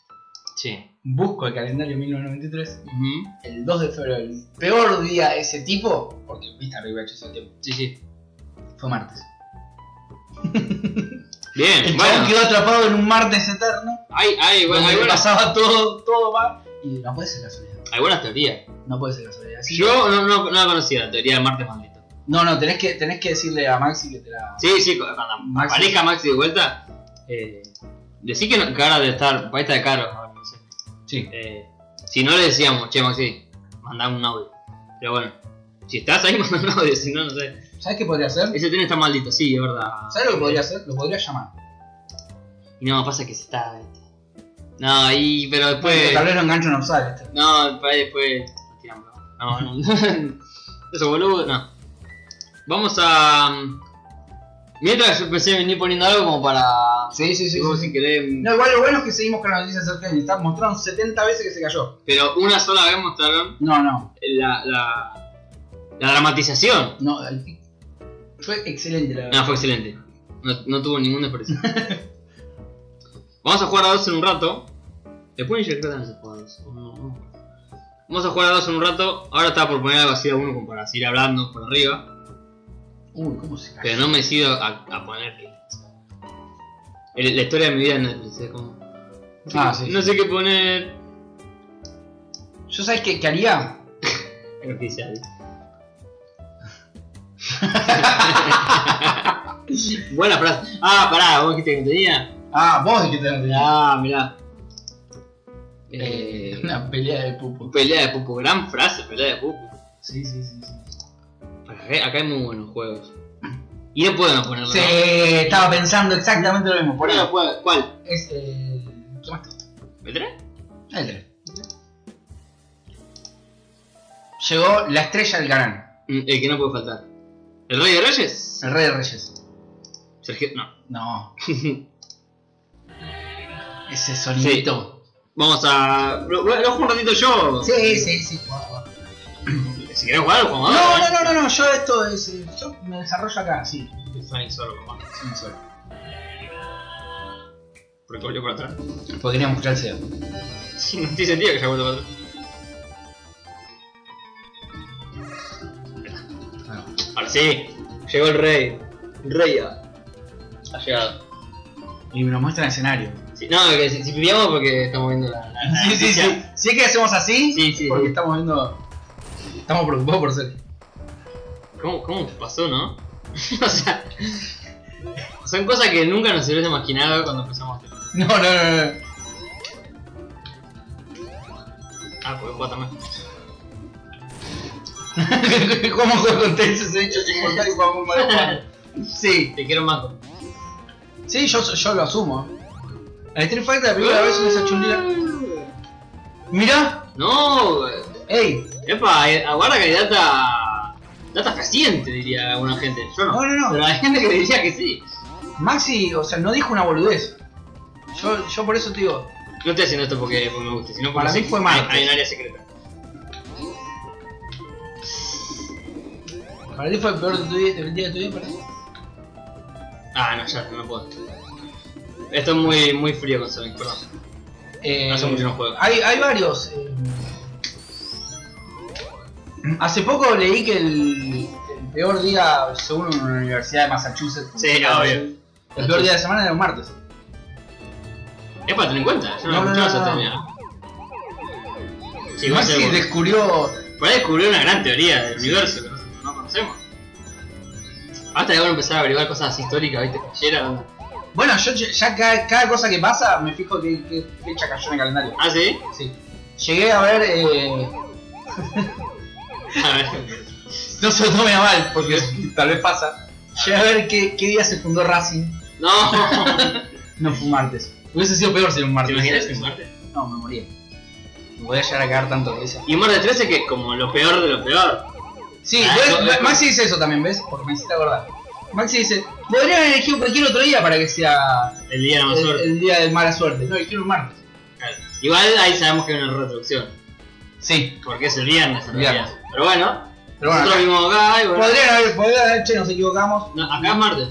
A: Sí.
B: Busco el calendario 1993,
A: Ujú.
B: el 2 de febrero, el peor día de ese tipo, porque viste arriba hecho todo el tiempo,
A: Sí, sí.
B: fue martes.
A: Bien,
B: El chabón
A: bueno.
B: quedó atrapado en un martes eterno,
A: Hay, hay,
B: donde
A: hay,
B: le
A: buenas,
B: pasaba todo, todo mal, y no puede ser casualidad,
A: hay buenas teorías.
B: no puede ser casualidad. Así que-
A: Yo no, no, no la conocía, la teoría del martes maldito.
B: No, no, tenés que, tenés que decirle a Maxi que te la...
A: Sí, sí, cuando
B: Maxi.
A: aparezca Maxi de vuelta, eh, decí que, no, que ahora de estar, va a estar caro. ahora, no sé.
B: Sí.
A: Eh, si no le decíamos, che Maxi, mandá un audio. Pero bueno, si estás ahí, mandá un audio, si no, no sé.
B: ¿Sabés qué podría hacer?
A: Ese tren está maldito, sí, es verdad.
B: ¿Sabés lo que podría hacer? Lo podría llamar.
A: Y no, pasa que se está. No, y, pero después.
B: Tal vez lo engancho en offside este.
A: No, para ahí después lo tiramos. No, no. Eso boludo, no. Vamos a. mm, Mientras yo pensé en venir poniendo algo como para.
B: Sí, sí, sí.
A: si vos
B: sí.
A: si querés. mm,
B: No, igual lo bueno es que seguimos con la noticia acerca de Está mostraron 70 veces que se cayó.
A: Pero una sola vez mostraron
B: No, no.
A: la. la La dramatización.
B: No, al- fue excelente la verdad.
A: No, fue excelente. No, no tuvo ningún desprecio. Vamos a jugar a dos en un rato. De Punisher creo que también se juega a dos. o no, no. Vamos a jugar a dos en un rato. Ahora estaba por poner algo así a uno como para seguir hablando por arriba.
B: Uy, ¿cómo se cayó?
A: Pero no me decido a, a poner que. El- La historia de mi vida en Netflix es como.
B: Ah, sí.
A: No sé qué poner.
B: ¿Yo sabes qué, qué haría?
A: Creo que ya vi. Buena frase. Ah, pará, vos dijiste que no tenía.
B: Ah, vos dijiste que te
A: Mirá, mirá.
B: Eh,
A: Eh,
B: una pelea de pupo.
A: pelea de Pupo, gran frase, pelea de Pupo. eh,
B: Sí, sí, sí. sí.
A: Acá, acá hay muy buenos juegos. Y no puedo no ponerlo.
B: Sí, estaba pensando exactamente lo mismo.
A: ¿no?
B: Por eso.
A: ¿Cuál? ¿Cuál?
B: Es eh, ¿Qué más?
A: ¿Metré?
B: El tres. Llegó la estrella del canal,
A: Mm, El que no puede faltar. Ah. ¿El Rey de Reyes?
B: el rey de reyes.
A: Sergio. No.
B: No. Ese sonidito.
A: Vamos a. Lo, lo- lo juego un ratito yo.
B: Sí, sí, sí. jugá, jugá.
A: Si querés jugar, jugamos.
B: No, no, no, no, no, yo esto es. eh, Yo me desarrollo acá, sí.
A: no. Sonic Este solo, mamá.
B: sí, solo.
A: Porque volvió para atrás.
B: Porque quería mostrar el CEO.
A: Sí, no tiene sentido que haya vuelto para atrás. Ahora sí, llegó el rey. Rey ha ha llegado.
B: Y nos muestra el escenario.
A: Sí, no, que si, si pillamos porque estamos viendo la. la- la
B: Sí, sí,
A: noticia.
B: sí. Si es que hacemos así,
A: Sí, sí,
B: porque
A: sí.
B: estamos viendo. Estamos preocupados por ser.
A: ¿Cómo, ¿Cómo pasó, no? o sea. Son cosas que nunca nos hubiese imaginado cuando empezamos este programa.
B: No, no, no, no.
A: Ah, porque juega también.
B: ¿Cómo juego con Texas? He hecho sin cortar y jugamos un mal juego. Sí,
A: Te quiero manco.
B: sí, yo, yo lo asumo. La Street Fighter, la primera vez en esa chulera. Mirá,
A: No, güey.
B: ey.
A: Epa, eh, aguarda que hay data. data fehaciente, diría alguna gente. Yo no.
B: No, no,
A: Pero
B: no.
A: hay gente que diría que sí.
B: Maxi, o sea, no dijo una boludez. Yo, yo por eso te digo.
A: No estoy haciendo esto porque, porque me guste, sino porque
B: Para
A: sé
B: mí
A: que
B: fue
A: hay,
B: martes.
A: hay un área secreta.
B: Para ti fue el peor de tu vida, de día de tu vida, para ti.
A: Ah, no, ya, no puedo. Esto es muy, muy frío con Sonic, perdón.
B: Eh,
A: Hace mucho no juego.
B: Hay, hay varios. eh. Hace poco leí que el, el peor día, según una universidad de Massachusetts,
A: Sí, obvio.
B: el peor día de semana era un martes.
A: Es para tener en cuenta, yo no,
B: No, no,
A: yo no
B: no,
A: sé
B: no.
A: terminar. Sí, va a
B: Maxi
A: ser bueno.
B: descubrió.
A: Por ahí descubrió una gran teoría del universo que nosotros no conocemos. Hasta de ahora empezar a averiguar cosas históricas, viste, cayeron.
B: Bueno, yo ya- ya cada, cada cosa que pasa me fijo que, que fecha cayó en el calendario.
A: Ah, sí.
B: Sí. Llegué a ver. Eh,
A: A ver.
B: no se lo tomen a mal, porque tal vez pasa. Llegué a ver qué, qué día se fundó Racing.
A: No,
B: No fue un martes. Hubiese sido peor si era un
A: ¿te
B: martes.
A: imaginas un Marte?
B: No, me moría. Me voy a llegar a cagar tanto de risa.
A: Y un Marte 13 que es como lo peor de lo peor.
B: Sí,
A: Ah,
B: ¿ves?
A: eso-
B: Ma- Maxi dice eso también, ¿ves? Porque me hiciste acordar. Maxi dice, podrían elegir cualquier otro día para que sea
A: El día de la mala
B: el,
A: suerte.
B: el día de mala suerte. No, eligieron un martes.
A: Claro. Igual ahí sabemos que hay una retroducción.
B: Sí,
A: Porque es el viernes en realidad.
B: Viernes.
A: Pero bueno,
B: pero bueno.
A: nosotros
B: acá-
A: vimos acá y bueno.
B: Podrían haber, podrían haber, che, nos equivocamos.
A: No, acá es martes.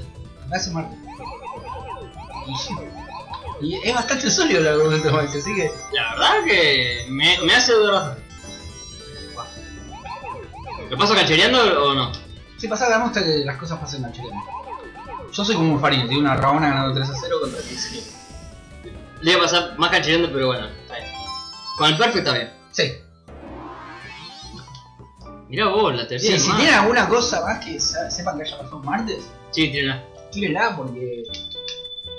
B: Acá es un martes. Y, y es bastante sólido el argumento de Maxi, así que.
A: La verdad que me, me hace dudar. ¿Lo paso cachereando o no?
B: Si pasa, me gusta que las cosas pasen al chileno. Yo soy como un farino, tengo una rabona ganando 3 a 0 contra el Tigre.
A: Le voy a pasar más cachereando, pero bueno, está bien. Con el perfecto está bien.
B: Sí.
A: Mirá vos, la tercera.
B: Si, si
A: hermano.
B: tienen alguna cosa más que sa- sepan que haya pasado un martes,
A: Sí, tiene una.
B: tírenla porque.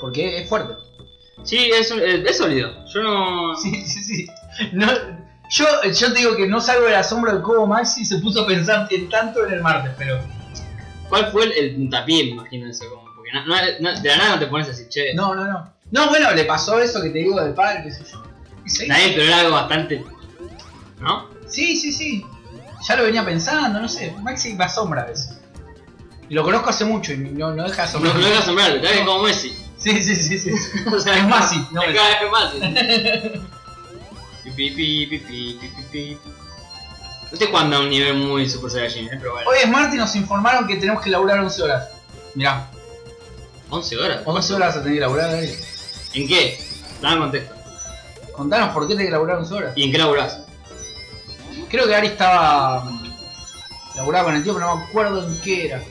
B: Porque es fuerte.
A: Sí, es, un- es, es sólido. Yo no.
B: Sí, sí, sí. No, yo, yo te digo que no salgo de la sombra del cómo Maxi se puso a pensar en tanto en el martes, pero.
A: ¿Cuál fue el, el puntapié? Me imagino eso. Como, porque na- no- no- de la nada no te pones así, che.
B: No, no, no. No, bueno, le pasó eso que te digo del padre, qué sé yo. ¿Qué sé?
A: Nadie, pero era algo bastante. ¿No?
B: Sí, sí, sí. Ya lo venía pensando, no sé. Maxi me asombra a veces. Y Lo conozco hace mucho y no, no deja de
A: No, no
B: asombrarme.
A: dejas asombrarte, está bien como Messi.
B: Sí, sí, sí, sí.
A: O sea,
B: Es Masi, no
A: es
B: Messi.
A: ca- es Masi. Pi, pi, pi, pi, pi, pi, pi, pi. No estoy jugando a un nivel muy Super Saiyajin, eh, pero bueno.
B: Hoy es martes y nos informaron que tenemos que laburar 11 horas. Mirá,
A: 11 horas.
B: 11 horas a tener que laburar. eh.
A: ¿En qué? Dame contexto.
B: Contanos por qué tenés que laburar 11 horas.
A: ¿Y en qué laburás?
B: Creo que Ari estaba. mm, laburaba con el tío, pero no me acuerdo en qué era.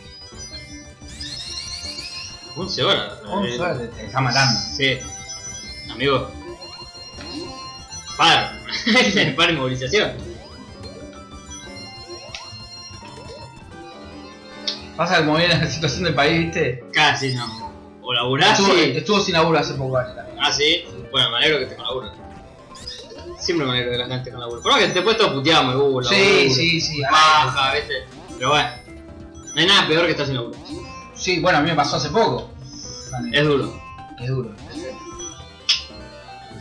A: 11 horas.
B: 11
A: Eh,
B: horas te, te está matando.
A: Sí. Amigo. Par. Par en movilización.
B: Pasa como viene la situación del país, viste.
A: Casi no. O laburás
B: estuvo,
A: y...
B: estuvo sin laburo hace poco Ari también.
A: Ah, sí. Bueno, me alegro que estés con laburo. Siempre me alegro de la gente con laburo. Por lo que después todos puteamos, uh, laburo. Ah.
B: Sí, sí, sí. Ari.
A: Baja, viste. Pero bueno. No hay nada peor que estar sin laburo.
B: Sí, bueno, a mí me pasó hace poco.
A: Es duro.
B: Es duro.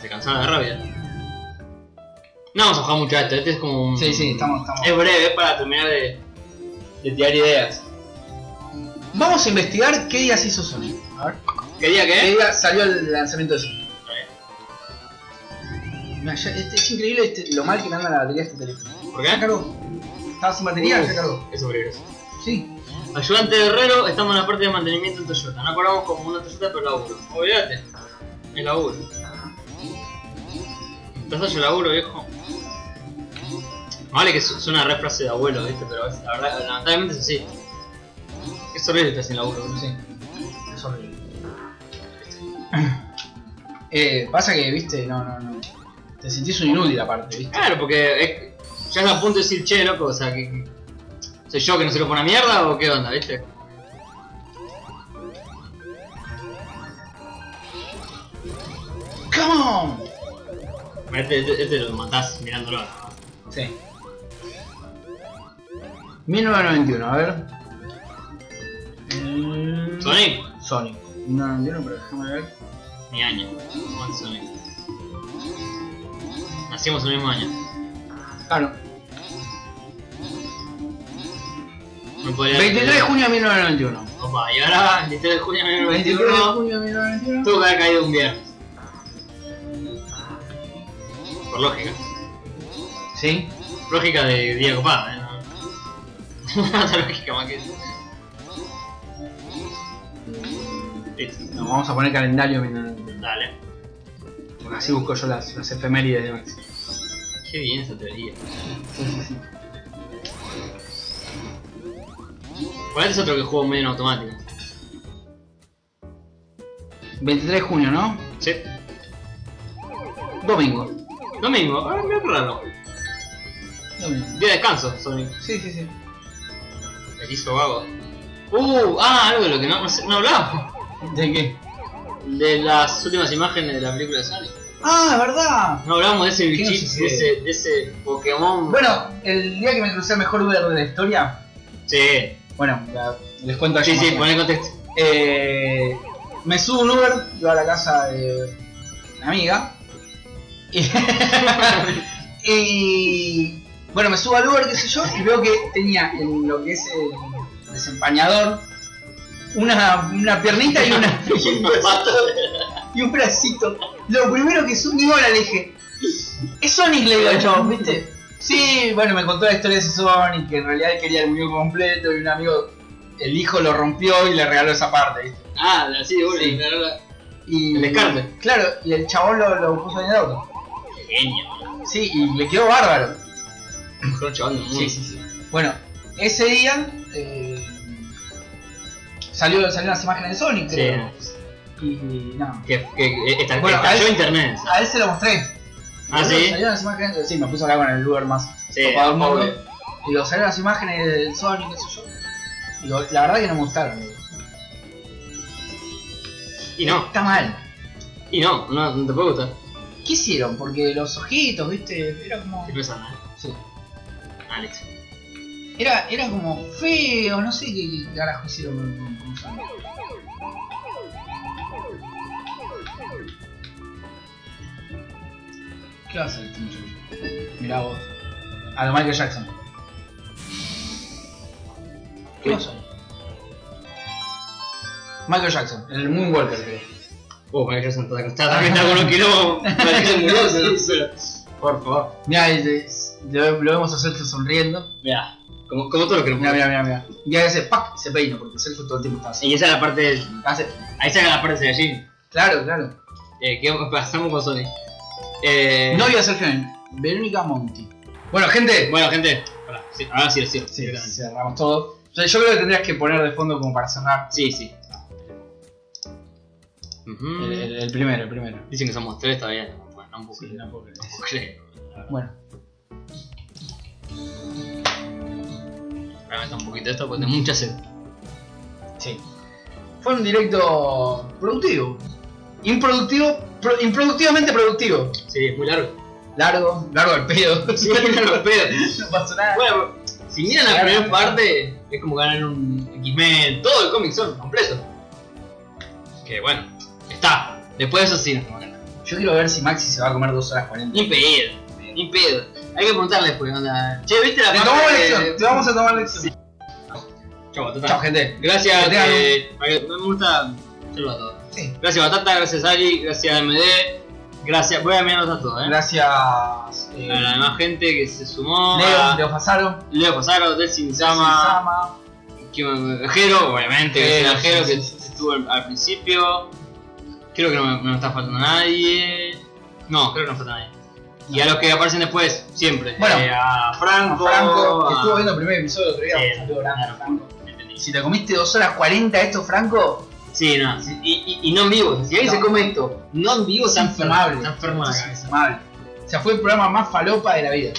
A: Se cansaba de rabia. No vamos a jugar mucho a esto. Este es como un...
B: Sí, sí, estamos, estamos.
A: Es breve, es para terminar de, de tirar ideas.
B: Vamos a investigar qué día se hizo Sonic. A ver.
A: ¿Quería
B: ¿Qué
A: que?
B: día salió el lanzamiento de Sonic? Mirá, ya- este- es increíble este- lo mal que me anda la batería de este teléfono.
A: ¿Por
B: ¿Ya
A: qué?
B: cargó? Estaba sin batería,
A: Uh,
B: ya cargó.
A: Eso peligroso.
B: Sí.
A: Ayudante de herrero, estamos en la parte de mantenimiento en Toyota. No cobramos como una Toyota, pero laburo. Olvídate. El laburo. Entonces yo laburo, viejo. Vale que su- suena re frase de abuelo, viste, pero es- la verdad, lamentablemente es así. Es horrible estar sin laburo, no sé.
B: Sí. Es horrible. Eh, pasa que, viste, no, no, no. Te sentís un inútil aparte, viste.
A: Claro, porque es- ya está a punto de decir, che, loco, o sea, que, que- ¿soy yo que no se lo pone a mierda o qué onda, viste?
B: ¡Come on!
A: Este, este- este lo matás mirándolo. ¿no?
B: Sí. 1991, a ver. Mm,
A: Sonic,
B: Sonic. 1991, pero déjame ver.
A: mi año. ¿Cómo es Sonic? Nacimos en el mismo año.
B: Claro.
A: No podría
B: 23 de junio de 1991.
A: Opa, y ahora, 23 de junio de
B: 23 de
A: 2021,
B: junio de 1991.
A: tuvo que haber caído un viernes. Por lógica.
B: Sí.
A: Lógica de día copado, ¿eh? No- No otra lógica más que eso. Listo,
B: Nos vamos a poner calendario de 1991.
A: dale.
B: Porque así busco yo las, las efemérides de Maxi.
A: Qué bien esa teoría.
B: Sí, sí, sí.
A: ¿Cuál es otro que juego medio en automático?
B: 23 de junio, ¿no?
A: Sí.
B: Domingo.
A: Domingo, ah, mira qué raro.
B: Domingo.
A: Día de descanso, Sonic.
B: Sí, sí, sí.
A: El hizo vago. Uh, ah, algo de lo que no, no, sé- no hablamos.
B: ¿De qué?
A: De las últimas imágenes de la película de Sonic.
B: ¡Ah, verdad!
A: No hablamos de ese
B: ¿Qué nos
A: bichito, de
B: sucede?
A: ese, de ese Pokémon.
B: Bueno, el día que me crucé el mejor verde de la historia.
A: Sí,
B: Bueno, la- les cuento
A: sí,
B: yo
A: sí, pues,
B: más o menos.
A: poné contexto.
B: Eh, me subo un Uber, iba a la casa de una amiga. Y, y, bueno, me subo al Uber, qué sé yo, y veo que tenía en lo que es el desempañador una, una piernita y, una, y un bracito. Lo primero que subí, ahora le dije, es Sonic, le digo al chabón, ¿viste? Sí, bueno, me contó la historia de ese Sonic, que en realidad él quería el muñeco completo y un amigo, el hijo lo rompió y le regaló esa parte, ¿viste?
A: Ah, sí, bueno,
B: Sí.
A: la- la-
B: Y,
A: El descarte.
B: Claro, y el chabón lo, lo puso en el auto.
A: Genio,
B: Sí, y le quedó bárbaro.
A: el mejor chaval del mundo.
B: Sí, sí, Bueno, ese día eh, salió, salió unas imágenes de Sonic, creo. Y nada.
A: Que, que, eh, esta-
B: Bueno, a
A: estalló
B: él-
A: internet.
B: A él se lo mostré.
A: Ah,
B: Boludo,
A: sí. Eh,
B: Salieron las imágenes. Sí, me puse acá con el Uber más
A: Sí,
B: copado del mundo.
A: obvio.
B: Y digo, salieron las imágenes del Sonic, qué sé yo. Digo, la verdad que no me gustaron. digo.
A: Y no,
B: Está mal.
A: y no, no, no te puede gustar.
B: ¿Qué hicieron? Porque los ojitos, viste, era como.
A: Te pesa nada.
B: Sí.
A: Alex.
B: Era, era como feo, no sé qué qué carajo hicieron con, con- con Sonic. ¿Qué va a hacer este muchacho? Mirá vos. A lo Michael Jackson. ¿Qué va a hacer? Michael Jackson, el Moonwalker creo.
A: Uh, Michael Jackson está, está, también está con un quilombo. Michael Jackson murió, se- se- Por favor.
B: Mirá, es- es- Lo, lo vemos a Celso sonriendo.
A: Mirá, como, como todos los
B: Mira,
A: crepúsculos.
B: mira, mira, mira. Y a veces, ¡pac! se peina, porque Celso todo el tiempo está así.
A: Y esa es la parte. del-
B: Hace-
A: Ahí sacan la parte de allí.
B: Claro, claro.
A: Eh, ¿Qué pasamos con Sonic? Eh,
B: Novia de Sergio Menón, Verónica Monti. Bueno, gente.
A: Bueno, gente, pará, sí, ahora sí lo cierro.
B: Sí,
A: directamente.
B: cerramos todo. O sea, yo creo que tendrías que poner de fondo como para cerrar.
A: Sí, sí. Ujú.
B: El, el- el primero, el primero.
A: Dicen que somos tres todavía. No, bueno, no puedo
B: Sí,
A: creer.
B: no puedo creer.
A: No puedo creer.
B: Bueno,
A: Voy a meter un poquito de esto porque tengo mucha sed.
B: sí. Fue un directo productivo. Improductivo, pro- improductivamente productivo.
A: Sí, es muy largo.
B: Largo, largo al pedo.
A: Sí, muy largo el pedo.
B: no pasó nada.
A: Bueno, si miran la primera parte, es como ganar un X-Men, todo el cómic son completo. Que bueno, está. Después de eso sí nos vamos a ganar.
B: Yo quiero ver si Maxi se va a comer 2 horas 40.
A: Ni pedo, ni pedo. Hay que preguntarle después, onda. Che, ¿viste la
B: Te
A: parte
B: tomamos
A: de-
B: lección, te vamos a tomar lección.
A: Chau, Batata.
B: Chao, gente.
A: Gracias,
B: Que tengan
A: eh, a- me gusta. Yo a todos.
B: Sí.
A: Gracias, Batata, gracias, Ari, gracias, MD. Gracias, voy a enviarlos a todos, eh.
B: Gracias. eh,
A: A la demás gente que se sumó.
B: Leo,
A: a
B: Leo Fasaro.
A: Leo Pasaro, Dessin Sama.
B: Sama.
A: Jero, obviamente, que
B: Jero,
A: sea Jero,
B: sí,
A: que
B: sí, sí.
A: estuvo al- al principio. Creo que no me, no me está faltando nadie. No, creo que no falta nadie. Y a los que aparecen después, siempre.
B: Bueno.
A: Eh, a Franco.
B: Franco, que
A: a-
B: estuvo viendo el primer episodio el otro día.
A: Ah. Sí.
B: Un saludo grande a Franco.
A: Entendí.
B: Si te comiste 2 horas 40 esto, Franco,
A: Sí, no. sí, Y, y- y no en vivo. Si alguien
B: No.
A: se come esto, no en vivo, se enferma.
B: Infumable.
A: Se enferma la
B: Es
A: cabeza.
B: infumable. O sea, fue el programa más falopa de la vida.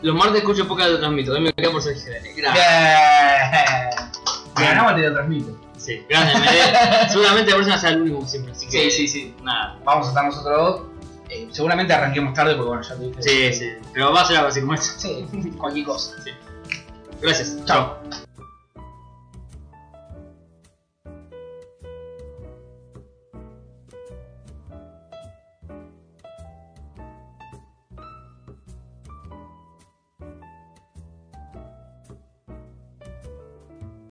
A: Los martes escucho poca lo transmito. Hoy me quedo por ser Jere. Gracias.
B: Bien. Te ganamos, te lo transmito.
A: Sí, grande, me- Seguramente la próxima será el último siempre. Así que.
B: sí.
A: Nada.
B: Vamos a estar nosotros dos. Eh, seguramente arranquemos tarde porque bueno, ya te dije.
A: Sí, sí. Pero va a ser algo así como esto.
B: Sí, cualquier cosa.
A: Gracias.
B: Chao.